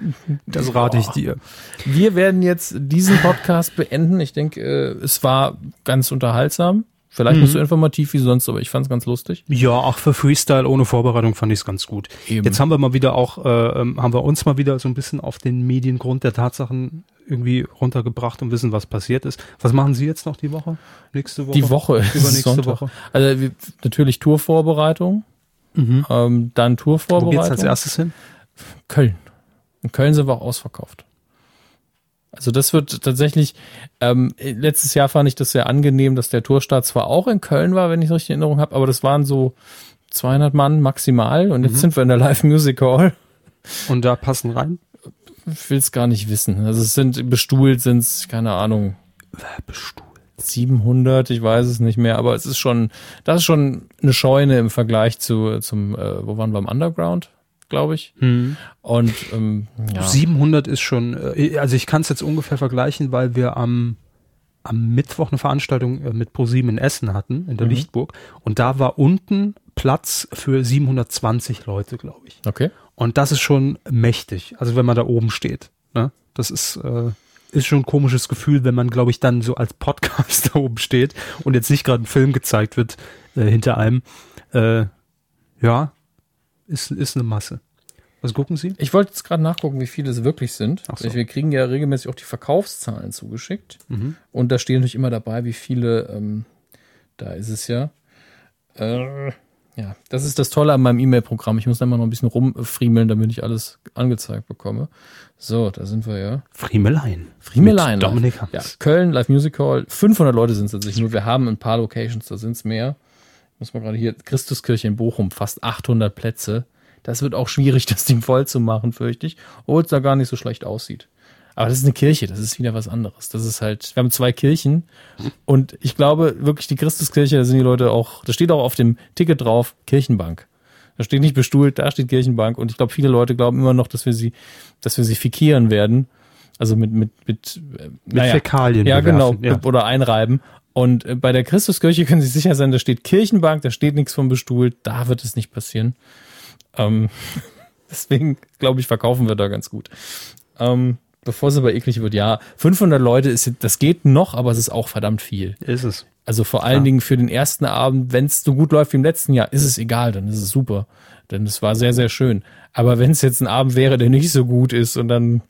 C: das rate ich dir.
D: Wir werden jetzt diesen Podcast beenden. Ich denke, äh, es war ganz unterhaltsam. Vielleicht
C: Mhm.
D: nicht so informativ wie sonst, aber ich fand es ganz lustig.
C: Ja, auch für Freestyle ohne Vorbereitung fand ich es ganz gut.
D: Eben.
C: Jetzt haben wir mal wieder auch, äh, ähm, haben wir uns mal wieder so ein bisschen auf den Mediengrund der Tatsachen irgendwie runtergebracht und wissen, was passiert ist. Was machen Sie jetzt noch die Woche? Nächste Woche?
D: Die Woche ist
C: Übernächste
D: Sonntag.
C: Woche.
D: Also wir- natürlich Tourvorbereitung, ähm, dann
C: Mhm. Wo
D: Tourvorbereitung.
C: geht's als erstes hin?
D: Köln. In Köln sind wir auch ausverkauft. Also das wird tatsächlich, ähm, letztes Jahr fand ich das sehr angenehm, dass der Tourstart zwar auch in Köln war, wenn ich es richtig in Erinnerung habe, aber das waren so 200 Mann maximal und jetzt
C: Mhm.
D: sind wir in der Live Music Hall.
C: Und da passen rein?
D: Ich will es gar nicht wissen. Also es sind, bestuhlt sind es, keine Ahnung,
C: Bestuhl.
D: 700, ich weiß es nicht mehr, aber es ist schon, das ist schon eine Scheune im Vergleich zu, zum, äh, wo waren wir, im Underground, glaube ich.
C: Hm.
D: Und, ähm, ja.
C: 700 ist schon, äh, also ich kann es jetzt ungefähr vergleichen, weil wir am, am Mittwoch eine Veranstaltung äh, mit ProSieben in Essen hatten, in der Lichtburg. Und da war unten Platz für 720 Leute, glaube ich.
D: Okay.
C: Und das ist schon mächtig. Also wenn man da oben steht. Ne? Das ist, äh, ist schon ein komisches Gefühl, wenn man, glaube ich, dann so als Podcast [laughs] da oben steht und jetzt nicht gerade ein Film gezeigt wird äh, hinter einem. Äh, ja, ist, ist eine Masse. Was gucken Sie?
D: Ich wollte jetzt gerade nachgucken, wie viele es wirklich sind.
C: Ach so.
D: Wir kriegen ja regelmäßig auch die Verkaufszahlen zugeschickt.
C: Mhm.
D: Und da stehen natürlich immer dabei, wie viele, ähm, da ist es ja. Äh, ja, das ist das Tolle an meinem E-Mail-Programm. Ich muss da immer noch ein bisschen rumfriemeln, damit ich alles angezeigt bekomme. So, da sind wir ja.
C: Friemelein.
D: Friemelein.
C: Mit Dominik Hans.
D: Ja, Köln, Live Music Hall. 500 Leute sind es tatsächlich nur. Wir haben ein paar Locations, da sind es mehr. Muss man gerade hier, Christuskirche in Bochum, fast 800 Plätze. Das wird auch schwierig, [laughs] das Ding voll zu machen, fürchte ich. Obwohl es da gar nicht so schlecht aussieht. Aber das ist eine Kirche, das ist wieder was anderes. Das ist halt, wir haben zwei Kirchen und ich glaube wirklich die Christuskirche, da sind die Leute auch, da steht auch auf dem Ticket drauf, Kirchenbank. Da steht nicht bestuhlt, da steht Kirchenbank und ich glaube, viele Leute glauben immer noch, dass wir sie, dass wir sie fikieren werden. Also mit, mit, mit, äh,
C: Mit Fäkalien
D: Ja, genau.
C: bewerfen, ja.
D: Oder einreiben. Und äh, bei der Christuskirche können Sie sicher sein, da steht Kirchenbank, da steht nichts vom bestuhlt, da wird es nicht passieren. Ähm, [laughs] deswegen glaube ich, verkaufen wir da ganz gut. Ähm, bevor es aber eklig wird, ja, 500 Leute ist das geht noch, aber es ist auch verdammt viel.
C: Ist es.
D: Also vor allen Dingen für den ersten Abend, wenn es so gut läuft wie im letzten Jahr, ist es egal, dann ist es super, denn es war sehr sehr schön. Aber wenn es jetzt ein Abend wäre, der nicht so gut ist und dann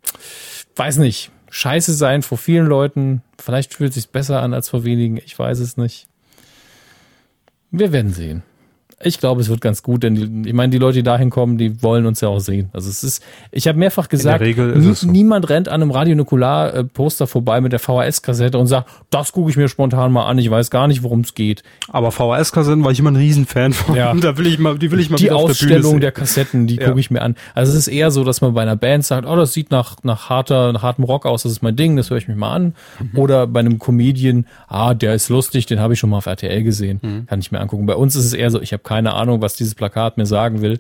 D: weiß nicht, scheiße sein vor vielen Leuten, vielleicht fühlt sich's besser an als vor wenigen, ich weiß es nicht. Wir werden sehen. Ich glaube, es wird ganz gut, denn die, ich meine, die Leute, die dahin kommen, die wollen uns ja auch sehen. Also es ist, ich habe mehrfach gesagt,
C: Regel ist es so.
D: niemand rennt an einem Radionukular-Poster vorbei mit der VHS-Kassette und sagt, das gucke ich mir spontan mal an, ich weiß gar nicht, worum es geht.
C: Aber VHS-Kassetten war ich immer ein Riesenfan von. [laughs]
D: Ja.
C: Da will ich mal, die will ich mal
D: die
C: wieder auf der Bühne
D: Ausstellung
C: sehen.
D: der Kassetten, die
C: Ja.
D: gucke ich mir an. Also es ist eher so, dass man bei einer Band sagt, oh, das sieht nach, nach harter, nach hartem Rock aus, das ist mein Ding, das höre ich mich mal an.
C: Mhm.
D: Oder bei einem Comedian, ah, der ist lustig, den habe ich schon mal auf RTL gesehen,
C: Mhm.
D: kann ich mir angucken. Bei uns ist es eher so, ich habe keine Ahnung, was dieses Plakat mir sagen will.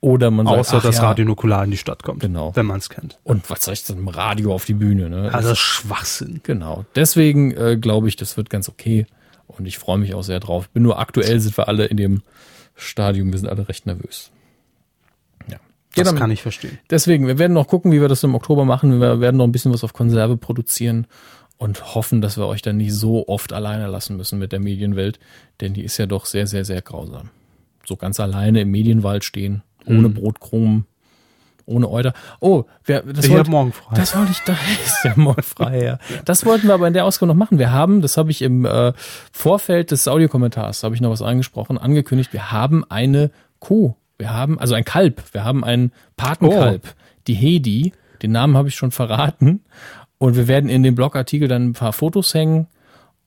D: Oder man sagt,
C: Außer
D: ach
C: dass
D: ja,
C: Radionukular in die Stadt kommt.
D: Genau.
C: Wenn man es kennt.
D: und was soll ich denn im Radio auf die Bühne? Ne?
C: Also Schwachsinn.
D: Genau. Deswegen äh, glaube ich, das wird ganz okay. Und ich freue mich auch sehr drauf. Bin nur aktuell sind wir alle in dem Stadium, wir sind alle recht nervös. Ja.
C: Das
D: Jeder-
C: kann ich verstehen.
D: Deswegen, wir werden noch gucken, wie wir das im Oktober machen. Wir werden noch ein bisschen was auf Konserve produzieren und hoffen, dass wir euch dann nicht so oft alleine lassen müssen mit der Medienwelt, denn die ist ja doch sehr, sehr, sehr grausam. So ganz alleine im Medienwald stehen, ohne
C: Mhm.
D: Brotkrumen, ohne Euter. Oh, wer, das
C: Ich
D: wollte-
C: hab morgen frei.
D: Das wollte ich da. [laughs] Ist ja morgen frei, ja. Das wollten wir aber in der Ausgabe noch machen. Wir haben, das habe ich im äh, Vorfeld des Audiokommentars, habe ich noch was angesprochen, angekündigt, wir haben eine Kuh. Wir haben, also ein Kalb. Wir haben einen Patenkalb.
C: Oh.
D: Die Hedi. Den Namen habe ich schon verraten. Und wir werden in dem Blogartikel dann ein paar Fotos hängen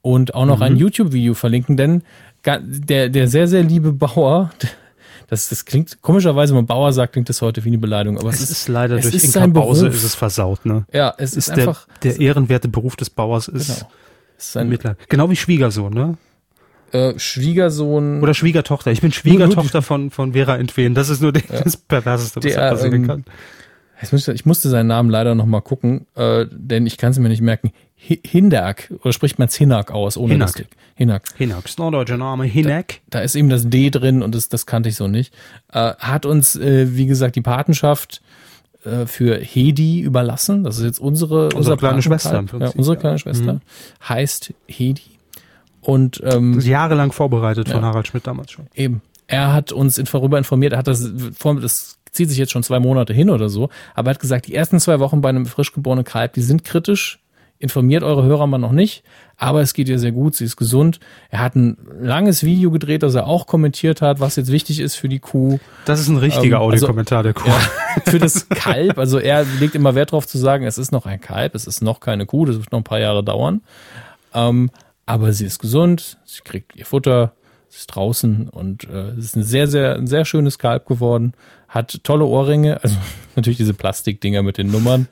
D: und auch noch
C: Mhm.
D: ein YouTube-Video verlinken, denn ga- der, der sehr, sehr liebe Bauer, [laughs] das, das klingt komischerweise, wenn man Bauer sagt, klingt das heute wie eine Beleidigung, aber es,
C: Es ist leider durch
D: ist
C: Inka
D: sein
C: Pause
D: Beruf.
C: ist es versaut, ne?
D: ja, es ist,
C: Ist der,
D: einfach
C: der ehrenwerte Beruf des Bauers ist
D: Genau. es ist ein
C: mittlerweile. Genau wie Schwiegersohn, ne?
D: äh, Schwiegersohn,
C: Oder Schwiegertochter. Ich bin Schwiegertochter von, von Vera Entwen. Das ist nur der, das Perverseste, was
D: Der,
C: da passieren
D: ähm,
C: kann.
D: Jetzt muss ich, ich musste seinen Namen leider nochmal gucken, äh, denn ich kann es mir nicht merken, Hi- Hinderk, oder spricht man es Hinak aus, ohne
C: Hinak.
D: das T? Hinak.
C: Hinak, ist norddeutscher Name. Hinak.
D: da ist eben das D drin und das, das kannte ich so nicht. Äh, hat uns, äh, wie gesagt, die Patenschaft äh, für Hedi überlassen. Das ist jetzt unsere, unser
C: kleine
D: Patenkalb.
C: Schwester im Prinzip,
D: ja, unsere
C: ja. Mhm.
D: kleine Schwester heißt Hedi. Und ähm,
C: Jahrelang vorbereitet von Harald Schmidt damals schon.
D: Eben. Er hat uns in darüber informiert, er hat das, vor- das zieht sich jetzt schon zwei Monate hin oder so, aber er hat gesagt, die ersten zwei Wochen bei einem frisch geborenen Kalb, die sind kritisch, informiert eure Hörer mal noch nicht, aber es geht ihr sehr gut, sie ist gesund. Er hat ein langes Video gedreht, das er auch kommentiert hat, was jetzt wichtig ist für die Kuh
C: Das ist ein richtiger
D: Ähm, also-
C: Audiokommentar, der Kuh.
D: für das Kalb. Also er legt immer Wert darauf zu sagen, es ist noch ein Kalb, es ist noch keine Kuh, das wird noch ein paar Jahre dauern. Ähm, aber sie ist gesund, sie kriegt ihr Futter, sie ist draußen und äh, es ist ein sehr, sehr, ein sehr schönes Kalb geworden, hat tolle Ohrringe, also [laughs] natürlich diese Plastikdinger mit den Nummern.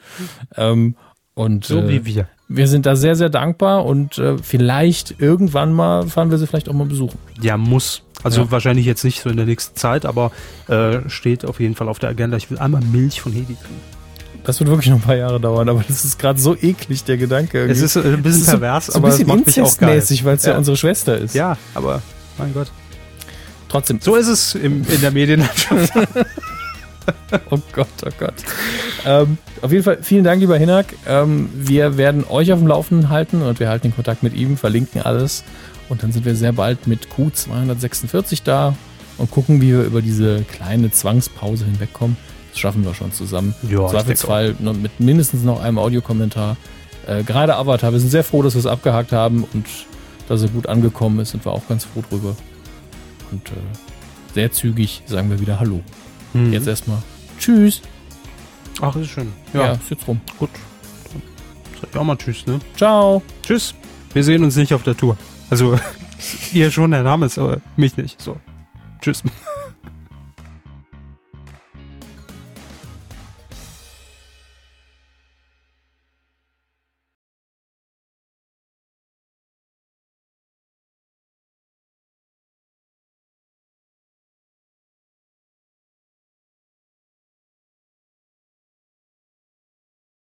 D: Ähm, und
C: So
D: äh,
C: wie wir.
D: wir sind da sehr, sehr dankbar und äh, vielleicht irgendwann mal fahren wir sie vielleicht auch mal besuchen.
C: Ja, muss. Also
D: Ja.
C: wahrscheinlich jetzt nicht so in der nächsten Zeit, aber äh, steht auf jeden Fall auf der Agenda. Ich will einmal Milch von Hedi kriegen.
D: Das wird wirklich noch ein paar Jahre dauern, aber das ist gerade so eklig, der Gedanke.
C: Es
D: irgendwie.
C: ist äh, ein bisschen
D: Das ist so-
C: pervers,
D: so ein
C: aber es
D: bisschen
C: macht mich auch geil.
D: inzestmäßig, weil es ja.
C: Ja.
D: unsere Schwester ist.
C: Ja, aber mein Gott.
D: Trotzdem.
C: So ist es im, in der Medienlandschaft.
D: Oh Gott, oh Gott. ähm, auf jeden Fall vielen Dank, lieber Hinak. Ähm, wir werden euch auf dem Laufenden halten und wir halten den Kontakt mit ihm, verlinken alles. Und dann sind wir sehr bald mit Q246 da und gucken, wie wir über diese kleine Zwangspause hinwegkommen. Das schaffen wir schon zusammen.
C: Ja, ich
D: Im
C: denke
D: Zweifelsfall noch mit mindestens noch einem Audiokommentar. Äh, gerade Avatar, wir sind sehr froh, dass wir es abgehakt haben und dass er gut angekommen ist, sind wir auch ganz froh drüber. Und äh, sehr zügig sagen wir wieder Hallo.
C: Mhm.
D: Jetzt erstmal Tschüss.
C: Ach, ist schön.
D: Ja,
C: Ja,
D: ist jetzt rum.
C: gut. Sag ich auch mal Tschüss, ne?
D: Ciao.
C: Tschüss. Wir [laughs] sehen uns nicht auf der Tour. Also, ihr schon, der Name ist, aber mich nicht. So. Tschüss.